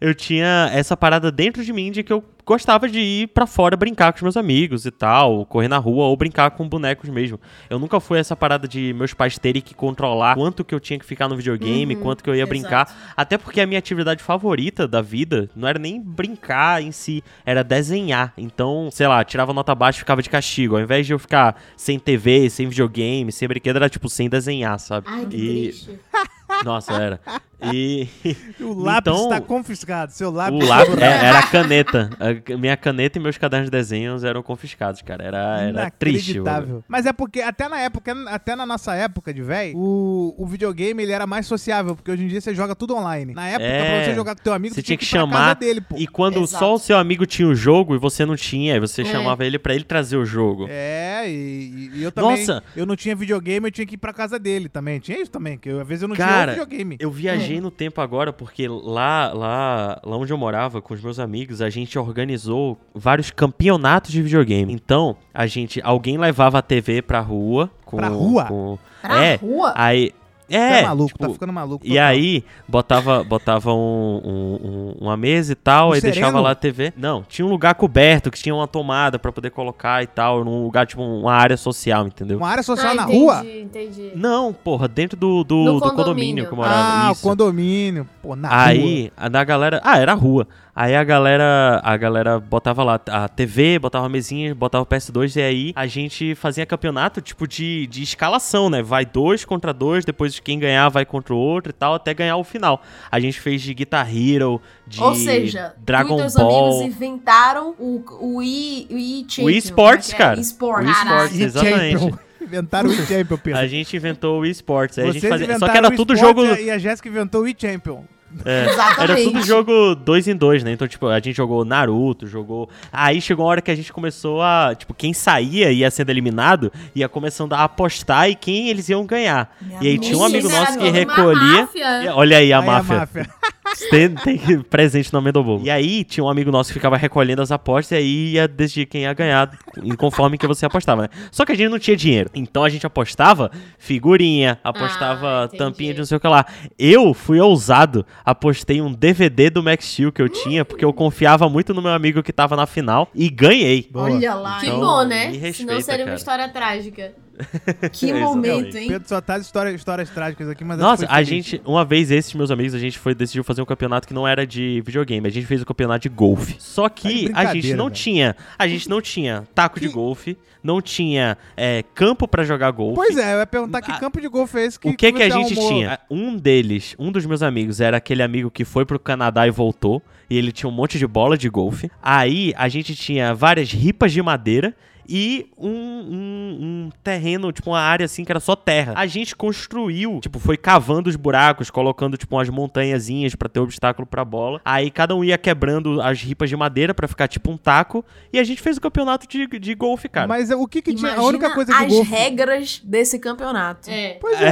Speaker 3: Eu tinha, eu tinha essa parada dentro de mim de que eu gostava de ir pra fora brincar com os meus amigos e tal, correr na rua ou brincar com bonecos mesmo. Eu nunca fui essa parada de meus pais terem que controlar quanto que eu tinha que ficar no videogame,
Speaker 5: Uhum.
Speaker 3: quanto que eu ia
Speaker 4: exato.
Speaker 3: brincar. Até porque a minha atividade favorita da vida não era nem brincar em si, era desenhar. Então, sei lá, tirava nota baixa e ficava de castigo. Ao invés de eu ficar sem TV, sem videogame, sem brinquedo, era tipo sem desenhar, sabe?
Speaker 5: Ai, que
Speaker 3: e,
Speaker 5: triste.
Speaker 3: nossa, era. E
Speaker 2: o lápis
Speaker 3: então-
Speaker 2: tá confiscado, seu lápis.
Speaker 3: o lápis é, era a caneta. A minha caneta e meus cadernos de desenhos eram confiscados, cara. Era, Ah, era triste. mano.
Speaker 2: Inacreditável. Mas é porque até na época, até na nossa época de véi, o, o videogame ele era mais sociável, porque hoje em dia você joga tudo online. Na época,
Speaker 3: É.
Speaker 2: pra você jogar com teu amigo,
Speaker 3: Você
Speaker 2: tu tinha
Speaker 3: tinha
Speaker 2: que,
Speaker 3: que
Speaker 2: ir pra
Speaker 3: chamar
Speaker 2: casa dele, pô.
Speaker 3: E quando
Speaker 4: Exato.
Speaker 3: só o seu amigo tinha o jogo e você não tinha, aí você
Speaker 5: É.
Speaker 3: chamava ele pra ele trazer o jogo.
Speaker 2: É, e, e- e eu também.
Speaker 3: Nossa!
Speaker 2: Eu não tinha videogame, eu tinha que ir pra casa dele também. Tinha isso também, que eu- às vezes eu não
Speaker 3: Cara,
Speaker 2: tinha o videogame.
Speaker 3: Eu viajei
Speaker 4: É.
Speaker 3: no tempo agora porque lá, lá, lá onde eu morava com os meus amigos, a gente organizou vários campeonatos de videogame. Então, a gente, alguém levava a TV pra rua. Com,
Speaker 2: Pra rua?
Speaker 3: com-
Speaker 4: Pra
Speaker 3: é,
Speaker 4: rua?
Speaker 3: aí.
Speaker 2: tá
Speaker 3: É,
Speaker 2: maluco, tá
Speaker 3: tipo,
Speaker 2: ficando maluco.
Speaker 3: E aí, botava, botava um- um- um- uma mesa e tal,
Speaker 2: Um
Speaker 3: aí
Speaker 2: sereno?
Speaker 3: deixava lá a TV. Não, tinha um lugar coberto, que tinha uma tomada pra poder colocar e tal, num lugar, tipo, uma área social, entendeu?
Speaker 2: Uma área social
Speaker 5: Ah,
Speaker 2: na
Speaker 5: entendi,
Speaker 2: rua?
Speaker 5: entendi.
Speaker 3: Não, porra, dentro do, do,
Speaker 5: No
Speaker 3: do condomínio.
Speaker 5: condomínio.
Speaker 3: que eu morava.
Speaker 2: Ah,
Speaker 3: isso.
Speaker 2: o condomínio. Pô, na rua.
Speaker 3: Aí, a da galera. Ah, era a rua. Aí a galera, a galera botava lá a TV, botava a mesinha, botava o PS2, e aí a gente fazia campeonato, tipo, de, de escalação, né? Vai dois contra dois, depois quem ganhar vai contra o outro e tal, até ganhar o final. A gente fez de Guitar Hero, de
Speaker 4: Ou seja,
Speaker 3: Dragon
Speaker 4: muitos
Speaker 3: Ball.
Speaker 4: amigos inventaram o, o e o e
Speaker 3: O eSports, cara.
Speaker 4: é esports.
Speaker 3: O esportes,
Speaker 6: E
Speaker 3: exatamente.
Speaker 6: Champion.
Speaker 2: Inventaram o e-champion, Pedro.
Speaker 3: A gente inventou o esportes. Aí a gente
Speaker 2: Vocês
Speaker 3: fazia... Só que
Speaker 2: inventaram
Speaker 3: era
Speaker 2: o
Speaker 3: tudo
Speaker 2: esporte é?
Speaker 3: jogo.
Speaker 2: E a Jéssica inventou o e-champion.
Speaker 4: Exatamente.
Speaker 3: É, Era tudo jogo dois em dois, né? Então, tipo, a gente jogou Naruto, jogou. Aí chegou uma hora que a gente começou a. Tipo, quem saía e ia sendo eliminado, ia começando a apostar e quem eles iam ganhar.
Speaker 4: Minha
Speaker 3: E aí tinha um
Speaker 4: nossa.
Speaker 3: amigo
Speaker 5: Isso era
Speaker 3: nosso que
Speaker 5: toda uma
Speaker 3: recolhia.
Speaker 5: máfia.
Speaker 3: E Olha aí a
Speaker 2: Aí
Speaker 3: máfia. Tem, tem que- presente no amendobobo. E aí tinha um amigo nosso que ficava recolhendo as apostas e aí ia decidir quem ia ganhar em- conforme que você apostava, né? Só que a gente não tinha dinheiro. Então a gente apostava figurinha,
Speaker 5: Ah,
Speaker 3: apostava
Speaker 5: entendi.
Speaker 3: tampinha de não sei o que lá. Eu fui ousado, apostei um DVD do Max Steel que eu tinha, porque eu confiava muito no meu amigo que tava na final e ganhei.
Speaker 6: Boa.
Speaker 4: Olha lá,
Speaker 5: Que
Speaker 3: Então,
Speaker 5: bom, né?
Speaker 3: me
Speaker 5: Senão
Speaker 3: respeita,
Speaker 5: seria uma
Speaker 3: cara.
Speaker 5: história trágica.
Speaker 4: que
Speaker 3: é, Exatamente.
Speaker 4: momento, hein?
Speaker 2: Pedro só traz histórias, histórias trágicas aqui, mas é
Speaker 3: Nossa,
Speaker 2: acho que foi
Speaker 3: a
Speaker 2: feliz.
Speaker 3: gente, uma vez esses meus amigos, a gente foi decidiu fazer um campeonato que não era de videogame, a gente fez um campeonato de golfe. Só
Speaker 2: Tá de
Speaker 3: que a
Speaker 2: brincadeira,
Speaker 3: gente não
Speaker 2: velho.
Speaker 3: tinha, a gente não tinha taco de
Speaker 2: Que-
Speaker 3: golfe, não tinha é, campo pra jogar golfe.
Speaker 2: Pois é, eu ia perguntar que
Speaker 3: Ah,
Speaker 2: campo de golfe é esse que
Speaker 3: o que que a
Speaker 2: você
Speaker 3: gente
Speaker 2: arrumou?
Speaker 3: tinha? Um deles, um dos meus amigos, era aquele amigo que foi pro Canadá e voltou, e ele tinha um monte de bola de golfe. Aí a gente tinha várias ripas de madeira e um, um- um terreno, tipo uma área assim que era só terra. A gente construiu, tipo, foi cavando os buracos, colocando tipo umas montanhazinhas pra ter obstáculo pra bola. Aí cada um ia quebrando as ripas de madeira pra ficar tipo um taco, e a gente fez o campeonato de, de golfe, cara.
Speaker 2: Mas é, o que que tinha? A
Speaker 4: Imagina
Speaker 2: única coisa do
Speaker 4: as
Speaker 2: golfe...
Speaker 4: regras desse campeonato.
Speaker 5: É.
Speaker 2: Pois é.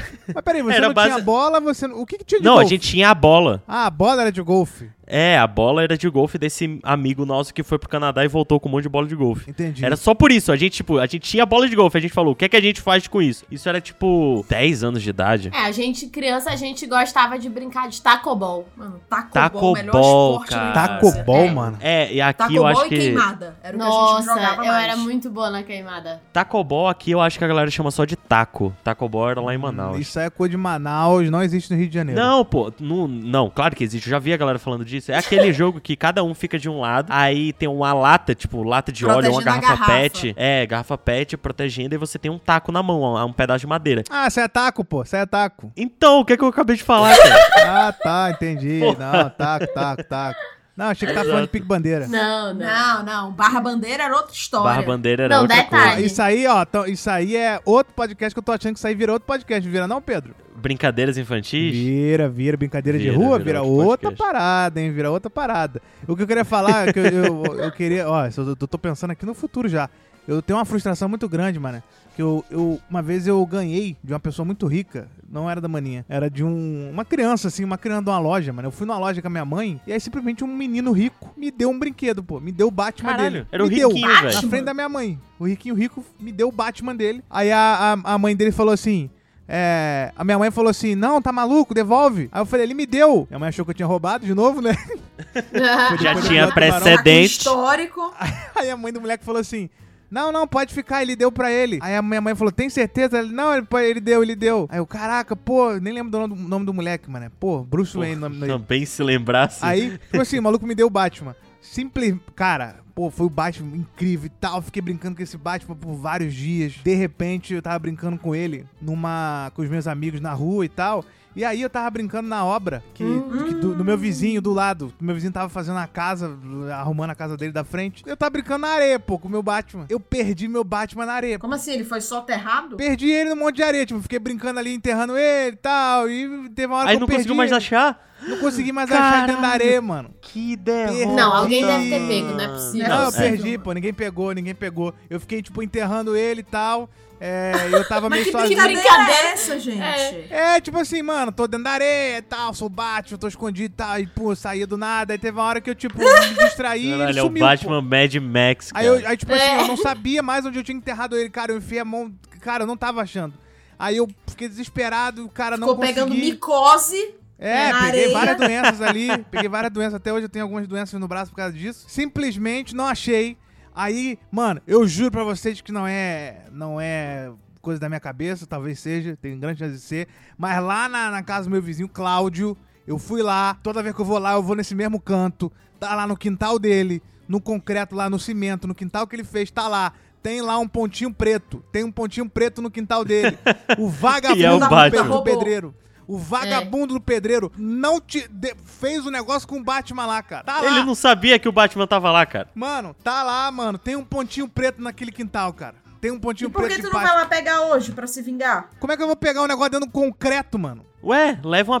Speaker 3: É.
Speaker 2: Mas peraí, você
Speaker 3: Era
Speaker 2: não tinha
Speaker 3: base-
Speaker 2: bola, você... não- O que que tinha de
Speaker 3: Não, a
Speaker 2: golfe?
Speaker 3: gente tinha a bola.
Speaker 2: Ah, a bola era de golfe.
Speaker 3: É, a bola era de golfe desse amigo nosso que foi pro Canadá e voltou com um monte de bola de golfe.
Speaker 2: Entendi.
Speaker 3: Era só por isso, a gente, tipo, a gente tinha bola de golfe, a gente falou, o que é que a gente faz com isso? Isso era, tipo, 10 anos de idade.
Speaker 5: É, a gente, criança, a gente gostava de brincar de tacobol.
Speaker 4: Mano, taco,
Speaker 3: Taco
Speaker 4: ball, melhor
Speaker 3: ball,
Speaker 4: esporte
Speaker 3: cara.
Speaker 4: da
Speaker 2: Taco
Speaker 4: infância.
Speaker 2: ball,
Speaker 4: É.
Speaker 2: mano.
Speaker 3: É, e aqui
Speaker 4: Taco
Speaker 3: eu
Speaker 4: ball
Speaker 3: acho
Speaker 4: e
Speaker 3: que...
Speaker 4: queimada. Era o que a gente
Speaker 5: Nossa,
Speaker 4: jogava
Speaker 5: eu
Speaker 4: mais.
Speaker 5: era muito boa na queimada.
Speaker 3: Tacobol aqui eu acho que a galera chama só de taco. Tacobol era lá em Manaus.
Speaker 2: Isso aí é coisa de Manaus, não existe no Rio de Janeiro.
Speaker 3: Não, pô, não, não, claro que existe. Eu já vi a galera falando disso. É aquele jogo que cada um fica de um lado, aí tem uma lata, tipo, lata de óleo, uma
Speaker 4: Protegendo a
Speaker 3: garrafa,
Speaker 4: garrafa.
Speaker 3: pet. É, garrafa pet protegendo, e você tem um taco na mão, um pedaço de madeira.
Speaker 2: Ah, isso é taco, pô. Isso é taco.
Speaker 3: Então, o que é que eu acabei de falar, cara?
Speaker 2: Ah, tá, entendi. Não, taco, taco, taco. Não, achei que tava falando de pique bandeira.
Speaker 5: Não, não.
Speaker 4: Não, não. Barra Bandeira era outra história.
Speaker 3: Barra Bandeira era
Speaker 5: Não,
Speaker 3: outra
Speaker 5: detalhe.
Speaker 3: coisa.
Speaker 2: Isso aí, ó, então, isso aí é outro podcast que eu tô achando que isso aí vira outro podcast, vira não, Pedro?
Speaker 3: Brincadeiras infantis?
Speaker 2: Vira, vira, brincadeira
Speaker 3: Vira,
Speaker 2: de rua,
Speaker 3: vira
Speaker 2: vira,
Speaker 3: outro
Speaker 2: outra
Speaker 3: podcast.
Speaker 2: parada, hein? Vira outra parada. O que eu queria falar, é que eu, eu, eu queria. Ó, isso eu tô- tô pensando aqui no futuro já. Eu tenho uma frustração muito grande, mano. Que eu, eu- uma vez eu ganhei de uma pessoa muito rica, não era da maninha, era de um, uma criança, assim, uma criança de uma loja, mano. Eu fui numa loja com a minha mãe, e aí simplesmente um menino rico me deu um brinquedo, pô. Me deu o Batman
Speaker 3: Caralho,
Speaker 2: dele.
Speaker 3: era o
Speaker 2: me deu.
Speaker 3: riquinho,
Speaker 2: Na
Speaker 3: velho.
Speaker 2: frente da minha mãe. O riquinho rico me deu o Batman dele. Aí a, a, a mãe dele falou assim: é, a minha mãe falou assim: Não, tá maluco, devolve. Aí eu falei: Ele me deu. Minha mãe achou que eu tinha roubado de novo, né?
Speaker 5: Ah,
Speaker 3: Já
Speaker 2: Depois
Speaker 3: tinha
Speaker 2: do Tubarão.
Speaker 3: precedente.
Speaker 4: um Histórico.
Speaker 2: Aí a mãe do moleque falou assim: Não, não, pode ficar, ele deu pra ele. Aí a minha mãe falou: Tem certeza? Ele, não, ele, ele deu, ele deu. Aí eu, caraca, pô, nem lembro do nome do, nome do moleque, mano. Pô, Bruce Wayne, o nome
Speaker 5: ah.
Speaker 2: dele.
Speaker 3: Também se lembrasse.
Speaker 2: Aí, tipo assim, o maluco me deu o Batman. Simples. Cara, pô, foi o Batman incrível e tal. Fiquei brincando com esse Batman por vários dias. De repente, eu tava brincando com ele numa. com os meus amigos na rua e tal. E aí eu tava brincando na obra que,
Speaker 3: Hum.
Speaker 2: que do, do meu vizinho do lado. O meu vizinho tava fazendo a casa, arrumando a casa dele da frente. Eu tava brincando na areia, pô, com o meu Batman. Eu perdi meu Batman na areia.
Speaker 4: Como assim? Ele foi soterrado?
Speaker 2: Perdi ele no monte de areia, tipo, fiquei brincando ali, enterrando ele e tal. E teve uma hora
Speaker 3: Aí
Speaker 2: que eu
Speaker 3: não
Speaker 2: perdi.
Speaker 3: conseguiu mais achar?
Speaker 2: Não consegui mais achar dentro da
Speaker 3: Caralho.
Speaker 2: areia, mano.
Speaker 3: Que
Speaker 2: derrota.
Speaker 5: É Não, alguém deve ter pego,
Speaker 3: Ah.
Speaker 5: não é possível.
Speaker 2: Não, eu
Speaker 4: Nossa.
Speaker 2: perdi, pô. Ninguém pegou, ninguém pegou. Eu fiquei, tipo, enterrando ele e tal. É, eu tava meio
Speaker 4: Mas que
Speaker 2: sozinho.
Speaker 4: brincadeira
Speaker 5: Brincadeira.
Speaker 4: é essa, gente?
Speaker 5: É.
Speaker 2: É, tipo assim, mano, tô dentro da areia e tal, sou Batman, tô escondido e tal. E, pô, saía do nada. Aí teve uma hora que eu, tipo, me distraí e ele
Speaker 3: Caralho, é o
Speaker 2: sumiu, pô.
Speaker 3: Batman Mad Max, cara.
Speaker 2: Aí, eu, aí, tipo assim,
Speaker 5: É.
Speaker 2: eu não sabia mais onde eu tinha enterrado ele, cara. Eu enfiei a mão... Cara, eu não tava achando. Aí eu fiquei desesperado, o cara
Speaker 4: Ficou
Speaker 2: não
Speaker 4: pegando
Speaker 2: consegui.
Speaker 4: micose.
Speaker 2: É,
Speaker 4: na
Speaker 2: peguei
Speaker 4: areia.
Speaker 2: várias doenças ali, peguei várias doenças, até hoje eu tenho algumas doenças no braço por causa disso. Simplesmente não achei. Aí, mano, eu juro pra vocês que não é, não é coisa da minha cabeça, talvez seja, tem grande chance de ser, mas lá na, na casa do meu vizinho Cláudio, eu fui lá, toda vez que eu vou lá, eu vou nesse mesmo canto, tá lá no quintal dele, no concreto lá, no cimento, no quintal que ele fez, tá lá. Tem lá um pontinho preto. Tem um pontinho preto no quintal dele. O vagabundo do
Speaker 3: Batman.
Speaker 2: pe- do pedreiro. O
Speaker 4: É.
Speaker 2: vagabundo do pedreiro não te de- fez o negócio com o Batman lá, cara. Tá lá.
Speaker 3: Ele não sabia que o Batman tava lá, cara.
Speaker 2: Mano, tá lá, mano. Tem um pontinho preto naquele quintal, cara. Tem um
Speaker 4: E
Speaker 2: pontinho
Speaker 4: por
Speaker 2: preto
Speaker 4: que
Speaker 2: de
Speaker 4: tu não vai
Speaker 2: Batman.
Speaker 4: lá pegar hoje pra se vingar?
Speaker 2: Como é que eu vou pegar um negócio dentro do concreto, mano?
Speaker 3: Ué, leva uma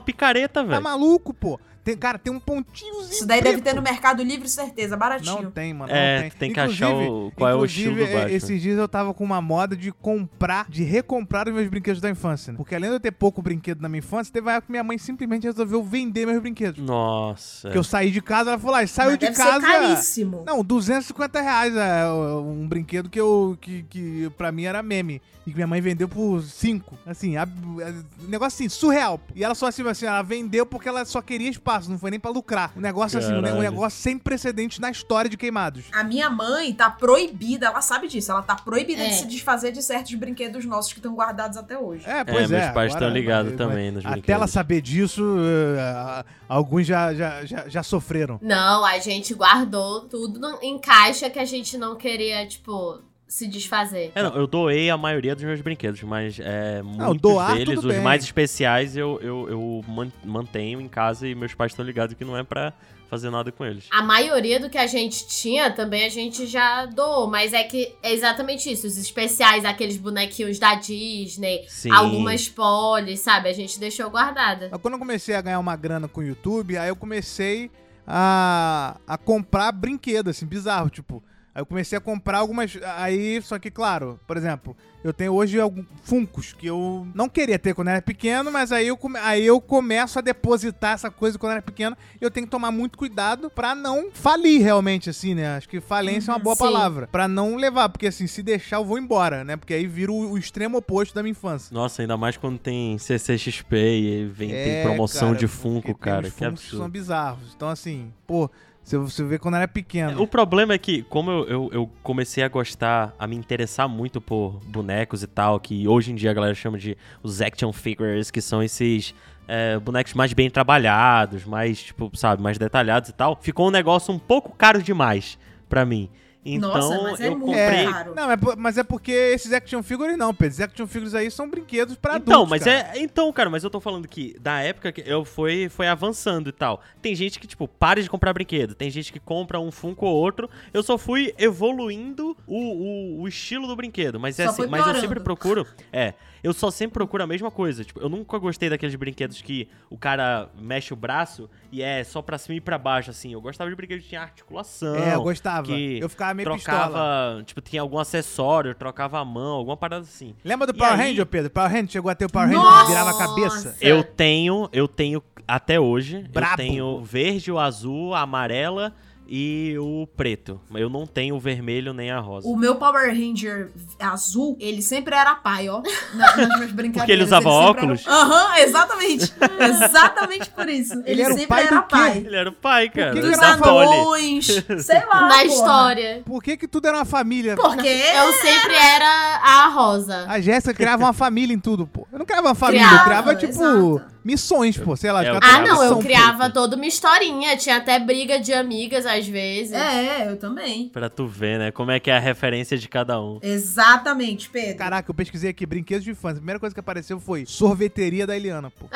Speaker 2: Tá
Speaker 3: picareta, velho.
Speaker 2: maluco, pô? Tem, cara, tem um pontinhozinho
Speaker 4: Isso daí
Speaker 2: preto.
Speaker 4: deve ter no Mercado Livre, certeza, baratinho.
Speaker 2: Não tem, mano.
Speaker 3: É,
Speaker 2: não tem.
Speaker 3: tem que achar o- qual é o estilo do
Speaker 2: inclusive, é,
Speaker 3: Batman.
Speaker 2: Esses dias eu tava com uma moda de comprar, de recomprar os meus brinquedos da infância. né? Porque além de eu ter pouco brinquedo na minha infância, teve uma época que minha mãe simplesmente resolveu vender meus brinquedos.
Speaker 3: Nossa.
Speaker 2: Que eu saí de casa, ela falou, ah, saiu
Speaker 4: Mas
Speaker 2: de
Speaker 4: deve
Speaker 2: casa.
Speaker 4: ser caríssimo.
Speaker 2: Não, 250 reais é um brinquedo que eu. que, que pra mim era meme. E que minha mãe vendeu por 5. Assim, ab- é, negócio assim, surreal. E ela só assim, assim, ela vendeu porque ela só queria espaço, não foi nem pra lucrar. Um negócio assim, um
Speaker 3: Caralho.
Speaker 2: ne- um negócio sem precedente na história de queimados.
Speaker 4: A minha mãe tá proibida, ela sabe disso, ela tá proibida
Speaker 5: É.
Speaker 4: de se desfazer de certos brinquedos nossos que estão guardados até hoje.
Speaker 2: É, pois é.
Speaker 3: meus pais
Speaker 2: agora-
Speaker 3: estão ligados
Speaker 2: mas-
Speaker 3: também nos
Speaker 2: Até
Speaker 3: brinquedos.
Speaker 2: ela saber disso, eh, alguns já, já, já, já sofreram.
Speaker 5: Não, a gente guardou tudo no- em caixa que a gente não queria, tipo, se desfazer.
Speaker 3: É, não, eu doei a maioria dos meus brinquedos, mas é, muitos
Speaker 2: doar,
Speaker 3: deles, os
Speaker 2: tudo bem.
Speaker 3: mais especiais, eu, eu, eu man- mantenho em casa e meus pais estão ligados que não é pra fazer nada com eles.
Speaker 5: A maioria do que a gente tinha também a gente já doou, mas é que é exatamente isso. Os especiais, aqueles bonequinhos da Disney,
Speaker 3: Sim.
Speaker 5: algumas polis, sabe? A gente deixou guardada.
Speaker 2: Mas Quando eu comecei a ganhar uma grana com o YouTube, aí eu comecei a, a comprar brinquedo, assim, bizarro, tipo. Aí eu comecei a comprar algumas. Aí, só que, claro, por exemplo, eu tenho hoje alguns Funcos que eu não queria ter quando era pequeno, mas aí eu, come- aí eu começo a depositar essa coisa quando era pequeno. E eu tenho que tomar muito cuidado pra não falir realmente, assim, né? Acho que falência é uma boa
Speaker 5: Sim.
Speaker 2: palavra. Pra não levar, porque assim, se deixar eu vou embora, né? Porque aí vira o, o extremo oposto da minha infância.
Speaker 3: Nossa, ainda mais quando tem CCXP e vem, tem
Speaker 2: É,
Speaker 3: promoção
Speaker 2: cara,
Speaker 3: de
Speaker 2: porque
Speaker 3: Funko,
Speaker 2: tem
Speaker 3: cara.
Speaker 2: uns
Speaker 3: Que
Speaker 2: Funkos são
Speaker 3: absurdo.
Speaker 2: bizarros. Então, assim, pô, se você vê quando era pequeno.
Speaker 3: O problema é que, como eu, eu, eu comecei a gostar, a me interessar muito por bonecos e tal, que hoje em dia a galera chama de os action figures, que são esses é, bonecos mais bem trabalhados, mais, tipo, sabe, mais detalhados e tal, ficou um negócio um pouco caro demais pra mim. Então
Speaker 4: Nossa, mas é
Speaker 3: eu
Speaker 4: muito
Speaker 3: comprei.
Speaker 4: caro. Claro.
Speaker 2: Não, é po- mas é porque esses action figures não, Pedro. Esses action figures aí são brinquedos pra adultos.
Speaker 3: Então, mas
Speaker 2: cara.
Speaker 3: é. Então, cara, mas eu tô falando que da época que eu foi, foi avançando e tal. Tem gente que, tipo, para de comprar brinquedo. Tem gente que compra um Funko ou outro. Eu só fui evoluindo o, o, o estilo do brinquedo. Mas é
Speaker 4: Só
Speaker 3: assim,
Speaker 4: foi
Speaker 3: mas eu
Speaker 4: piorando.
Speaker 3: sempre procuro. É. Eu só sempre procuro a mesma coisa. Tipo, eu nunca gostei daqueles brinquedos que o cara mexe o braço e é só pra cima e pra baixo, assim. Eu gostava de brinquedos que tinha articulação.
Speaker 2: É, eu gostava.
Speaker 3: que
Speaker 2: Eu ficava meio pistola.
Speaker 3: trocava, tipo, tinha algum acessório, trocava a mão, alguma parada assim.
Speaker 2: Lembra do
Speaker 3: E
Speaker 2: Power
Speaker 3: aí-
Speaker 2: Ranger, Pedro? Power Ranger chegou a ter o Power Ranger
Speaker 4: Nossa!
Speaker 2: que virava a cabeça.
Speaker 5: Certo.
Speaker 3: Eu tenho, eu tenho até hoje.
Speaker 2: Brabo.
Speaker 3: Eu tenho verde, o azul, a amarela e o preto. Mas Eu não tenho o vermelho nem a rosa.
Speaker 4: O meu Power Ranger azul, ele sempre era pai, ó. na- Nas minhas brincadeiras.
Speaker 3: Porque ele usava
Speaker 4: sempre era-
Speaker 3: óculos?
Speaker 4: Aham, exatamente. exatamente por isso. Ele,
Speaker 2: Ele era o
Speaker 4: sempre
Speaker 2: pai
Speaker 4: era
Speaker 2: do quê?
Speaker 4: pai.
Speaker 3: Ele era o pai, cara.
Speaker 2: que
Speaker 3: do
Speaker 4: Dos
Speaker 2: era
Speaker 3: Toli.
Speaker 4: anões, sei lá.
Speaker 5: Na
Speaker 4: porra.
Speaker 5: história. É
Speaker 2: Por que que tudo era uma família?
Speaker 4: Porque
Speaker 5: Eu sempre era a rosa.
Speaker 2: A Jéssica criava uma família em tudo, pô. Eu não criava uma família, eu criava,
Speaker 4: Criava,
Speaker 2: tipo,
Speaker 4: exato.
Speaker 2: missões, pô. Sei lá,
Speaker 3: É, eu
Speaker 2: ficava
Speaker 5: Ah,
Speaker 2: fazendo
Speaker 5: não, eu
Speaker 2: missão, pô.
Speaker 5: criava toda uma historinha. Tinha até briga de amigas às vezes.
Speaker 4: É, eu também.
Speaker 3: Pra tu ver, né? Como é que é a referência de cada um.
Speaker 4: Exatamente, Pedro.
Speaker 2: Caraca, eu pesquisei aqui, brinquedos de infância. A primeira coisa que apareceu foi sorveteria da Eliana, pô.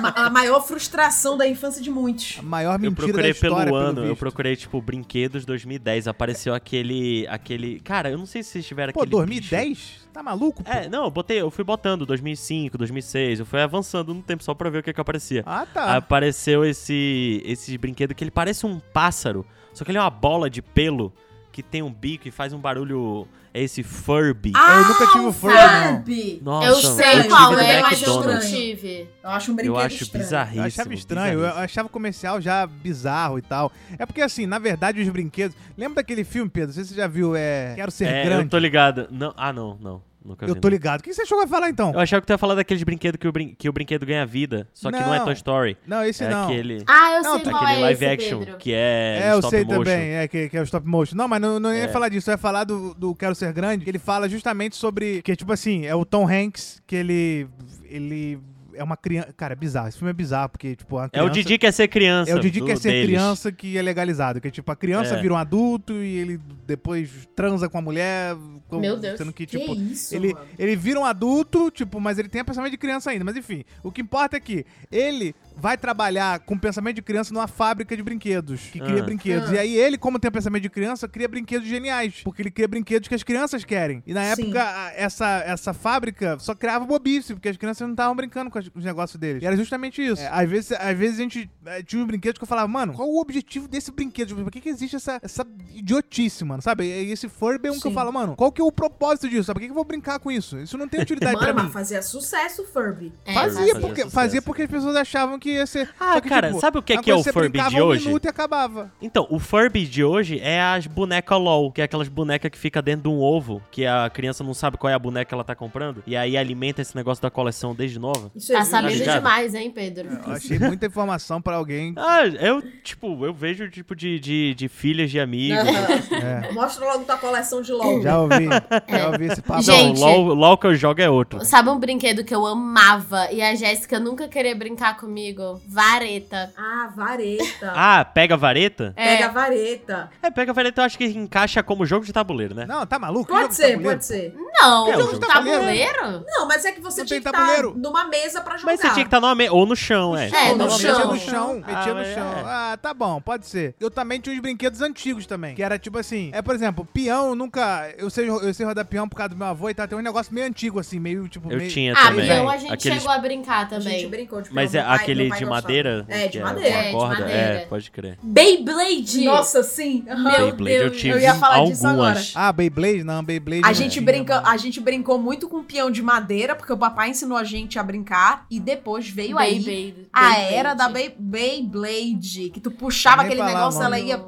Speaker 4: Ma- a maior frustração da infância de muitos.
Speaker 2: A maior
Speaker 3: Eu
Speaker 2: mentira da
Speaker 3: procurei
Speaker 2: história,
Speaker 3: pelo ano, eu
Speaker 2: visto.
Speaker 3: procurei, tipo, brinquedos 2010. Apareceu aquele. aquele. Cara, eu não sei se vocês tiveram
Speaker 2: Pô,
Speaker 3: aquele.
Speaker 2: 2010? Tá maluco, pô?
Speaker 3: bicho. É, não, eu botei, eu fui botando 2005, 2006, eu fui avançando no tempo só pra ver o que que aparecia.
Speaker 2: Ah, tá.
Speaker 3: apareceu esse esse brinquedo que ele parece um pássaro, só que ele é uma bola de pelo que tem um bico e faz um barulho, é esse Furby.
Speaker 2: eu nunca tive o Furby, não.
Speaker 4: Furby!
Speaker 3: Nossa,
Speaker 5: Ah, Eu
Speaker 4: eu
Speaker 5: sei
Speaker 3: tive
Speaker 5: qual
Speaker 3: do
Speaker 5: é, mas eu não
Speaker 3: McDonald's.
Speaker 5: tive.
Speaker 4: Eu acho um brinquedo
Speaker 3: Eu acho
Speaker 4: estranho.
Speaker 2: Eu
Speaker 3: bizarríssimo.
Speaker 2: achava estranho, eu
Speaker 3: bizarríssimo.
Speaker 2: achava o comercial já bizarro e tal. É porque, assim, na verdade, os brinquedos. Lembra daquele filme, Pedro? Não sei se você já viu, é. Quero ser
Speaker 3: É,
Speaker 2: grande.
Speaker 3: eu tô ligado. Não, ah, não, não. Nunca vi.
Speaker 2: Eu tô
Speaker 3: não.
Speaker 2: ligado. O que você achou que vai falar então?
Speaker 3: Eu achava que tu ia falar daqueles brinquedos que o, brin- que o brinquedo ganha vida, só que não, é
Speaker 2: Não.
Speaker 3: Toy Story.
Speaker 2: Não, esse
Speaker 3: é
Speaker 2: não.
Speaker 3: aquele
Speaker 5: Ah, eu
Speaker 2: Não,
Speaker 5: sei
Speaker 2: tá
Speaker 5: qual
Speaker 3: aquele
Speaker 5: é
Speaker 3: live
Speaker 5: esse,
Speaker 3: action
Speaker 5: Pedro.
Speaker 3: que é,
Speaker 2: É, eu
Speaker 3: stop
Speaker 2: sei
Speaker 3: motion. É.
Speaker 2: também, é que, que é o stop motion. Não, mas não, não ia falar disso, eu ia falar do, do Quero Ser Grande. que Ele fala justamente sobre. Que, tipo assim, é o Tom Hanks, que ele. Ele é uma criança. Cara, é bizarro. Esse filme é bizarro, porque, tipo, a
Speaker 3: É o
Speaker 2: criança-
Speaker 3: Didi que é ser criança.
Speaker 2: É o Didi
Speaker 3: do-
Speaker 2: que é ser
Speaker 3: deles.
Speaker 2: criança que é legalizado. Que, tipo, a criança
Speaker 3: É.
Speaker 2: vira um adulto e ele depois transa com a mulher. com-
Speaker 5: Meu Deus.
Speaker 2: Sendo que,
Speaker 4: Que
Speaker 2: tipo,
Speaker 4: É isso,
Speaker 2: ele,
Speaker 4: mano?
Speaker 2: ele vira um adulto, tipo, mas ele tem a pensamento de criança ainda. Mas enfim, o que importa é que ele vai trabalhar com pensamento de criança numa fábrica de brinquedos, que cria
Speaker 3: Ah.
Speaker 2: brinquedos.
Speaker 4: Ah.
Speaker 2: E aí ele, como tem pensamento de criança, cria brinquedos geniais, porque ele cria brinquedos que as crianças querem. E na
Speaker 4: Sim.
Speaker 2: época, a- essa, essa fábrica só criava bobice, porque as crianças não estavam brincando com as- os negócios deles. E era justamente isso. É, às, vezes, às vezes a gente é, tinha uns brinquedos que eu falava, mano, qual o objetivo desse brinquedo? Tipo, Por que, que existe essa, essa idiotice, mano? Sabe? E esse Furby é um que eu
Speaker 4: Sim.
Speaker 2: falo, mano, qual que é o propósito disso? Sabe? Por que, que eu vou brincar com isso? Isso não tem utilidade
Speaker 4: Mano,
Speaker 2: pra
Speaker 4: mas
Speaker 2: mim.
Speaker 4: fazia sucesso o Furby.
Speaker 5: É,
Speaker 2: Fazia,
Speaker 3: fazia
Speaker 2: porque,
Speaker 3: sucesso.
Speaker 2: fazia porque as pessoas achavam que ia ser.
Speaker 3: Ah,
Speaker 2: Só que,
Speaker 3: cara,
Speaker 2: tipo,
Speaker 3: sabe o que é
Speaker 2: uma
Speaker 3: que é
Speaker 2: coisa você
Speaker 3: o Furby
Speaker 2: brincava
Speaker 3: de hoje?
Speaker 2: Um minuto e acabava.
Speaker 3: Então, o Furby de hoje é as bonecas LOL, que é aquelas bonecas que fica dentro de um ovo, que a criança não sabe qual é a boneca que ela tá comprando, e aí alimenta esse negócio da coleção desde nova.
Speaker 4: Isso
Speaker 5: Tá
Speaker 4: existe?
Speaker 5: sabendo
Speaker 3: ligado? É,
Speaker 5: demais, hein, Pedro?
Speaker 2: Eu achei muita informação pra alguém.
Speaker 3: Ah, eu, tipo, eu vejo, tipo, de, de, de filhas de amigos.
Speaker 2: É,
Speaker 4: Mostra logo tua coleção de LOL.
Speaker 2: já ouvi. Já ouvi esse papo.
Speaker 5: Gente,
Speaker 3: Não, LOL, LOL que eu jogo é outro.
Speaker 5: Sabe um brinquedo que eu amava e a Jéssica nunca queria brincar comigo? Vareta.
Speaker 4: Ah, vareta.
Speaker 3: Ah, pega a vareta?
Speaker 4: Pega a vareta.
Speaker 3: É, pega a vareta eu acho que encaixa como jogo de tabuleiro, né?
Speaker 2: Não, tá maluco?
Speaker 4: Pode ser, pode ser.
Speaker 5: Não,
Speaker 3: É, o
Speaker 5: um
Speaker 3: jogo de
Speaker 5: tabuleiro?
Speaker 4: Não, mas é que você
Speaker 2: Não
Speaker 4: tinha
Speaker 2: tem
Speaker 4: que
Speaker 2: tabuleiro.
Speaker 4: estar numa mesa pra jogar.
Speaker 3: Mas você tinha
Speaker 2: tá
Speaker 3: que estar numa me... ou no chão, é.
Speaker 5: É, no
Speaker 2: não,
Speaker 5: chão.
Speaker 2: Metia no chão, metia
Speaker 3: Ah,
Speaker 2: no
Speaker 3: mas
Speaker 2: chão.
Speaker 3: é.
Speaker 2: Ah, tá bom, pode ser. Eu também tinha uns brinquedos antigos também. Que era tipo assim, é, por exemplo, peão eu nunca. Eu sei, eu sei rodar peão por causa do meu avô e tal. Tem um negócio meio antigo, assim, meio tipo.
Speaker 3: Eu
Speaker 2: meio...
Speaker 3: tinha
Speaker 5: Ah,
Speaker 3: É também.
Speaker 5: peão a gente
Speaker 3: Aqueles...
Speaker 5: chegou a brincar
Speaker 4: A gente
Speaker 5: também.
Speaker 4: brincou de
Speaker 3: Mas é
Speaker 4: peão. Meu pai- meu
Speaker 3: aquele
Speaker 4: pai
Speaker 3: de
Speaker 4: gostava.
Speaker 3: madeira?
Speaker 4: É, de
Speaker 3: que
Speaker 4: madeira.
Speaker 5: É,
Speaker 3: É,
Speaker 5: de
Speaker 3: com a corda?
Speaker 5: madeira.
Speaker 3: É, pode crer.
Speaker 5: Beyblade!
Speaker 4: Nossa, sim. aham.
Speaker 5: Meu
Speaker 3: Beyblade eu
Speaker 5: Deus,
Speaker 3: tive
Speaker 4: eu ia falar disso agora.
Speaker 3: algumas.
Speaker 2: Ah, Beyblade? Não, Beyblade.
Speaker 4: A
Speaker 2: não
Speaker 4: gente,
Speaker 2: tinha, né?
Speaker 4: brinca,
Speaker 2: mano.
Speaker 4: a gente brincou muito com peão de madeira, porque o papai ensinou a gente a brincar. E depois veio aí
Speaker 5: Beyblade.
Speaker 4: a era da
Speaker 5: tipo,
Speaker 4: Bey- Beyblade. Que tu puxava
Speaker 2: Nem
Speaker 4: aquele
Speaker 2: falar,
Speaker 4: negócio,
Speaker 2: mano.
Speaker 4: ela ia.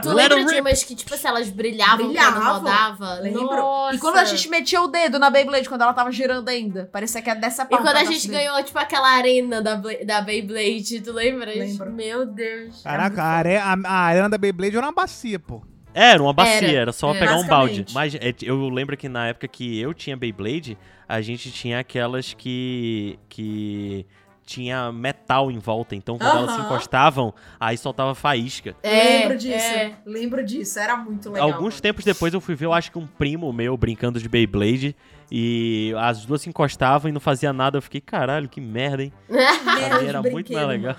Speaker 5: Tu
Speaker 3: Let
Speaker 5: lembra
Speaker 3: it
Speaker 5: de
Speaker 3: rip.
Speaker 5: umas que, tipo assim, elas brilhavam,
Speaker 4: Brilhavam.
Speaker 5: quando rodava?
Speaker 4: Lembro.
Speaker 5: Nossa.
Speaker 4: E quando a gente metia o dedo na Beyblade, quando ela tava girando ainda, parecia que era dessa
Speaker 5: E
Speaker 4: parte. né?
Speaker 5: quando a gente ganhou, tipo, aquela arena da, Bla- da Beyblade, tu lembras?
Speaker 4: Lembro.
Speaker 5: Meu Deus.
Speaker 2: Caraca, a, are... a, a arena da Beyblade era uma bacia, pô.
Speaker 3: Era uma bacia,
Speaker 5: Era.
Speaker 3: era, só
Speaker 5: É.
Speaker 3: pegar um balde.
Speaker 4: Basicamente.
Speaker 3: Mas é, eu lembro que na época que eu tinha Beyblade, a gente tinha aquelas que. que tinha metal em volta, então quando elas se
Speaker 4: Aham.
Speaker 3: encostavam, aí soltava faísca.
Speaker 5: É,
Speaker 4: lembro disso.
Speaker 5: é.
Speaker 4: Lembro disso. Era muito legal.
Speaker 3: Alguns
Speaker 4: mano.
Speaker 3: tempos depois eu fui ver, eu acho que um primo meu brincando de Beyblade. E as duas se encostavam e não fazia nada. Eu fiquei, caralho, que merda, hein? Pra mim
Speaker 4: de
Speaker 3: era muito
Speaker 4: brinquedo,
Speaker 3: mais legal.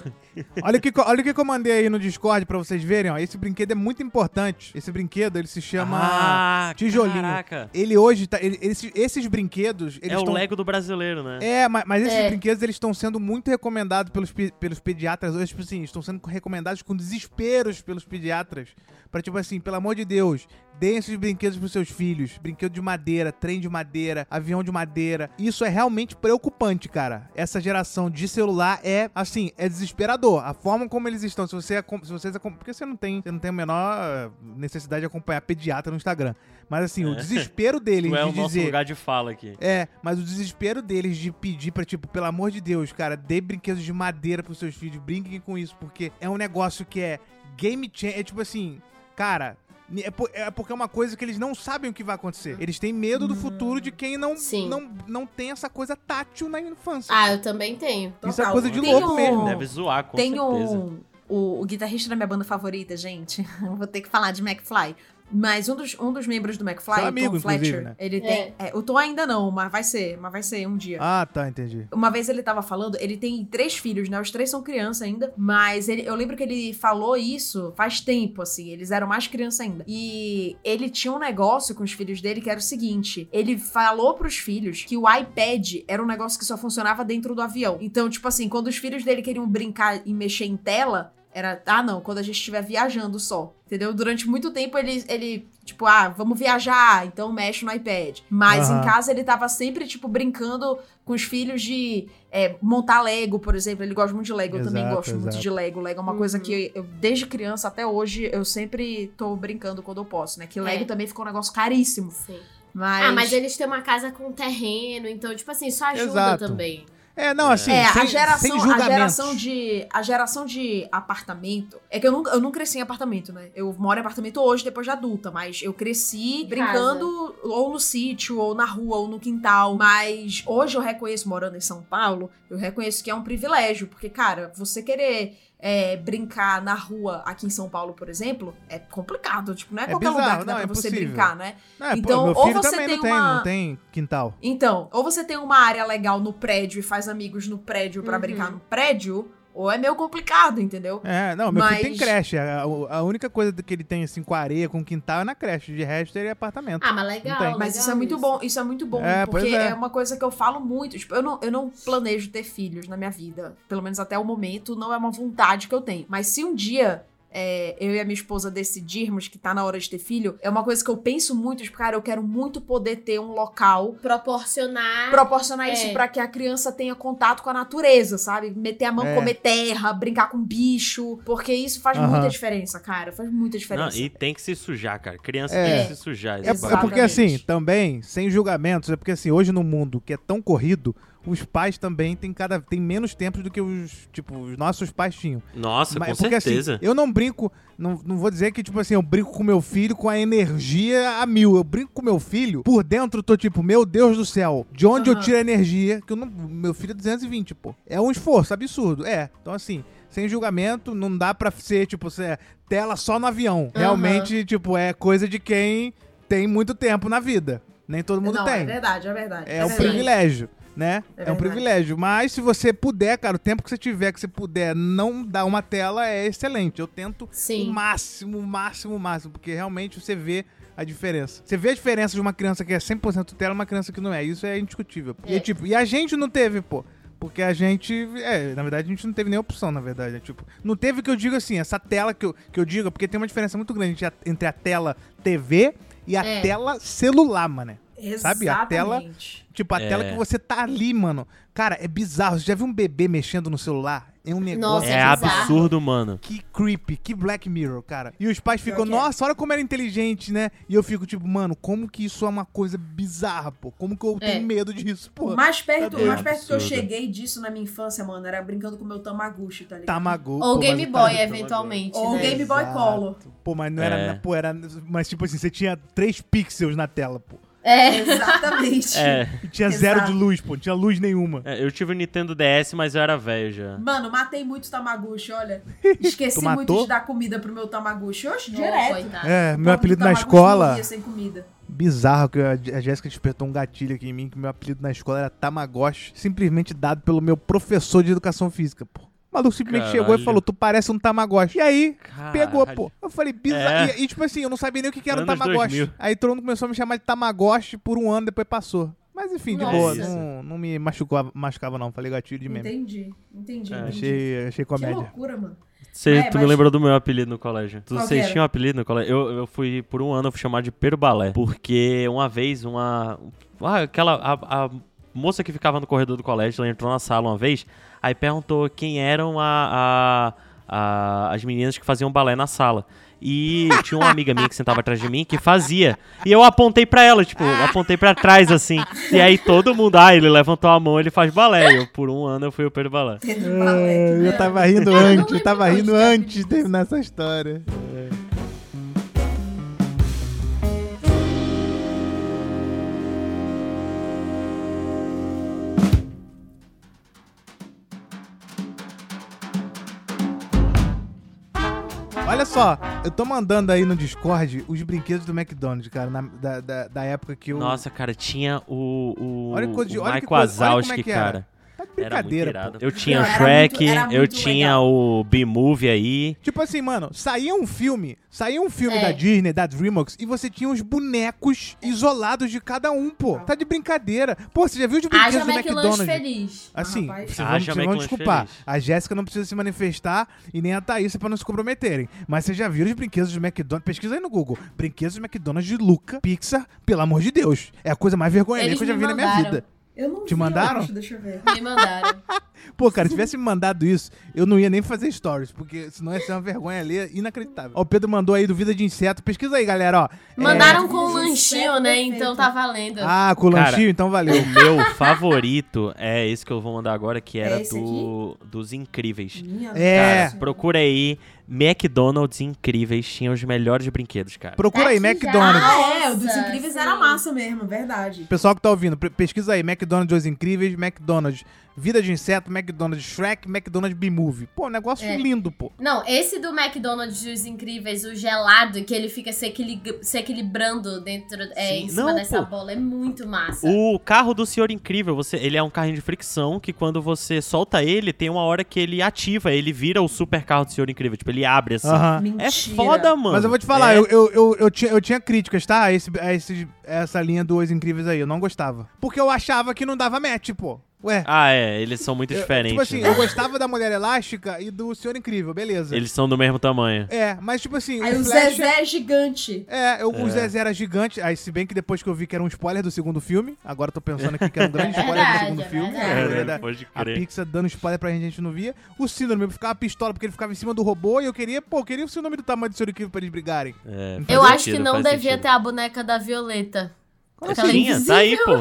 Speaker 2: Olha o, que, olha o que eu mandei aí no Discord pra vocês verem, ó. Esse brinquedo é muito importante. Esse brinquedo, ele se chama...
Speaker 3: Ah,
Speaker 2: tijolinho.
Speaker 3: Caraca.
Speaker 2: Ele hoje tá... ele- esses, esses brinquedos, eles
Speaker 3: é o
Speaker 2: tão-
Speaker 3: Lego do brasileiro, né?
Speaker 2: É, ma- mas, esses
Speaker 5: É.
Speaker 2: brinquedos eles estão sendo muito recomendados pelos, pe- pelos pediatras hoje, tipo assim, estão sendo recomendados com desesperos pelos pediatras. Pra tipo assim, pelo amor de Deus, deem esses brinquedos pros seus filhos. Brinquedo de madeira, trem de madeira, avião de madeira. Isso é realmente preocupante, cara. Essa geração de celular é, assim, é desesperador. A forma como eles estão, se você acom- se vocês acom- porque você não tem, você não tem a menor eh, necessidade de acompanhar pediatra no Instagram. Mas assim, o desespero deles
Speaker 3: Tu é
Speaker 2: de
Speaker 3: o nosso
Speaker 2: dizer
Speaker 3: lugar de fala aqui.
Speaker 2: é, mas o desespero deles de pedir pra, tipo, pelo amor de Deus, cara, dê brinquedos de madeira pros seus filhos, brinquem com isso, porque é um negócio que é game changer, é tipo assim, cara, ni- é, po- é porque é uma coisa que eles não sabem o que vai acontecer. Eles têm medo do futuro de quem não,
Speaker 5: Sim.
Speaker 2: não, não tem essa coisa tátil na infância.
Speaker 5: Ah, eu também tenho.
Speaker 2: isso é
Speaker 4: total.
Speaker 2: coisa de
Speaker 4: Tem
Speaker 2: louco
Speaker 4: um-
Speaker 2: mesmo. né,
Speaker 3: Deve zoar, com
Speaker 4: Tem
Speaker 3: certeza.
Speaker 4: um, o, o guitarrista da minha banda favorita, gente. Vou ter que falar de McFly. Mas um dos, um dos membros do McFly,
Speaker 2: Seu
Speaker 4: o
Speaker 2: amigo,
Speaker 4: Tom Fletcher,
Speaker 2: inclusive, né?
Speaker 4: ele tem. é, o Tom ainda não, mas vai ser, mas vai ser um dia.
Speaker 2: Ah, tá, entendi.
Speaker 4: Uma vez ele tava falando, ele tem três filhos, né? Os três são criança ainda, mas ele- eu lembro que ele falou isso faz tempo, assim. Eles eram mais criança ainda. E ele tinha um negócio com os filhos dele que era o seguinte: ele falou pros filhos que o iPad era um negócio que só funcionava dentro do avião. Então, tipo assim, quando os filhos dele queriam brincar e mexer em tela, era, ah, não, quando a gente estiver viajando só. Entendeu? Durante muito tempo ele, ele tipo, ah, vamos viajar, então mexe no iPad. Mas
Speaker 2: Aham.
Speaker 4: em casa ele tava sempre, tipo, brincando com os filhos de é, montar Lego, por exemplo. Ele gosta muito de Lego, eu também
Speaker 2: Exato,
Speaker 4: gosto muito
Speaker 2: exato.
Speaker 4: de Lego. Lego é uma
Speaker 5: Uhum.
Speaker 4: coisa que eu, desde criança até hoje, eu sempre tô brincando quando eu posso, né? Que Lego
Speaker 5: É.
Speaker 4: também ficou um negócio caríssimo.
Speaker 5: Sim.
Speaker 4: Mas.
Speaker 5: Ah, mas eles têm uma casa com terreno, então, tipo assim, só ajuda
Speaker 2: Exato.
Speaker 5: também.
Speaker 2: É, não, assim,
Speaker 4: É,
Speaker 2: sem,
Speaker 4: a
Speaker 2: sem
Speaker 4: geração, a
Speaker 2: julgamentos.
Speaker 4: geração de a geração de apartamento. É que eu nunca eu não cresci em apartamento, né? Eu moro em apartamento hoje depois de adulta, mas eu cresci
Speaker 5: Em
Speaker 4: brincando ou no sítio, ou na rua, ou no quintal, mas hoje eu reconheço morando em São Paulo, eu reconheço que é um privilégio, porque cara, você querer é, brincar na rua aqui em São Paulo, por exemplo, é complicado. Tipo, não é,
Speaker 2: É
Speaker 4: qualquer
Speaker 2: bizarro,
Speaker 4: lugar que dá
Speaker 2: não,
Speaker 4: pra
Speaker 2: é
Speaker 4: você
Speaker 2: impossível.
Speaker 4: brincar, né?
Speaker 2: Não, é, pô,
Speaker 4: Então,
Speaker 2: meu
Speaker 4: ou
Speaker 2: filho
Speaker 4: você
Speaker 2: também não
Speaker 4: tem
Speaker 2: tem,
Speaker 4: uma-
Speaker 2: não tem quintal.
Speaker 4: Então, ou você tem uma área legal no prédio e faz amigos no prédio pra
Speaker 5: Uhum.
Speaker 4: brincar no prédio, ou é meio complicado, entendeu?
Speaker 2: É, não, meu filho tem
Speaker 4: Mas-
Speaker 2: creche. A, a única coisa que ele tem, assim, com areia, com quintal é na creche. De resto, ele é apartamento.
Speaker 5: Ah, mas
Speaker 2: Não
Speaker 5: legal.
Speaker 2: tem.
Speaker 4: Mas
Speaker 5: legal
Speaker 4: isso é muito bom, isso é muito bom,
Speaker 2: É, pois
Speaker 4: porque
Speaker 2: é.
Speaker 4: é. uma coisa que eu falo muito. Tipo, eu não, eu não planejo ter filhos na minha vida. Pelo menos até o momento, não é uma vontade que eu tenho. Mas se um dia. é, eu e a minha esposa decidirmos que tá na hora de ter filho, é uma coisa que eu penso muito, tipo, cara, eu quero muito poder ter um local
Speaker 5: Proporcionar.
Speaker 4: proporcionar
Speaker 5: É.
Speaker 4: isso pra que a criança tenha contato com a natureza, sabe? Meter a mão,
Speaker 2: É.
Speaker 4: comer terra, brincar com bicho, porque isso faz
Speaker 2: Aham.
Speaker 4: muita diferença, cara, faz muita
Speaker 3: Não,
Speaker 4: diferença.
Speaker 3: e tem que se sujar, cara. Criança
Speaker 2: É.
Speaker 3: tem que se sujar.
Speaker 2: É,
Speaker 3: esse
Speaker 2: é
Speaker 3: bagulho.
Speaker 2: porque assim, também, sem julgamentos, é porque assim, hoje no mundo que é tão corrido, os pais também têm cada tem menos tempo do que os, tipo, os nossos pais tinham.
Speaker 3: Nossa,
Speaker 2: Mas-
Speaker 3: com
Speaker 2: porque
Speaker 3: certeza.
Speaker 2: assim, eu não brinco, não, não vou dizer que tipo assim, eu brinco com meu filho com a energia a mil. Eu brinco com meu filho, por dentro eu tô tipo, meu Deus do céu, de onde eu
Speaker 4: Aham.
Speaker 2: tiro a energia? Que eu não, meu filho é 220, pô. É um esforço absurdo, é. Então assim, sem julgamento, não dá pra ser tipo, ser tela só no avião. Realmente, tipo, é coisa de quem tem muito tempo na vida. Nem todo mundo
Speaker 4: Não, é
Speaker 2: tem.
Speaker 4: verdade, é verdade.
Speaker 2: É um
Speaker 4: verdade.
Speaker 2: privilégio, né? É,
Speaker 4: É
Speaker 2: um
Speaker 4: verdade.
Speaker 2: privilégio. Mas se você puder, cara, o tempo que você tiver, que você puder não dar uma tela, é excelente. Eu tento
Speaker 5: Sim.
Speaker 2: o máximo, o máximo, o máximo, porque realmente você vê a diferença. Você vê a diferença de uma criança que é 100% tela e uma criança que não é. Isso é indiscutível. E,
Speaker 5: É.
Speaker 2: tipo, e a gente não teve, pô. Porque a gente. É, na verdade, a gente não teve nem opção, na verdade. É, tipo, não teve que eu digo assim, essa tela que eu, que eu digo, é porque tem uma diferença muito grande entre a, entre a tela TV e a
Speaker 5: É.
Speaker 2: tela celular, mano. Sabe, a tela-
Speaker 4: Exatamente.
Speaker 2: Tipo, a
Speaker 3: É.
Speaker 2: tela que você tá ali, mano. Cara, é bizarro. Você já viu um bebê mexendo no celular? É um negócio.
Speaker 5: Nossa,
Speaker 3: É
Speaker 5: bizarro.
Speaker 3: absurdo, mano.
Speaker 2: Que creepy, que Black Mirror, cara. E os pais ficam,
Speaker 4: que é.
Speaker 2: nossa, olha como era inteligente, né? E eu fico tipo, mano, como que isso é uma coisa bizarra, pô? Como que eu
Speaker 5: É.
Speaker 2: tenho medo disso,
Speaker 4: O
Speaker 2: pô?
Speaker 4: mais perto,
Speaker 2: tá
Speaker 4: o mais
Speaker 3: doido.
Speaker 4: perto que eu
Speaker 3: Absurdo.
Speaker 4: cheguei disso na minha infância, mano, era brincando com o meu Tamagotchi, tá ligado?
Speaker 2: Tamagotchi.
Speaker 5: Ou
Speaker 2: pô, mas
Speaker 5: Game
Speaker 2: o
Speaker 5: Boy,
Speaker 2: Tamagotchi-
Speaker 5: eventualmente.
Speaker 4: Ou
Speaker 5: né?
Speaker 4: Game Boy
Speaker 2: Exato.
Speaker 4: Color.
Speaker 2: Pô, mas não era,
Speaker 3: É.
Speaker 2: pô, era. Mas tipo assim, você tinha três pixels na tela, pô.
Speaker 5: É.
Speaker 4: Exatamente.
Speaker 3: É,
Speaker 2: E tinha zero de
Speaker 4: Exato.
Speaker 2: luz, pô. Não tinha luz nenhuma.
Speaker 3: é, eu tive o Nintendo DS, mas eu era velho já.
Speaker 4: Mano, matei muito Tamagotchi, olha. Esqueci
Speaker 2: Tu
Speaker 4: muito
Speaker 2: matou?
Speaker 4: de dar comida pro meu Tamagotchi. Oxe,
Speaker 5: Ô,
Speaker 4: direto.
Speaker 5: coitado.
Speaker 2: É,
Speaker 4: Pobre
Speaker 2: meu apelido na
Speaker 4: Tamagotchi
Speaker 2: escola.
Speaker 4: morria sem comida.
Speaker 2: Bizarro que a a Jéssica despertou um gatilho aqui em mim, que meu apelido na escola era Tamagotchi, simplesmente dado pelo meu professor de educação física, pô. O maluco simplesmente
Speaker 3: Caralho.
Speaker 2: chegou e falou: Tu parece um Tamagotchi. E aí, pegou,
Speaker 3: Caralho.
Speaker 2: pô. Eu falei, bizarro.
Speaker 3: É.
Speaker 2: E, e, tipo assim, eu não sabia nem o que, que era um
Speaker 3: Anos
Speaker 2: Tamagotchi.
Speaker 3: 2000.
Speaker 2: Aí todo mundo começou a me chamar de Tamagotchi por um ano, depois passou. Mas enfim, de
Speaker 5: Nossa.
Speaker 2: boa, não, não me machucou, machucava não, falei gatilho de meme.
Speaker 4: Entendi, entendi.
Speaker 3: É,
Speaker 4: entendi.
Speaker 2: Achei, achei
Speaker 4: Que
Speaker 2: comédia.
Speaker 4: loucura, mano.
Speaker 3: Cê,
Speaker 4: É,
Speaker 3: tu me
Speaker 4: mas-
Speaker 3: lembrou do meu apelido no colégio. Tu,
Speaker 4: Qual que
Speaker 3: vocês
Speaker 4: era?
Speaker 3: tinham apelido no colégio? Eu, eu fui, por um ano, eu fui chamado de Pedro Balé. Porque uma vez, uma. ah, aquela. A, a moça que ficava no corredor do colégio, ela entrou na sala uma vez, aí perguntou quem eram a, a- a- as meninas que faziam balé na sala. E tinha uma amiga minha que sentava atrás de mim que fazia. E eu apontei pra ela, tipo, apontei pra trás assim. E aí todo mundo, ah, ele levantou a mão, ele faz balé. E eu, por um ano eu fui o Pedro Balé.
Speaker 4: Pedro
Speaker 2: É,
Speaker 4: Balé.
Speaker 2: eu tava rindo
Speaker 5: Eu não
Speaker 2: antes, eu
Speaker 5: lembro é.
Speaker 2: tava
Speaker 5: mais
Speaker 2: rindo
Speaker 5: de apelido.
Speaker 2: antes de terminar essa história. Olha só, eu tô mandando aí no Discord os brinquedos do McDonald's, cara, na- da, da, da época que eu.
Speaker 3: Nossa, cara, tinha o, o,
Speaker 2: Olha que coisa de-
Speaker 3: o
Speaker 2: olha que
Speaker 3: Mike
Speaker 2: coisa- olha como é
Speaker 3: Wazowski,
Speaker 2: que era.
Speaker 3: cara.
Speaker 2: tá de
Speaker 3: Era muito
Speaker 2: brincadeira, pô.
Speaker 3: irado. Eu tinha o
Speaker 4: Não, era
Speaker 3: Shrek,
Speaker 4: muito- era
Speaker 3: eu
Speaker 4: muito
Speaker 3: tinha
Speaker 4: legal.
Speaker 3: o B-Movie aí.
Speaker 2: Tipo assim, mano, saía um filme, saía um filme
Speaker 5: É.
Speaker 2: da Disney, da DreamWorks, e você tinha os bonecos isolados de cada um, pô. Tá de brincadeira. Pô, você já viu de brinquedos
Speaker 5: Haja
Speaker 2: do
Speaker 5: McLanche
Speaker 2: McDonald's?
Speaker 5: feliz.
Speaker 2: Assim,
Speaker 4: Ah, rapaz.
Speaker 2: vocês vão,
Speaker 3: Haja
Speaker 2: vocês vão
Speaker 3: McLanche
Speaker 2: desculpar.
Speaker 3: feliz.
Speaker 2: A Jéssica não precisa se manifestar e nem a Thaís pra não se comprometerem. Mas vocês já viram os brinquedos do McDonald's? Pesquisa aí no Google. Brinquedos do McDonald's de Luca, Pixar, pelo amor de Deus. É a coisa mais vergonhosa
Speaker 5: Eles
Speaker 2: que eu já
Speaker 5: me
Speaker 2: vi na minha
Speaker 5: mandaram.
Speaker 2: vida.
Speaker 4: Eu não
Speaker 2: Te
Speaker 4: vi, eu
Speaker 2: mandaram?
Speaker 4: acho, deixa eu ver.
Speaker 5: Me mandaram.
Speaker 2: Pô, cara, se tivesse me mandado isso, eu não ia nem fazer stories, porque senão ia ser uma vergonha ali inacreditável. Ó, o Pedro mandou aí do Vida de Inseto. Pesquisa aí, galera, ó.
Speaker 5: Mandaram com
Speaker 4: É. Isso,
Speaker 5: um lanchinho, né?
Speaker 4: perfeito.
Speaker 5: Então tá valendo.
Speaker 2: Ah, com o
Speaker 3: Cara,
Speaker 2: lanchinho, então valeu.
Speaker 3: O meu favorito é esse que eu vou mandar agora, que era
Speaker 4: É esse
Speaker 3: do, dos Incríveis.
Speaker 4: Minha
Speaker 2: É.
Speaker 4: nossa.
Speaker 3: Procura aí, McDonald's Incríveis tinha os melhores brinquedos, cara.
Speaker 2: Procura aí,
Speaker 5: Tá aqui já.
Speaker 2: McDonald's.
Speaker 4: Ah, é, o dos
Speaker 5: Nossa,
Speaker 4: incríveis
Speaker 5: sim.
Speaker 4: era massa mesmo, verdade.
Speaker 2: Pessoal que tá ouvindo, pre- pesquisa aí. McDonald's Os Incríveis, McDonald's Vida de Inseto, McDonald's Shrek, McDonald's B-Movie. Pô, negócio
Speaker 5: É.
Speaker 2: lindo, pô.
Speaker 5: Não, esse do McDonald's dos Incríveis, o gelado, que ele fica se, equili- se equilibrando dentro, é,
Speaker 3: Sim.
Speaker 5: em cima
Speaker 3: Não,
Speaker 5: dessa
Speaker 3: pô.
Speaker 5: bola, é muito massa.
Speaker 3: O carro do Senhor Incrível, você, ele é um carrinho de fricção que quando você solta ele, tem uma hora que ele ativa, ele vira o super carro do Senhor Incrível, tipo, ele abre assim.
Speaker 2: Aham.
Speaker 4: Mentira.
Speaker 3: É foda, mano.
Speaker 2: Mas eu vou te falar,
Speaker 3: É
Speaker 2: eu, eu, eu, eu tinha, eu tinha críticas, tá? A, esse, a esse- essa linha dos Incríveis aí. Eu não gostava. Porque eu achava que não dava match, pô. Ué.
Speaker 3: Ah, é, eles são muito
Speaker 2: eu-
Speaker 3: diferentes.
Speaker 2: Tipo assim,
Speaker 3: né?
Speaker 2: eu gostava da Mulher Elástica e do Senhor Incrível, beleza.
Speaker 3: Eles são do mesmo tamanho.
Speaker 2: É, mas tipo assim,
Speaker 4: Aí o
Speaker 2: Flash-
Speaker 4: Zezé é gigante.
Speaker 2: É, eu, o Zezé era gigante. Aí, se bem que depois que eu vi que era um spoiler do segundo filme, agora eu tô pensando aqui que era um grande spoiler do
Speaker 5: Verdade,
Speaker 2: segundo
Speaker 5: é
Speaker 2: filme.
Speaker 5: verdade.
Speaker 2: né?
Speaker 3: É,
Speaker 2: Era-
Speaker 3: pode
Speaker 2: A
Speaker 3: crer.
Speaker 2: Pixar dando spoiler pra gente, a gente não via. O Síndrome, eu ficava pistola porque ele ficava em cima do robô e eu queria, pô, eu queria o Síndrome do tamanho do Senhor Incrível pra eles brigarem.
Speaker 3: É, faz
Speaker 5: Eu acho
Speaker 3: sentido,
Speaker 5: que não
Speaker 3: faz
Speaker 5: devia
Speaker 3: sentido.
Speaker 5: ter a boneca da Violeta.
Speaker 3: Mas
Speaker 2: é
Speaker 5: Aquela
Speaker 3: tinha, tá aí, pô.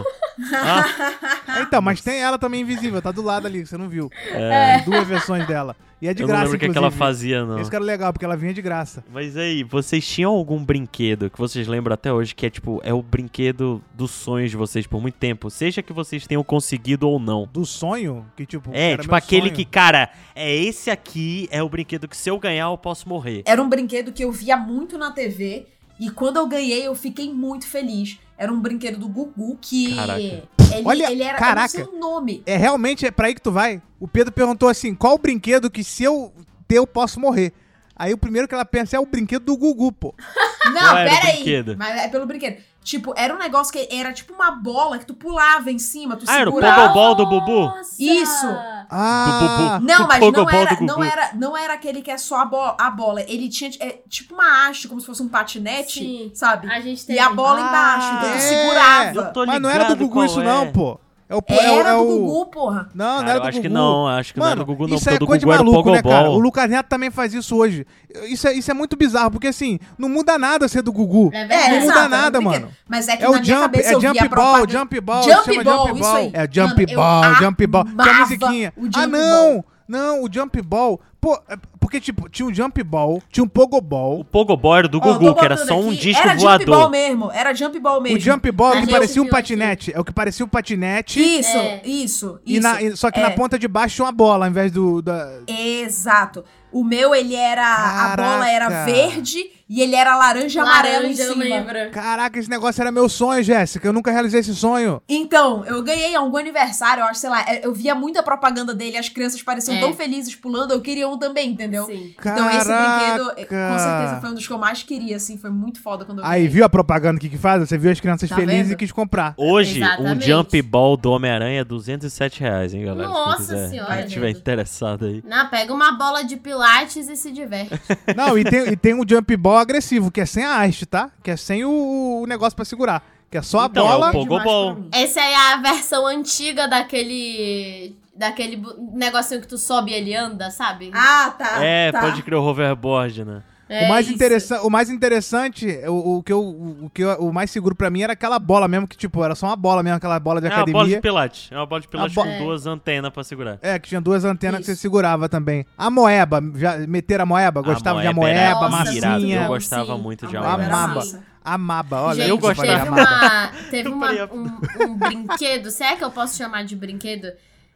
Speaker 3: Ah,
Speaker 2: assim? Então, mas tem ela também invisível, tá do lado ali, que você não viu.
Speaker 3: É.
Speaker 2: Tem Duas versões dela. E é de
Speaker 3: eu não
Speaker 2: graça,
Speaker 3: lembro o que, que
Speaker 2: inclusive.
Speaker 3: ela fazia, não.
Speaker 2: Esse cara é legal, porque ela vinha de graça.
Speaker 3: Mas aí, vocês tinham algum brinquedo que vocês lembram até hoje que é tipo, é o brinquedo dos sonhos de vocês por muito tempo? Seja que vocês tenham conseguido ou não.
Speaker 2: Do sonho, que tipo.
Speaker 3: É,
Speaker 2: era
Speaker 3: tipo
Speaker 2: meu
Speaker 3: aquele
Speaker 2: sonho.
Speaker 3: que, cara, é esse aqui, é o brinquedo que se eu ganhar eu posso morrer.
Speaker 4: Era um brinquedo que eu via muito na TV. E quando eu ganhei, eu fiquei muito feliz. Era um brinquedo do Gugu que.
Speaker 3: Caraca.
Speaker 5: é.
Speaker 4: Ele,
Speaker 2: Olha,
Speaker 4: ele era.
Speaker 2: caraca.
Speaker 4: Eu não sei o nome.
Speaker 2: É realmente é pra aí que tu vai? O Pedro perguntou assim: qual o brinquedo que se eu ter eu posso morrer? Aí o primeiro que ela pensa é o brinquedo do Gugu, pô.
Speaker 4: Não,
Speaker 3: era o brinquedo?
Speaker 4: peraí. Mas é pelo brinquedo. Tipo, era um negócio que era tipo uma bola que tu pulava em cima, tu
Speaker 3: Ah, era o
Speaker 4: segurava.
Speaker 3: Pogobol do Bubu?
Speaker 5: Nossa!
Speaker 4: Isso.
Speaker 2: Ah,
Speaker 3: Bubu.
Speaker 4: Não,
Speaker 3: O
Speaker 4: mas não
Speaker 3: Pogobol
Speaker 4: era,
Speaker 3: do
Speaker 4: não,
Speaker 3: Gugu.
Speaker 4: era, não era aquele que é só a, bo- a bola. Ele tinha é, tipo uma haste, como se fosse um patinete,
Speaker 5: Sim.
Speaker 4: sabe?
Speaker 5: A gente teve.
Speaker 4: E a bola
Speaker 2: Ah,
Speaker 4: embaixo, então
Speaker 2: é.
Speaker 4: tu segurava.
Speaker 3: Eu tô
Speaker 2: mas não era do
Speaker 3: ligado
Speaker 2: Gugu
Speaker 3: qual
Speaker 2: isso,
Speaker 3: é.
Speaker 2: não, pô. É o, é, o-
Speaker 4: Era
Speaker 2: é
Speaker 4: do
Speaker 2: o.
Speaker 4: Gugu, porra.
Speaker 2: Não, não
Speaker 3: Cara,
Speaker 2: era
Speaker 3: eu
Speaker 2: do
Speaker 3: acho que
Speaker 2: Gugu.
Speaker 3: não, acho que não
Speaker 2: Mano,
Speaker 3: era do Gugu, não,
Speaker 2: isso
Speaker 3: porque
Speaker 2: é
Speaker 3: o do
Speaker 2: coisa de
Speaker 3: Gugu era o
Speaker 2: maluco, né, cara? O
Speaker 3: Pogobol.
Speaker 2: Lucas Neto também faz isso hoje. Isso é, isso é muito bizarro, porque assim, não muda nada ser do Gugu.
Speaker 5: É
Speaker 4: É,
Speaker 5: verdade.
Speaker 2: não muda
Speaker 4: exato, era
Speaker 2: nada,
Speaker 4: um brinquedo.
Speaker 2: mano.
Speaker 4: Mas é que
Speaker 2: É
Speaker 4: na
Speaker 2: o
Speaker 4: minha
Speaker 2: jump,
Speaker 4: cabeça
Speaker 2: é
Speaker 4: eu via
Speaker 2: jump ball,
Speaker 4: propaganda.
Speaker 2: jump ball,
Speaker 4: Jump
Speaker 2: chama
Speaker 4: ball,
Speaker 2: jump
Speaker 4: isso
Speaker 2: ball.
Speaker 4: aí.
Speaker 2: É jump
Speaker 4: Mano, eu
Speaker 2: ball, jump ball. Tem a
Speaker 4: amava
Speaker 2: musiquinha.
Speaker 4: o jump
Speaker 2: ah, não! Não, o jump ball, Pô, é porque, tipo, tinha um jump ball, tinha um pogoball.
Speaker 3: O Pogobol era do
Speaker 4: Ó, eu tô
Speaker 3: Gugu, que era
Speaker 4: botando
Speaker 3: ball um
Speaker 4: aqui,
Speaker 3: disco
Speaker 4: era Era
Speaker 3: voador.
Speaker 4: jumpball mesmo, era jumpball mesmo.
Speaker 2: O jump ball
Speaker 5: Mas
Speaker 2: que
Speaker 5: eu
Speaker 2: parecia um
Speaker 5: vi aqui.
Speaker 2: patinete. É o que parecia um patinete.
Speaker 4: Isso,
Speaker 5: É.
Speaker 4: isso,
Speaker 2: E
Speaker 4: isso.
Speaker 2: na- e- só que
Speaker 4: é.
Speaker 2: na ponta de baixo tinha uma bola, ao invés do. Da...
Speaker 4: Exato. O meu, ele era. A bola era
Speaker 2: Caraca.
Speaker 4: verde e ele era laranja, amarelo em
Speaker 5: Laranja, eu
Speaker 4: cima.
Speaker 5: lembro.
Speaker 2: Caraca, esse negócio era meu sonho, Jéssica. Eu nunca realizei esse sonho.
Speaker 4: Então, eu ganhei algum aniversário, eu acho, sei lá, é, eu via muita propaganda dele, as crianças pareciam
Speaker 5: É.
Speaker 4: tão felizes pulando, eu queria um também, entendeu?
Speaker 5: Sim.
Speaker 4: Então esse brinquedo, eh, com
Speaker 2: Caraca.
Speaker 4: certeza, foi um dos que eu mais queria, assim, foi muito foda quando eu
Speaker 2: Aí,
Speaker 4: ganhei.
Speaker 2: viu a propaganda que, que faz? Você viu as crianças
Speaker 4: Tá
Speaker 2: felizes
Speaker 4: vendo?
Speaker 2: e quis comprar.
Speaker 3: Hoje, um
Speaker 5: Exatamente.
Speaker 3: jump ball do Homem-Aranha é 207 reais, hein, galera?
Speaker 5: Nossa
Speaker 3: Se quiser,
Speaker 5: senhora,
Speaker 3: Quem estiver
Speaker 5: gente.
Speaker 3: interessado aí.
Speaker 5: Não, pega uma bola de pilates e se diverte.
Speaker 2: Não, e tem, e tem um jump ball agressivo, que é sem a haste, tá? Que é sem o, o negócio pra segurar. Que é só a
Speaker 3: Então, é o
Speaker 2: bola.
Speaker 3: po- Pogobol.
Speaker 5: Essa é a versão antiga daquele. Daquele bu- negocinho que tu sobe e ele anda, sabe?
Speaker 4: Ah, tá.
Speaker 3: é,
Speaker 4: tá.
Speaker 3: pode crer o hoverboard, né?
Speaker 5: É
Speaker 2: o, mais
Speaker 5: isso.
Speaker 2: interessan- o mais interessante, é o, o que eu, o, que eu- o mais seguro pra mim era aquela bola mesmo, que tipo, era só uma bola mesmo, aquela bola de
Speaker 3: É uma bola de
Speaker 2: academia.
Speaker 3: pilates. É uma bola de pilates
Speaker 2: bo-
Speaker 3: com duas antenas pra segurar.
Speaker 2: É, que tinha duas antenas que
Speaker 5: Isso.
Speaker 2: você segurava também. A moeba, já meteram a moeba, gostava
Speaker 3: Ah,
Speaker 2: de
Speaker 3: era
Speaker 2: amoeba,
Speaker 5: Nossa,
Speaker 3: irada, Eu
Speaker 5: sim.
Speaker 2: massinha,
Speaker 3: gostava muito de
Speaker 4: A
Speaker 2: a
Speaker 4: moeba
Speaker 3: amoeba.
Speaker 4: era
Speaker 2: maba.
Speaker 4: massa.
Speaker 2: A maba, olha.
Speaker 5: Gente,
Speaker 3: eu
Speaker 2: falei
Speaker 3: gostava.
Speaker 5: teve
Speaker 2: amaba.
Speaker 5: uma, teve
Speaker 3: Eu
Speaker 5: uma-
Speaker 3: parei a-
Speaker 5: um, um brinquedo, se é que eu posso chamar de brinquedo,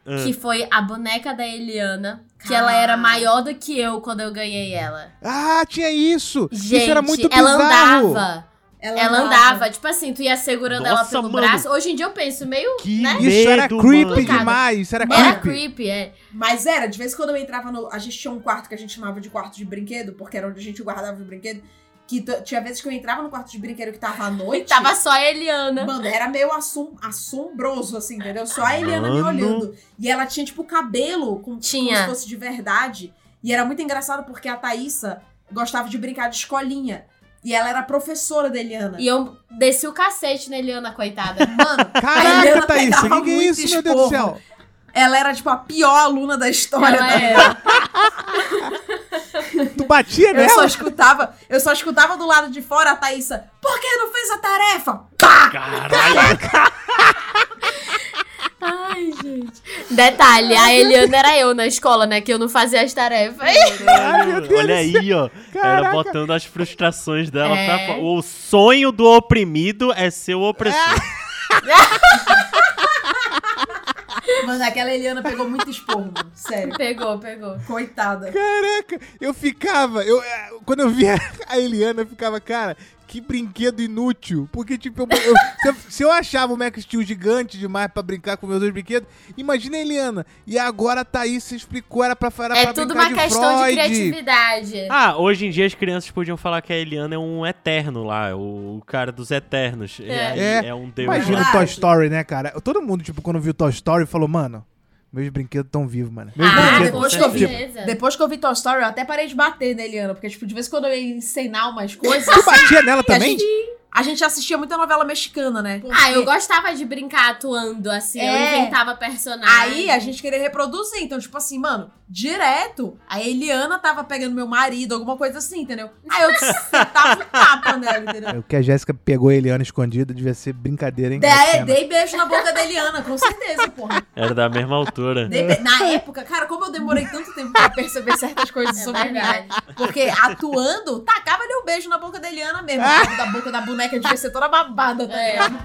Speaker 3: Ah.
Speaker 5: que foi a boneca da Eliana, que ela era maior do que eu quando eu ganhei ela.
Speaker 2: Ah, tinha isso!
Speaker 5: Gente,
Speaker 2: isso era muito
Speaker 5: ela
Speaker 2: bizarro!
Speaker 5: andava. Ela andava, tipo assim, tu ia segurando ela
Speaker 3: Nossa,
Speaker 5: pelo
Speaker 3: mano.
Speaker 5: braço. Hoje em dia eu penso meio,
Speaker 3: Que
Speaker 5: né?
Speaker 2: Isso era
Speaker 3: medo,
Speaker 2: creepy
Speaker 3: mano.
Speaker 2: demais, isso era
Speaker 5: Era
Speaker 2: creepy.
Speaker 5: creepy, é.
Speaker 4: Mas era, de vez em quando eu entrava no. A gente tinha um quarto que a gente chamava de quarto de brinquedo, porque era onde a gente guardava o brinquedo. Que t- tinha vezes que eu entrava no quarto de brinquedo que tava à
Speaker 5: E
Speaker 4: noite.
Speaker 5: tava assim, né? só a Eliana.
Speaker 4: Mano, era meio assum, assombroso, assim, entendeu? Só a Eliana me
Speaker 3: Mano.
Speaker 4: olhando. E ela tinha, tipo, cabelo com,
Speaker 5: Tinha.
Speaker 4: como se fosse de verdade. E era muito engraçado porque a Thaísa gostava de brincar de escolinha. E ela era professora da Eliana.
Speaker 5: E eu desci o cacete na Eliana, coitada. Mano,
Speaker 4: A
Speaker 2: Caraca,
Speaker 4: Helena
Speaker 2: Thaís, o
Speaker 4: pegava
Speaker 2: que, que é
Speaker 4: muito
Speaker 2: isso, meu Deus do
Speaker 4: esporro.
Speaker 2: céu?
Speaker 4: Ela era, tipo, a pior aluna da história.
Speaker 5: ela é-
Speaker 4: da-
Speaker 5: era.
Speaker 2: Tu batia
Speaker 4: Eu só
Speaker 2: nela?
Speaker 4: escutava, eu só escutava do lado de fora a Thaísa, por que não fez a tarefa? Pá!
Speaker 3: Caralho!
Speaker 5: Ai, gente. Detalhe, a Eliana era eu na escola, né? Que eu não fazia as tarefas.
Speaker 2: meu Deus
Speaker 3: Olha
Speaker 2: do
Speaker 3: aí, ó. Ela
Speaker 2: Caraca.
Speaker 3: botando as frustrações dela
Speaker 5: É.
Speaker 3: pra fora. O sonho do oprimido é ser o opressor.
Speaker 4: Mano, aquela Eliana pegou muito esporro, mano. Sério.
Speaker 5: Pegou, pegou.
Speaker 4: Coitada.
Speaker 2: Caraca, eu ficava, eu, eh, quando eu via a Eliana, eu ficava, cara, que brinquedo inútil. Porque, tipo, eu- eu- se, eu, se eu achava o Max Steel gigante demais pra brincar com meus dois brinquedos, imagina a Eliana. E agora a Thaís se explicou, era pra, era
Speaker 5: É
Speaker 2: pra
Speaker 5: tudo
Speaker 2: brincar
Speaker 5: uma questão de
Speaker 2: Freud.
Speaker 5: criatividade.
Speaker 3: Ah, hoje em dia as crianças podiam falar que a Eliana é um eterno lá, o cara dos eternos. É,
Speaker 2: É.
Speaker 3: é um deus.
Speaker 2: Imagina
Speaker 3: lá.
Speaker 2: o Toy Story, né, cara? Todo mundo, tipo, quando viu Toy Story, falou, mano, meus brinquedos tão vivos, mano. Meus
Speaker 5: Ah,
Speaker 2: brinquedos.
Speaker 5: com
Speaker 4: depois que eu vi-
Speaker 5: certeza.
Speaker 4: Depois que eu vi Toy Story, eu até parei de bater na Eliana, porque, tipo, de vez em quando eu ia ensinar umas coisas.
Speaker 2: Tu batia nela
Speaker 4: e a
Speaker 2: também?
Speaker 4: gente, a gente assistia muita novela mexicana, né?
Speaker 5: Ah, eu
Speaker 4: Porque
Speaker 5: gostava de brincar atuando, assim.
Speaker 4: É.
Speaker 5: Eu inventava personagem.
Speaker 4: Aí a gente queria reproduzir. Então, tipo assim, mano, direto, a Eliana tava pegando meu marido, alguma coisa assim, entendeu? Aí eu tava um tapa nela, entendeu?
Speaker 2: É O que a Jéssica pegou a Eliana escondida devia ser brincadeira, hein? A
Speaker 4: Dei,
Speaker 2: cena.
Speaker 4: dei beijo na boca da Eliana, com certeza, porra.
Speaker 3: Era da mesma altura.
Speaker 4: Dei be- Na época, cara, como eu demorei tanto tempo pra perceber certas coisas
Speaker 5: É
Speaker 4: sobre mim, né?
Speaker 5: verdade.
Speaker 4: Porque atuando, tacava ali um beijo na boca da Eliana mesmo. Da boca da boneca devia ser toda babada, tá
Speaker 5: É.
Speaker 4: ligado?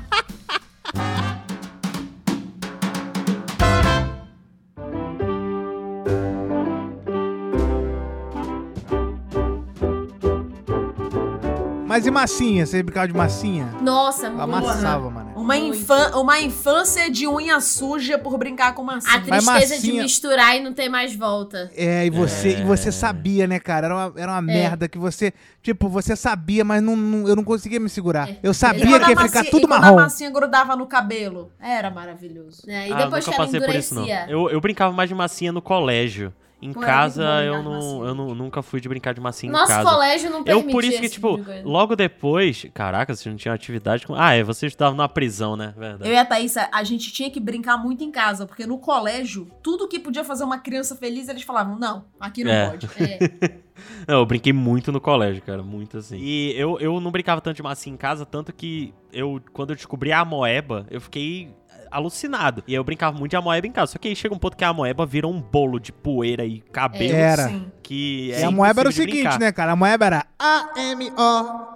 Speaker 2: Mas e massinha? Você brincava de massinha?
Speaker 5: Nossa,
Speaker 2: Eu
Speaker 5: mano.
Speaker 2: amassava, mano.
Speaker 4: Uma,
Speaker 5: Muito.
Speaker 4: infan- uma infância de unha suja por brincar com
Speaker 5: A
Speaker 4: massinha.
Speaker 5: tristeza de
Speaker 2: massinha-
Speaker 5: misturar e não ter mais volta.
Speaker 2: É, e você, e você
Speaker 3: É.
Speaker 2: sabia, né, cara? Era uma, era uma merda que você. Tipo, você sabia, mas não, não- eu não conseguia me segurar.
Speaker 5: É.
Speaker 2: Eu
Speaker 4: E
Speaker 2: sabia
Speaker 4: quando a
Speaker 2: que ia
Speaker 4: massinha-
Speaker 2: ficar tudo
Speaker 4: e Quando a
Speaker 2: marrom.
Speaker 4: massinha grudava no cabelo. Era maravilhoso.
Speaker 5: né? E
Speaker 3: Ah,
Speaker 5: depois que
Speaker 3: nunca
Speaker 5: ela
Speaker 3: passei por isso, não.
Speaker 5: endurecia.
Speaker 3: Eu, eu brincava mais de massinha no colégio. Em
Speaker 4: Pô, era
Speaker 3: casa,
Speaker 4: muito bom brincar
Speaker 3: eu,
Speaker 4: de
Speaker 3: não,
Speaker 4: massinha.
Speaker 3: eu não- nunca fui de brincar de massinha em
Speaker 5: Nosso
Speaker 3: casa.
Speaker 5: colégio não
Speaker 3: Eu,
Speaker 5: permitia
Speaker 3: por isso que,
Speaker 5: esse
Speaker 3: tipo,
Speaker 5: tipo de coisa.
Speaker 3: logo depois. Caraca, você não tinha atividade. Com... Ah, é, você estudava numa prisão, né? Verdade.
Speaker 4: Eu e a Thaís, a- a gente tinha que brincar muito em casa, porque no colégio, tudo que podia fazer uma criança feliz, eles falavam, não, aqui não
Speaker 3: É.
Speaker 4: pode.
Speaker 5: É.
Speaker 3: Não, eu brinquei muito no colégio, cara, muito assim. E eu, eu não brincava tanto de massinha em casa, tanto que eu, quando eu descobri a moeba, eu fiquei alucinado. E eu brincava muito de amoeba em casa. Só que aí chega um ponto que a amoeba vira um bolo de poeira e cabelo.
Speaker 2: Era.
Speaker 4: Sim.
Speaker 3: Que
Speaker 2: É. E
Speaker 3: é
Speaker 2: a moeba era o
Speaker 3: impossível de
Speaker 2: seguinte,
Speaker 3: brincar.
Speaker 2: né, cara? A moeba era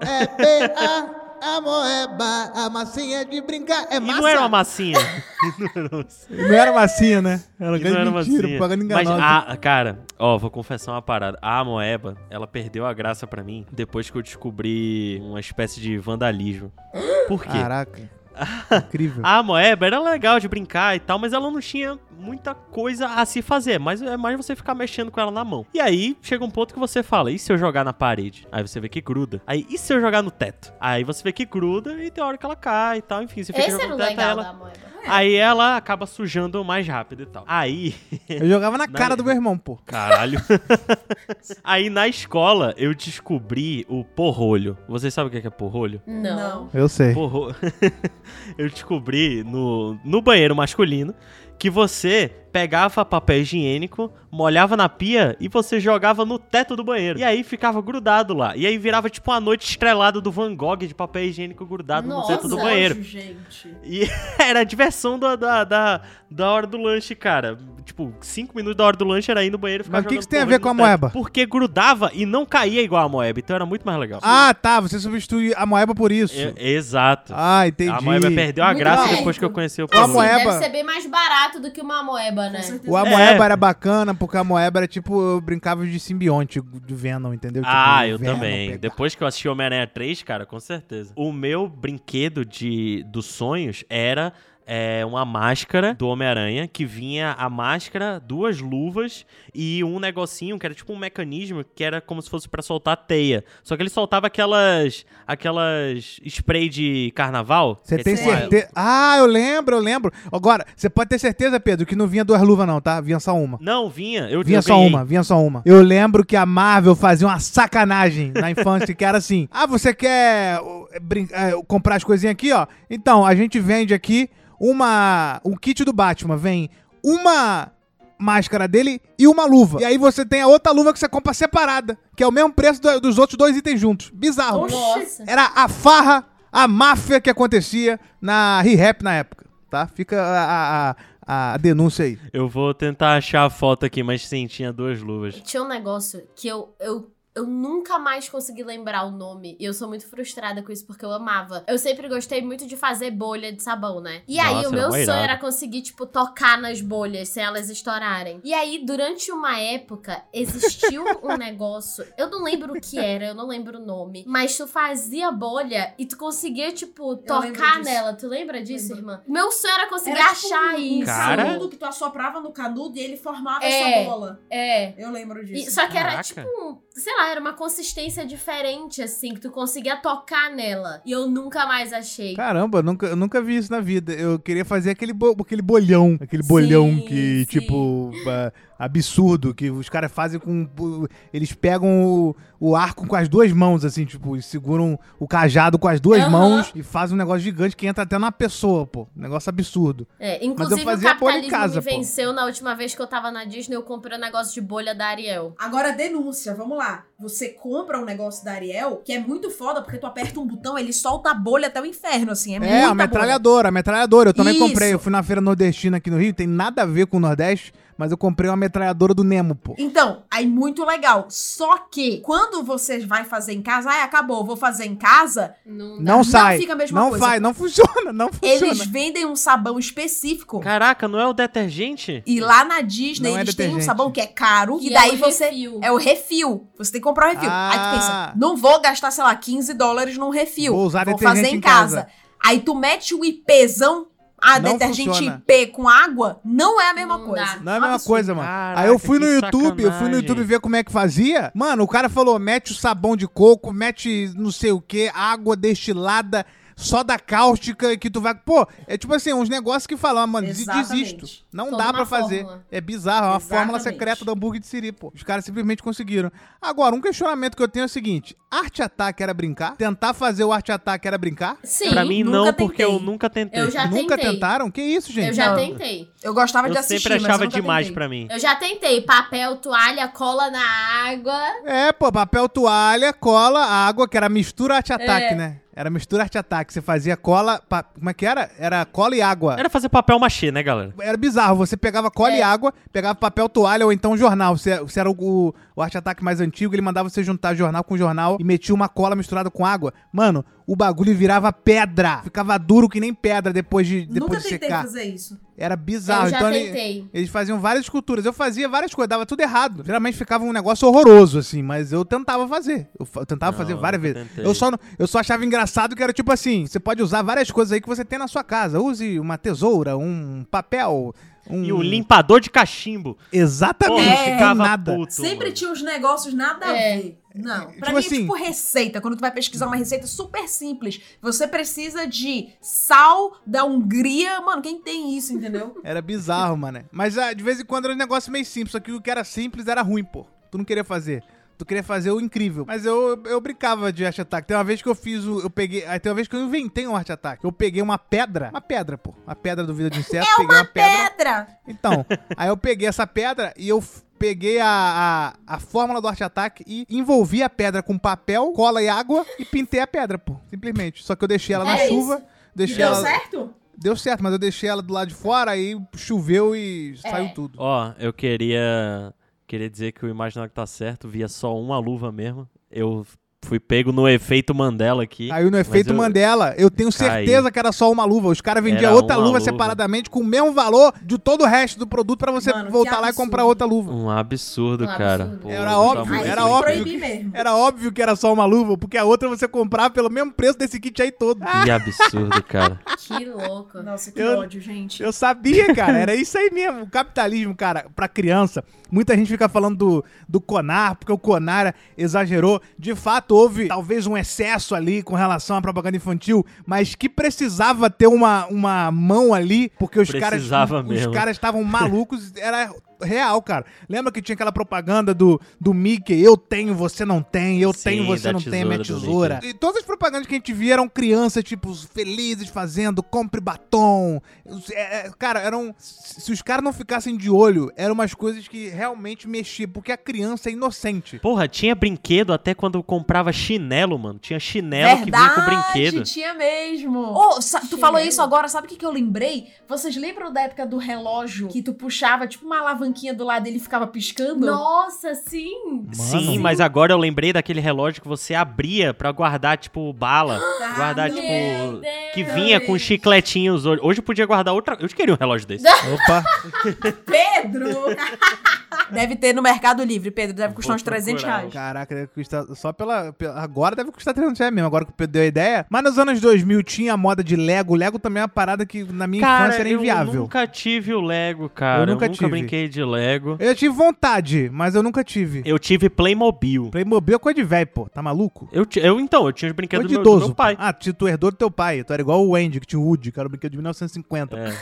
Speaker 2: A-M-O-E-B-A. A moeba, a massinha de brincar. É
Speaker 3: E
Speaker 2: massa.
Speaker 3: não era uma massinha.
Speaker 2: Não era massinha, né? Era uma
Speaker 3: E não
Speaker 2: grande mentira,
Speaker 3: era massinha.
Speaker 2: propaganda
Speaker 3: Mas,
Speaker 2: enganosa.
Speaker 3: a, cara, ó, vou confessar uma parada. A Moeba, ela perdeu a graça pra mim depois que eu descobri uma espécie de vandalismo. ah, Por quê?
Speaker 2: Caraca. Incrível.
Speaker 3: A Moeba Ah, é, era legal de brincar e tal, mas ela não tinha muita coisa a se fazer. Mas é mais você ficar mexendo com ela na mão. E aí chega um ponto que você fala: e se eu jogar na parede? Aí você vê que gruda. Aí, e se eu jogar no teto? Aí você vê que gruda e tem hora que ela cai e tal. Enfim, você fica
Speaker 5: Esse era o
Speaker 3: jogando no teto,
Speaker 5: legal
Speaker 3: aí ela.
Speaker 5: da moeda.
Speaker 3: Aí ela acaba sujando mais rápido e tal. Aí.
Speaker 2: Eu jogava na
Speaker 3: Não,
Speaker 2: cara
Speaker 3: é-
Speaker 2: do meu irmão, pô.
Speaker 3: Caralho. Aí na escola eu descobri o porrolho. Vocês sabem o que é que é porrolho?
Speaker 5: Não.
Speaker 2: Eu sei.
Speaker 3: Porro... eu descobri no, no banheiro masculino que você pegava papel higiênico, molhava na pia e você jogava no teto do banheiro. E aí ficava grudado lá. E aí virava tipo uma noite estrelada do Van Gogh de papel higiênico grudado
Speaker 5: Nossa.
Speaker 4: é
Speaker 3: no teto do
Speaker 5: Nojo,
Speaker 3: banheiro.
Speaker 4: gente.
Speaker 3: E era a diversão da, da, da, da hora do lanche, cara. Tipo, cinco minutos da hora do lanche era ir no banheiro e ficar
Speaker 2: Mas o que
Speaker 3: jogando
Speaker 2: que tem a
Speaker 3: porrolho
Speaker 2: ver com a
Speaker 3: no teto.
Speaker 2: moeba?
Speaker 3: Porque grudava e não caía igual a moeba, então era muito mais legal.
Speaker 2: Ah, tá. Você substitui a moeba por isso.
Speaker 3: É- exato.
Speaker 2: Ah, entendi. Tá
Speaker 3: a moeba é perdeu a
Speaker 5: Muito
Speaker 3: graça
Speaker 5: bom.
Speaker 3: depois que eu conheci o
Speaker 2: Com a
Speaker 3: Paulo.
Speaker 5: Assim,
Speaker 2: moeba-
Speaker 5: Deve ser bem mais barato do que uma moeba, né?
Speaker 4: Com certeza.
Speaker 2: O Amoeba
Speaker 3: É.
Speaker 2: era bacana, porque a Amoeba era tipo, eu brincava de simbionte do Venom, entendeu?
Speaker 3: Ah,
Speaker 2: Tipo,
Speaker 3: eu
Speaker 2: Venom,
Speaker 3: também.
Speaker 2: pega-
Speaker 3: Depois que eu assisti Homem-Aranha 3, cara, com certeza. O meu brinquedo de dos sonhos era é, uma máscara do Homem-Aranha que vinha a máscara, duas luvas e um negocinho que era tipo um mecanismo que era como se fosse pra soltar teia. Só que ele soltava aquelas aquelas spray de carnaval.
Speaker 2: Você
Speaker 3: que é
Speaker 2: tem
Speaker 3: tipo uma-
Speaker 2: certeza? Ah, eu lembro, eu lembro. Agora, você pode ter certeza, Pedro, que não vinha duas luvas não, tá? Vinha só uma.
Speaker 3: Não, vinha. Eu
Speaker 2: Vinha
Speaker 3: eu
Speaker 2: só
Speaker 3: ganhei.
Speaker 2: uma, vinha só uma. Eu lembro que a Marvel fazia uma sacanagem na infância, que era assim: ah, você quer ô, brin- é, comprar as coisinhas aqui, ó? Então, a gente vende aqui uma. um kit do Batman. Vem uma máscara dele e uma luva. E aí você tem a outra luva que você compra separada, que é o mesmo preço do- dos outros dois itens juntos. Bizarro.
Speaker 5: Nossa.
Speaker 2: Era a farra, a máfia que acontecia na Re-Rap na época, tá? Fica a- a- a, a denúncia aí.
Speaker 3: Eu vou tentar achar a foto aqui, mas sim, tinha duas luvas.
Speaker 5: Tinha um negócio que eu, eu, eu nunca mais consegui lembrar o nome. E eu sou muito frustrada com isso, porque eu amava. Eu sempre gostei muito de fazer bolha de sabão, né? E aí,
Speaker 3: Nossa,
Speaker 5: o
Speaker 3: era
Speaker 5: meu
Speaker 3: mó
Speaker 5: sonho
Speaker 3: irado.
Speaker 5: era conseguir, tipo, tocar nas bolhas sem elas estourarem. E aí, durante uma época, existiu um negócio. Eu não lembro o que era, eu não lembro o nome. Mas tu fazia bolha e tu conseguia, tipo, tocar
Speaker 4: disso.
Speaker 5: nela. Tu lembra disso,
Speaker 4: Lembro.
Speaker 5: irmã? Meu sonho era conseguir
Speaker 4: Era tipo
Speaker 5: achar
Speaker 4: um- um
Speaker 5: isso.
Speaker 3: Cara.
Speaker 4: canudo que tu assoprava no canudo e ele formava
Speaker 5: É.
Speaker 4: essa bola.
Speaker 5: É.
Speaker 4: Eu lembro disso.
Speaker 5: E- só que era
Speaker 3: Caraca.
Speaker 5: tipo, um- sei lá, era uma consistência diferente, assim, que tu conseguia tocar nela. E eu nunca mais achei.
Speaker 2: Caramba, eu nunca, eu nunca vi isso na vida. Eu queria fazer aquele, bo- aquele bolhão. Aquele bolhão
Speaker 5: Sim,
Speaker 2: que,
Speaker 5: sim.
Speaker 2: tipo, ah, absurdo, que os caras fazem com. Eles pegam o, o arco com as duas mãos, assim, tipo, e seguram o cajado com as duas
Speaker 5: Aham.
Speaker 2: mãos e fazem um negócio gigante que entra até na pessoa, pô. Um Negócio absurdo.
Speaker 5: É, inclusive, o
Speaker 2: fazia bolha em
Speaker 5: capitalismo
Speaker 2: casa,
Speaker 5: me
Speaker 2: pô.
Speaker 5: venceu na última vez que eu tava na Disney, eu comprei um negócio de bolha da Ariel.
Speaker 4: Agora, denúncia, vamos lá. Você compra um negócio da Ariel, que é muito foda, porque tu aperta um botão, ele solta a bolha até o inferno, assim. É,
Speaker 2: É,
Speaker 4: muita
Speaker 2: a metralhadora, a metralhadora. Eu também
Speaker 4: Isso.
Speaker 2: comprei. Eu fui na feira nordestina aqui no Rio, tem nada a ver com o Nordeste, mas eu comprei uma metralhadora do Nemo, pô.
Speaker 4: Então, aí muito legal. Só que quando você vai fazer em casa, ah, acabou, vou fazer em casa,
Speaker 5: Não dá.
Speaker 2: Não, sai.
Speaker 4: Então, fica a mesma
Speaker 2: não
Speaker 4: coisa.
Speaker 2: vai, não funciona, não funciona.
Speaker 4: eles vendem um sabão específico.
Speaker 3: Caraca, não é o detergente?
Speaker 4: E lá na Disney
Speaker 2: Não é
Speaker 4: eles têm um
Speaker 2: detergente.
Speaker 4: sabão que é caro, e,
Speaker 5: Que é
Speaker 4: daí
Speaker 5: o
Speaker 4: você.
Speaker 5: refil.
Speaker 4: É o refil. Você tem que comprar o refil. Aí tu
Speaker 2: Ah.
Speaker 4: pensa, não vou gastar, sei lá, 15 dólares num refil.
Speaker 2: Vou usar detergente
Speaker 4: fazer em
Speaker 2: em
Speaker 4: casa.
Speaker 2: casa.
Speaker 4: Aí tu mete o IPzão, a
Speaker 2: Não
Speaker 4: detergente
Speaker 2: funciona.
Speaker 4: IP com água, não é a mesma
Speaker 5: Não
Speaker 4: coisa.
Speaker 5: dá.
Speaker 2: Não é a mesma
Speaker 4: Absurdo.
Speaker 2: coisa, mano.
Speaker 3: Caraca,
Speaker 2: Aí eu fui no
Speaker 3: que
Speaker 2: YouTube, eu fui no
Speaker 3: sacanagem.
Speaker 2: YouTube ver como é que fazia. Mano, o cara falou: mete o sabão de coco, mete não sei o que, água destilada, soda cáustica que tu vai. Pô, é tipo assim, uns negócios que falam, mano, des-
Speaker 4: Exatamente.
Speaker 2: desisto. Não
Speaker 5: Toda
Speaker 2: dá
Speaker 5: uma
Speaker 2: pra fazer.
Speaker 5: fórmula.
Speaker 2: É bizarro, é uma fórmula
Speaker 4: Exatamente.
Speaker 2: secreta do hambúrguer de Siri, pô. Os caras simplesmente conseguiram. Agora, um questionamento que eu tenho é o seguinte: arte ataque era brincar? Tentar fazer o arte ataque era brincar?
Speaker 5: Sim,
Speaker 3: pra mim
Speaker 4: nunca
Speaker 3: não,
Speaker 4: tentei.
Speaker 3: porque eu nunca tentei.
Speaker 5: Eu já
Speaker 2: Nunca
Speaker 5: tentei.
Speaker 2: tentaram? Que isso, gente?
Speaker 5: eu já
Speaker 4: Não.
Speaker 5: tentei.
Speaker 4: Eu gostava
Speaker 3: Eu
Speaker 4: de assistir,
Speaker 3: sempre
Speaker 4: mas
Speaker 3: achava
Speaker 4: eu nunca
Speaker 3: demais
Speaker 4: tentei.
Speaker 3: pra mim.
Speaker 5: Eu já tentei. Papel, toalha, cola na água.
Speaker 2: É, pô, papel toalha, cola, água, que era mistura arte-ataque, né? Era mistura arte-ataque. Você fazia cola. pa- Como é que era? Era cola e
Speaker 4: É.
Speaker 2: água.
Speaker 3: Era fazer papel machê, né, galera?
Speaker 2: Era bizarro. Você pegava cola
Speaker 5: É.
Speaker 2: e água, pegava papel toalha ou então jornal. Você, você era o, o, o arte-ataque mais antigo, ele mandava você juntar jornal com jornal e metia uma cola misturada com água. Mano, o bagulho virava pedra. Ficava duro que nem pedra depois de,
Speaker 4: Nunca
Speaker 2: depois de
Speaker 4: tentei
Speaker 2: secar.
Speaker 4: fazer isso.
Speaker 2: Era bizarro.
Speaker 5: Eu já
Speaker 2: então ele-
Speaker 5: tentei.
Speaker 2: eles faziam várias esculturas. Eu fazia várias coisas, dava tudo errado. Geralmente ficava um negócio horroroso, assim, mas eu tentava fazer. Eu, fa- eu tentava
Speaker 3: Não,
Speaker 2: fazer
Speaker 3: eu
Speaker 2: várias
Speaker 3: nunca
Speaker 2: vezes.
Speaker 3: tentei.
Speaker 2: Eu só, não- eu só achava engraçado que era tipo assim: você pode usar várias coisas aí que você tem na sua casa. Use uma tesoura, um papel. Um...
Speaker 3: E o limpador de cachimbo. Porra,
Speaker 2: Exatamente,
Speaker 3: eu
Speaker 4: É.
Speaker 2: tem
Speaker 3: ficava
Speaker 2: nada.
Speaker 3: puto,
Speaker 4: Sempre
Speaker 3: mano.
Speaker 4: tinha uns negócios nada
Speaker 5: É.
Speaker 4: a ver. Não, pra
Speaker 2: Tipo
Speaker 4: mim é
Speaker 2: assim-
Speaker 4: tipo receita. Quando tu vai pesquisar uma receita super simples, você precisa de sal da Hungria. Mano, quem tem isso, entendeu?
Speaker 2: Era bizarro, mano. Mas ah, de vez em quando era um negócio meio simples. Só que o que era simples era ruim, pô. Tu não queria fazer. Tu queria fazer o incrível. Mas eu, eu brincava de arte ataque. Tem uma vez que eu fiz o. Eu peguei. aí Tem uma vez que eu inventei um arte ataque. Eu peguei uma pedra. Uma pedra, pô. Uma pedra do Vida de Inseto. peguei uma pedra.
Speaker 4: Pedra!
Speaker 2: Então, aí eu peguei essa pedra e eu. f- Peguei a, a, a fórmula do arte ataque e envolvi a pedra com papel, cola e água e pintei a pedra, pô. Simplesmente. Só que eu deixei ela na
Speaker 5: É isso.
Speaker 2: chuva.
Speaker 4: E
Speaker 2: Deixei
Speaker 4: deu
Speaker 2: ela.
Speaker 4: certo?
Speaker 2: Deu certo, mas eu deixei ela do lado de fora, aí choveu e
Speaker 5: É.
Speaker 2: saiu tudo.
Speaker 3: Ó, eu queria queria dizer que o imaginário que tá certo via só uma luva mesmo. Eu fui pego no efeito Mandela aqui.
Speaker 2: Caiu no
Speaker 3: mas
Speaker 2: efeito
Speaker 3: eu-
Speaker 2: Mandela. Eu tenho certeza que era só uma luva. Os caras vendiam
Speaker 3: Era
Speaker 2: outra
Speaker 3: uma
Speaker 2: luva,
Speaker 3: luva.
Speaker 2: separadamente com o mesmo valor de todo o resto do produto pra você
Speaker 4: Mano, que
Speaker 2: voltar lá e
Speaker 4: absurdo.
Speaker 2: comprar outra luva.
Speaker 3: Um absurdo,
Speaker 5: Um
Speaker 3: cara.
Speaker 5: absurdo.
Speaker 3: Pô,
Speaker 2: Era
Speaker 3: tá
Speaker 2: óbvio,
Speaker 3: muito
Speaker 2: era
Speaker 3: bem.
Speaker 2: óbvio.
Speaker 4: Proibi mesmo.
Speaker 2: Era óbvio que era só uma luva, porque a outra você comprava pelo mesmo preço desse kit aí todo.
Speaker 4: Ah,
Speaker 3: Que absurdo, cara.
Speaker 5: Que louco.
Speaker 4: Nossa, que
Speaker 2: Eu-
Speaker 4: ódio, gente.
Speaker 2: Eu sabia, cara. Era isso aí mesmo. O capitalismo, cara, pra criança. Muita gente fica falando do, do Conar, porque o Conar exagerou. De fato, houve talvez um excesso ali com relação à propaganda infantil, mas que precisava ter uma, uma mão ali, porque os
Speaker 3: Precisava
Speaker 2: caras.
Speaker 3: mesmo.
Speaker 2: Os caras estavam malucos. Era. Real, cara. Lembra que tinha aquela propaganda do, do Mickey? Eu tenho, você não tem. Eu
Speaker 3: Sim,
Speaker 2: tenho, você
Speaker 3: da
Speaker 2: não tem. É minha
Speaker 3: tesoura
Speaker 2: tesoura.
Speaker 3: do
Speaker 2: E todas as propagandas que a gente via eram crianças, tipo, felizes fazendo, compre batom. É, é, Cara, eram. Se os caras não ficassem de olho, eram umas coisas que realmente mexiam, porque a criança é inocente.
Speaker 3: Porra, tinha brinquedo até quando eu comprava chinelo, mano. Tinha chinelo que vinha com brinquedo.
Speaker 4: tinha mesmo. Ô, sa- tu
Speaker 5: Tinha.
Speaker 4: falou isso agora, sabe o que, que eu lembrei? Vocês lembram da época do relógio que tu puxava, tipo, uma alavanquinha do lado e ele ficava piscando?
Speaker 5: Nossa, sim.
Speaker 3: Sim, mas agora eu lembrei daquele relógio que você abria pra guardar, tipo, bala.
Speaker 4: Ah,
Speaker 3: guardar,
Speaker 4: meu
Speaker 3: tipo. Que
Speaker 5: Deus.
Speaker 3: vinha com chicletinhos. Hoje Hoje eu podia guardar outra. Eu queria um relógio desse.
Speaker 2: Opa!
Speaker 4: Pedro! deve ter no Mercado Livre, Pedro. Deve custar
Speaker 3: Vou
Speaker 4: uns 300
Speaker 3: procurar.
Speaker 4: reais.
Speaker 2: Caraca, deve custar só pela, pela- Agora deve custar 300 reais mesmo, agora que o Pedro deu a ideia. Mas nos anos 2000 tinha a moda de Lego. Lego também é uma parada que na minha infância era
Speaker 3: Eu
Speaker 2: inviável.
Speaker 3: nunca tive o Lego, cara. Eu
Speaker 2: Eu
Speaker 3: nunca,
Speaker 2: nunca tive.
Speaker 3: brinquei de Lego.
Speaker 2: Eu tive vontade, mas eu nunca tive.
Speaker 3: Eu tive Playmobil.
Speaker 2: Playmobil é coisa de velho, pô. Tá maluco?
Speaker 3: Eu, ti- eu então, eu tinha os brinquedos
Speaker 2: Coisa
Speaker 3: do
Speaker 2: de
Speaker 3: meu, do
Speaker 2: idoso.
Speaker 3: meu pai.
Speaker 2: pô. Ah, tu tu herdou do teu pai. Tu era igual o Andy, que tinha o Woody, que era o brinquedo de 1950.
Speaker 3: É.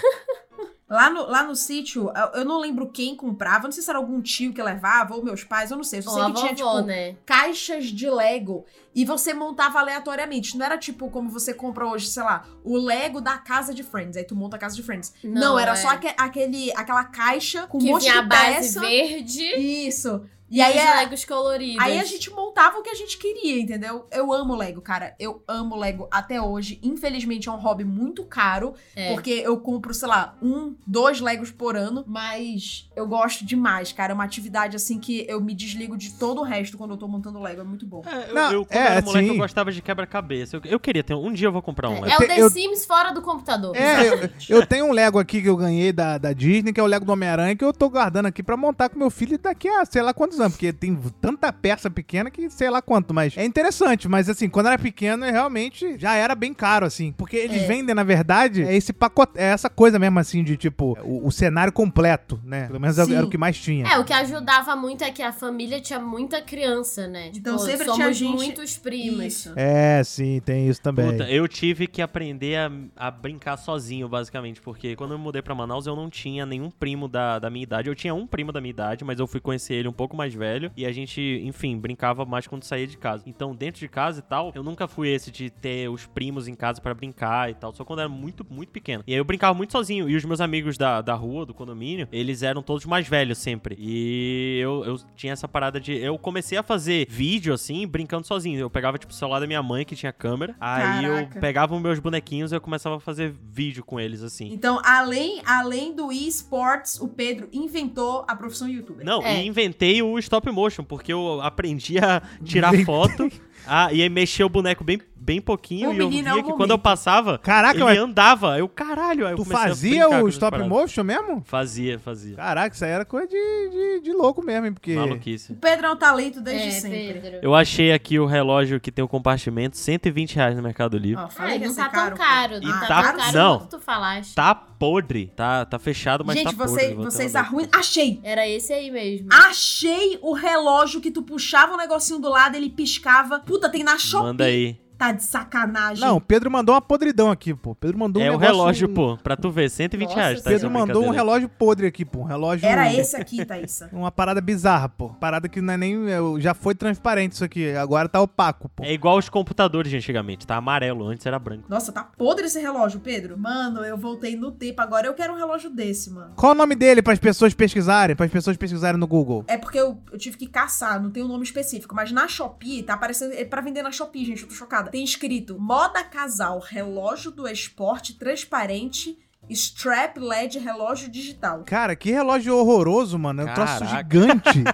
Speaker 4: Lá no, lá no sítio, eu- eu não lembro quem comprava, eu não sei se era algum tio que levava ou meus pais, eu não sei. Eu só
Speaker 5: Ou
Speaker 4: sei
Speaker 5: a
Speaker 4: que tinha,
Speaker 5: vovó,
Speaker 4: tipo,
Speaker 5: né?
Speaker 4: caixas de Lego e você montava aleatoriamente. Não era tipo como você compra hoje, sei lá, o Lego da casa de Friends. Aí tu monta a casa de Friends. Não,
Speaker 5: Não,
Speaker 4: era
Speaker 5: é.
Speaker 4: só aque- aquele, aquela caixa com um
Speaker 5: que
Speaker 4: monte
Speaker 5: vinha
Speaker 4: de
Speaker 5: a base
Speaker 4: peça.
Speaker 5: verde
Speaker 4: Isso.
Speaker 5: e,
Speaker 4: E aí,
Speaker 5: os
Speaker 4: é-
Speaker 5: legos coloridos.
Speaker 4: aí a gente montava o que a gente queria, entendeu? Eu amo Lego, cara. Eu amo Lego até hoje. Infelizmente é um hobby muito caro,
Speaker 5: É.
Speaker 4: porque eu compro, sei lá, um, dois Legos por ano, mas eu gosto demais, cara. É uma atividade assim que eu me desligo de todo o resto quando eu tô montando Lego. É muito
Speaker 3: É,
Speaker 4: bom.
Speaker 3: eu,
Speaker 2: Não,
Speaker 3: eu, quando
Speaker 2: é,
Speaker 3: era moleque, eu
Speaker 2: assim.
Speaker 3: gostava de quebra-cabeça. Eu, eu queria ter um. Um dia eu vou comprar um.
Speaker 5: É o The
Speaker 2: Eu-
Speaker 5: Sims fora do computador.
Speaker 2: É, eu, eu tenho um Lego aqui que eu ganhei da, da Disney, que é o Lego do Homem-Aranha, que eu tô guardando aqui pra montar com meu filho daqui a sei lá quantos anos, porque tem tanta peça pequena que sei lá quanto, mas é interessante, mas assim, quando era pequeno, realmente já era bem caro, assim, porque eles
Speaker 5: É.
Speaker 2: vendem, na verdade, é esse pacote, é essa coisa mesmo, assim, de tipo, o, o cenário completo, né? Pelo menos
Speaker 4: Sim.
Speaker 2: era o que mais tinha.
Speaker 5: É, o que ajudava muito é que a família tinha muita criança, né? Tipo,
Speaker 4: Então sempre
Speaker 5: somos
Speaker 4: tinha gente-
Speaker 5: muitos primos.
Speaker 4: Isso.
Speaker 2: É, sim, tem isso também.
Speaker 3: Puta, eu tive que aprender a, a brincar sozinho, basicamente, porque quando eu mudei pra Manaus, eu não tinha nenhum primo da, da minha idade. Eu tinha um primo da minha idade, mas eu fui conhecer ele um pouco mais mais velho e a gente, enfim, brincava mais quando saía de casa. Então, dentro de casa e tal, eu nunca fui esse de ter os primos em casa pra brincar e tal, só quando era muito, muito pequeno. E aí eu brincava muito sozinho. E os meus amigos da, da rua, do condomínio, eles eram todos mais velhos sempre. E eu, eu tinha essa parada de. Eu comecei a fazer vídeo assim, brincando sozinho. Eu pegava, tipo, o celular da minha mãe, que tinha câmera. Aí
Speaker 4: Caraca.
Speaker 3: eu pegava os meus bonequinhos e eu começava a fazer vídeo com eles assim.
Speaker 4: Então, além, além do eSports, o Pedro inventou a profissão youtuber.
Speaker 3: Não,
Speaker 5: É.
Speaker 3: e inventei o stop motion, porque eu aprendi a tirar foto a, e aí mexer o boneco bem, bem pouquinho.
Speaker 4: O
Speaker 3: e eu
Speaker 4: menino
Speaker 3: via
Speaker 4: é o
Speaker 3: que quando eu
Speaker 4: momento.
Speaker 3: passava,
Speaker 2: Caraca,
Speaker 3: ele
Speaker 2: mas
Speaker 3: andava. Eu, caralho, aí eu
Speaker 2: tu
Speaker 3: comecei a
Speaker 2: fazia
Speaker 3: brincar com
Speaker 2: o
Speaker 3: essas
Speaker 2: stop
Speaker 3: paradas.
Speaker 2: motion mesmo?
Speaker 3: Fazia, fazia.
Speaker 2: Caraca, isso aí era coisa de, de, de louco mesmo, hein? Porque.
Speaker 3: Maluquice.
Speaker 4: O Pedro é um talento desde
Speaker 5: É,
Speaker 4: sempre.
Speaker 5: Pedro.
Speaker 3: Eu achei aqui o relógio que tem o compartimento, 120 reais no Mercado Livre.
Speaker 4: Ó,
Speaker 5: Ah,
Speaker 4: falei que
Speaker 5: ele
Speaker 4: ia
Speaker 5: não
Speaker 4: ser
Speaker 5: tá tão
Speaker 4: cara.
Speaker 5: caro. Não
Speaker 3: Ah,
Speaker 5: tá,
Speaker 3: tá
Speaker 5: tão caro
Speaker 3: não.
Speaker 5: quanto tu falaste.
Speaker 3: Tá podre, tá, tá fechado, mas
Speaker 4: Gente,
Speaker 3: tá podre.
Speaker 4: você-
Speaker 3: vou até
Speaker 4: vocês
Speaker 3: mandar.
Speaker 4: arruinam. Achei!
Speaker 5: Era esse aí mesmo.
Speaker 4: Ah! Achei o relógio que tu puxava o negocinho do lado, ele piscava. Puta, tem na Shopee.
Speaker 3: Manda aí.
Speaker 4: Tá de sacanagem.
Speaker 2: Não, o Pedro mandou uma podridão aqui, pô. Pedro mandou um
Speaker 3: é o
Speaker 2: negócio-
Speaker 3: relógio, pô, pra tu ver, 120
Speaker 5: Nossa,
Speaker 3: reais. Tá
Speaker 2: Pedro
Speaker 3: essa
Speaker 2: mandou um
Speaker 3: brincadeira.
Speaker 2: relógio podre aqui, pô. Um relógio.
Speaker 4: Era esse aqui, Thaísa.
Speaker 2: Uma parada bizarra, pô. Parada que não é nem. eu- Já foi transparente isso aqui. Agora tá opaco, pô.
Speaker 3: É igual os computadores de antigamente, tá amarelo, antes era branco.
Speaker 4: Nossa, tá podre esse relógio, Pedro. Mano, eu voltei no tempo. Agora eu quero um relógio desse, mano.
Speaker 2: Qual o nome dele para as pessoas pesquisarem? Para as pessoas pesquisarem no Google.
Speaker 4: É porque eu, eu tive que caçar, não tem um nome específico. Mas na Shopee, tá aparecendo. É pra vender na Shopee, gente, eu tô chocada. Tem escrito: Moda Casal, relógio do esporte transparente, strap LED, relógio digital.
Speaker 2: Cara, que relógio horroroso, mano. É um troço
Speaker 3: Caraca.
Speaker 2: gigante.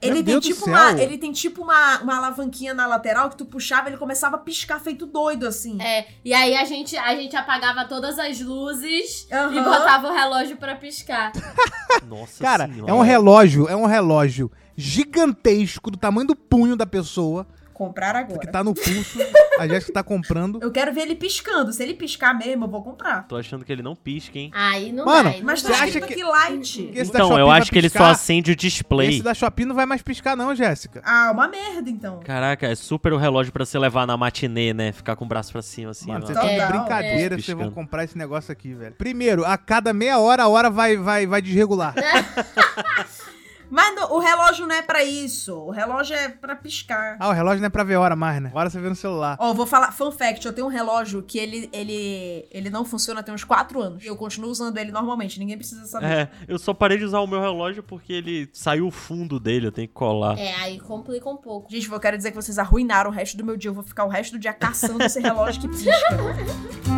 Speaker 4: Ele tem,
Speaker 2: Deus do
Speaker 4: tipo
Speaker 2: céu.
Speaker 4: uma, ele tem tipo uma, uma alavanquinha na lateral que tu puxava ele começava a piscar feito doido, assim.
Speaker 5: É, e aí a gente, a gente apagava todas as luzes e
Speaker 4: Aham.
Speaker 5: botava o relógio pra piscar.
Speaker 3: Nossa
Speaker 2: Cara,
Speaker 3: senhora.
Speaker 2: é um relógio, é um relógio gigantesco do tamanho do punho da pessoa
Speaker 4: Comprar
Speaker 2: que
Speaker 4: agora.
Speaker 2: tá no pulso. a Jéssica tá comprando.
Speaker 4: Eu quero ver ele piscando. Se ele piscar mesmo, eu vou comprar.
Speaker 3: Tô achando que ele não pisca, hein?
Speaker 5: Aí não
Speaker 2: Mano,
Speaker 5: vai. não
Speaker 4: Mas tá
Speaker 2: Você
Speaker 5: vai.
Speaker 2: acha
Speaker 4: escrito
Speaker 2: que-
Speaker 4: aqui light.
Speaker 2: Esse da
Speaker 3: então,
Speaker 2: Shopee
Speaker 3: eu
Speaker 2: vai
Speaker 3: acho que ele só
Speaker 2: piscar?
Speaker 3: acende o display.
Speaker 2: Esse da Shopee não vai mais piscar, não, Jéssica.
Speaker 4: Ah, uma merda, então.
Speaker 3: Caraca, é super o relógio pra você levar na matinê, né? Ficar com o braço pra cima, assim.
Speaker 2: Mano, tá
Speaker 3: ó.
Speaker 2: vocês estão de
Speaker 4: Total,
Speaker 2: brincadeira,
Speaker 3: é.
Speaker 2: vocês vão
Speaker 3: Piscando.
Speaker 2: comprar esse negócio aqui, velho. Primeiro, a cada meia hora a hora vai, vai, vai desregular.
Speaker 4: Mas no- o relógio não é pra isso. O relógio é pra piscar.
Speaker 2: Ah, o relógio não é pra ver hora mais, né? Agora você vê no celular.
Speaker 4: Ó, vou falar, fun fact, eu tenho um relógio que ele, ele, ele não funciona tem uns 4 anos. E eu continuo usando ele normalmente, ninguém precisa saber.
Speaker 3: É, eu só parei de usar o meu relógio porque ele saiu o fundo dele, eu tenho que colar.
Speaker 5: É, aí complica um pouco.
Speaker 4: Gente, eu quero dizer que vocês arruinaram o resto do meu dia. Eu vou ficar o resto do dia caçando esse relógio que pisca.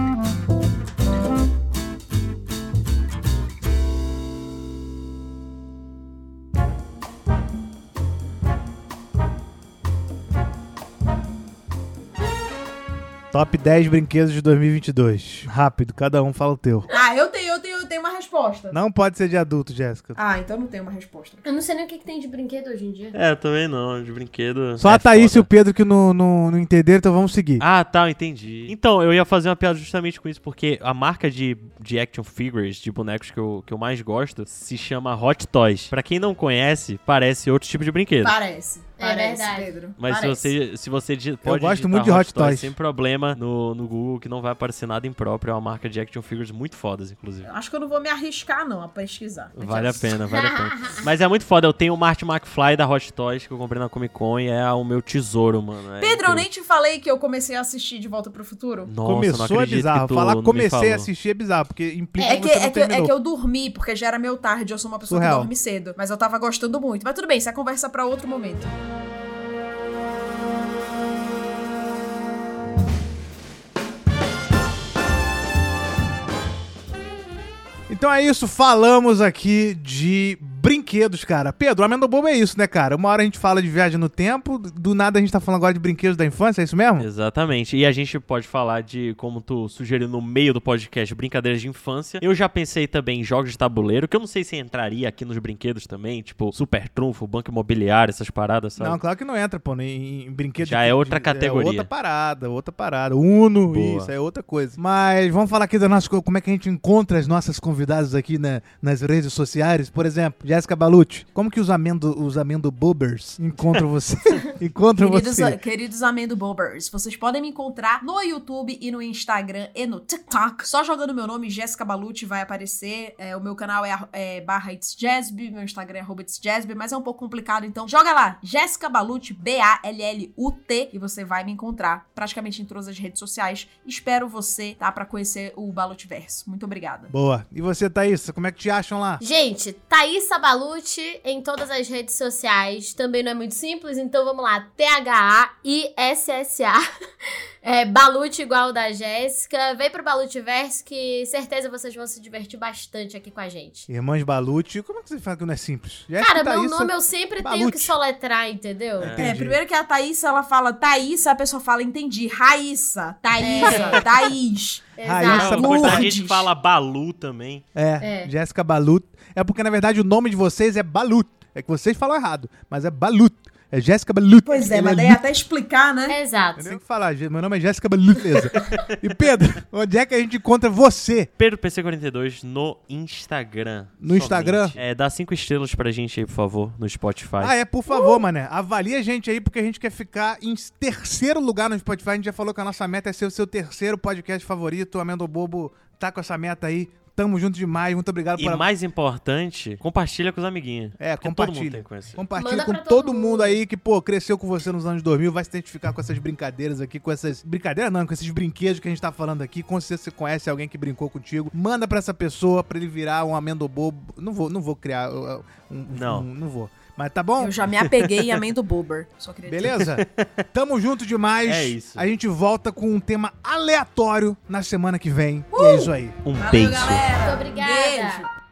Speaker 2: Top 10 brinquedos de 2022. Rápido, cada um fala o teu.
Speaker 4: Ah, eu tenho, eu tenho, eu tenho uma resposta.
Speaker 2: Não pode ser de adulto, Jéssica.
Speaker 4: Ah, então não tem uma resposta.
Speaker 5: Eu não sei nem o que, que tem de brinquedo hoje em dia.
Speaker 3: É, também não, de brinquedo.
Speaker 2: Só
Speaker 3: é
Speaker 2: a Thaís e o
Speaker 3: foda.
Speaker 2: Pedro que não, não, não entenderam, então vamos seguir.
Speaker 3: Ah, tá, eu entendi. Então, eu ia fazer uma piada justamente com isso, porque a marca de, de action figures, de bonecos que eu, que eu mais gosto, se chama Hot Toys. Pra quem não conhece, parece outro tipo de brinquedo.
Speaker 4: Parece.
Speaker 5: É
Speaker 4: parece,
Speaker 5: verdade.
Speaker 4: Pedro.
Speaker 3: Mas se
Speaker 4: parece.
Speaker 3: você, se você digi- pode
Speaker 2: gosto
Speaker 3: digitar
Speaker 2: muito de Hot Toys.
Speaker 3: sem problema no, no Google, que não vai aparecer nada impróprio. É uma marca de action figures muito fodas, inclusive.
Speaker 4: Acho que eu não vou me arriscar, não, a pesquisar.
Speaker 3: Vale a
Speaker 2: né?
Speaker 3: pena, vale a pena. Mas é muito foda. Eu tenho o Marty McFly da Hot Toys que eu comprei na Comic Con e é o meu tesouro, mano. É
Speaker 4: Pedro, eu
Speaker 3: incrível.
Speaker 4: nem te falei que eu comecei a assistir De Volta pro Futuro?
Speaker 3: Nossa, não
Speaker 2: Começou é
Speaker 3: acredito que
Speaker 2: bizarro.
Speaker 3: tu
Speaker 2: Falar
Speaker 3: não me
Speaker 2: comecei
Speaker 3: falou.
Speaker 2: a assistir é bizarro, porque implica
Speaker 4: É
Speaker 2: que,
Speaker 4: que,
Speaker 2: você não
Speaker 4: é, que, eu-
Speaker 2: terminou.
Speaker 4: é que eu dormi, porque já era meio tarde, eu sou uma pessoa
Speaker 2: Surreal.
Speaker 4: que dorme cedo. Mas eu tava gostando muito. Mas tudo bem, isso é conversa pra outro momento.
Speaker 2: Então é isso, falamos aqui de brinquedos, cara. Pedro, o Amendo Bobo é isso, né, cara? Uma hora a gente fala de viagem no tempo, do nada a gente tá falando agora de brinquedos da infância, é isso mesmo?
Speaker 3: Exatamente. E a gente pode falar de, como tu sugeriu no meio do podcast, brincadeiras de infância. Eu já pensei também em jogos de tabuleiro, que eu não sei se entraria aqui nos brinquedos também, tipo Super Trunfo, Banco Imobiliário, essas paradas, sabe?
Speaker 2: Não, claro que não entra, pô, em, em brinquedos.
Speaker 3: Já é outra
Speaker 2: É
Speaker 3: categoria.
Speaker 2: outra parada, outra parada. Uno,
Speaker 3: Boa.
Speaker 2: isso, é outra coisa. Mas vamos falar aqui da nossa, como é que a gente encontra as nossas convidadas aqui na- nas redes né, sociais, por exemplo. Jéssica Balucci, como que os amendo, os amendo bobbers encontram você? encontram
Speaker 4: Queridos,
Speaker 2: você.
Speaker 4: queridos Amendo Bobbers, vocês podem me encontrar no YouTube e no Instagram e no TikTok. Só jogando meu nome, Jéssica Balucci, vai aparecer. É, o meu canal é, arro- é barra It's Jazzby, meu Instagram é arroba It's Jazzby, mas é um pouco complicado, então joga lá, Jéssica Balucci, B-A-L-L-U-T, e você vai me encontrar praticamente em todas as redes sociais. Espero você, tá? Pra conhecer o Balutiverso. Muito obrigada.
Speaker 2: Boa. E você, Thaís, como é que te acham lá?
Speaker 5: Gente, Thaís Sabalucci em todas as redes sociais. Também não é muito simples, então vamos lá. T-H-A-I-S-S-A. É, Balute igual o da Jéssica. Vem pro Balutiverso que certeza vocês vão se divertir bastante aqui com a gente.
Speaker 2: Irmãs Balucci, como é que você fala que não é simples? Jéssica
Speaker 5: Cara, meu
Speaker 2: Thaís,
Speaker 5: nome eu sempre tenho
Speaker 2: Balucci.
Speaker 5: que soletrar, entendeu?
Speaker 3: É.
Speaker 4: É,
Speaker 2: Entendi.
Speaker 4: primeiro que a Thaís, ela fala Thaís, a pessoa fala, entendi, Raíssa, Thaísa,
Speaker 5: É.
Speaker 4: Thaís.
Speaker 5: Exato.
Speaker 3: Não,
Speaker 4: Lourdes.
Speaker 3: depois a gente fala Balu também.
Speaker 2: É,
Speaker 5: É.
Speaker 2: Jéssica Balut. É porque, na verdade, o nome de vocês é Balut. É que vocês falam errado, mas é Balut. É Jéssica Balut.
Speaker 4: Pois é,
Speaker 2: Ele
Speaker 4: mas daí
Speaker 2: Lut.
Speaker 4: até explicar, né?
Speaker 5: É. Exato.
Speaker 2: Você tem que falar, "Gê- meu nome é Jéssica Balut. beleza. e Pedro, onde é que a gente encontra você?
Speaker 3: Pedro PC42 no Instagram.
Speaker 2: No Instagram?
Speaker 3: É, dá cinco estrelas pra gente aí, por favor, no Spotify.
Speaker 2: Ah, é, por favor, mané. Avalia a gente aí, porque a gente quer ficar em terceiro lugar no Spotify. A gente já falou que a nossa meta é ser o seu terceiro podcast favorito. O Amendo Bobo tá com essa meta aí. Tamo junto demais. Muito obrigado
Speaker 3: E
Speaker 2: por
Speaker 3: mais importante, compartilha com os amiguinhos.
Speaker 2: É,
Speaker 3: Porque Todo mundo
Speaker 2: compartilha.
Speaker 3: tem que conhecer.
Speaker 2: Compartilha
Speaker 5: Manda
Speaker 2: com
Speaker 5: pra
Speaker 2: todo,
Speaker 5: todo
Speaker 2: mundo.
Speaker 5: mundo.
Speaker 2: aí que, pô, cresceu com você nos anos 2000, vai se identificar com essas brincadeiras aqui, com essas. Brincadeira não, com esses brinquedos que a gente tá falando aqui. Com certeza você conhece alguém que brincou contigo. Manda pra essa pessoa pra ele virar um amendo-bobo. Não vou, não vou criar. uh, uh, um-
Speaker 3: Não.
Speaker 2: um- não vou. Mas tá bom?
Speaker 4: Eu já me apeguei a amendo bober. Só queria dizer.
Speaker 2: Beleza? Tamo junto demais.
Speaker 3: É isso.
Speaker 2: A gente volta com um tema aleatório na semana que vem. E é isso aí.
Speaker 5: Uh!
Speaker 3: Um
Speaker 4: Valeu,
Speaker 3: beijo.
Speaker 4: galera.
Speaker 5: Muito obrigada.
Speaker 4: Beijo.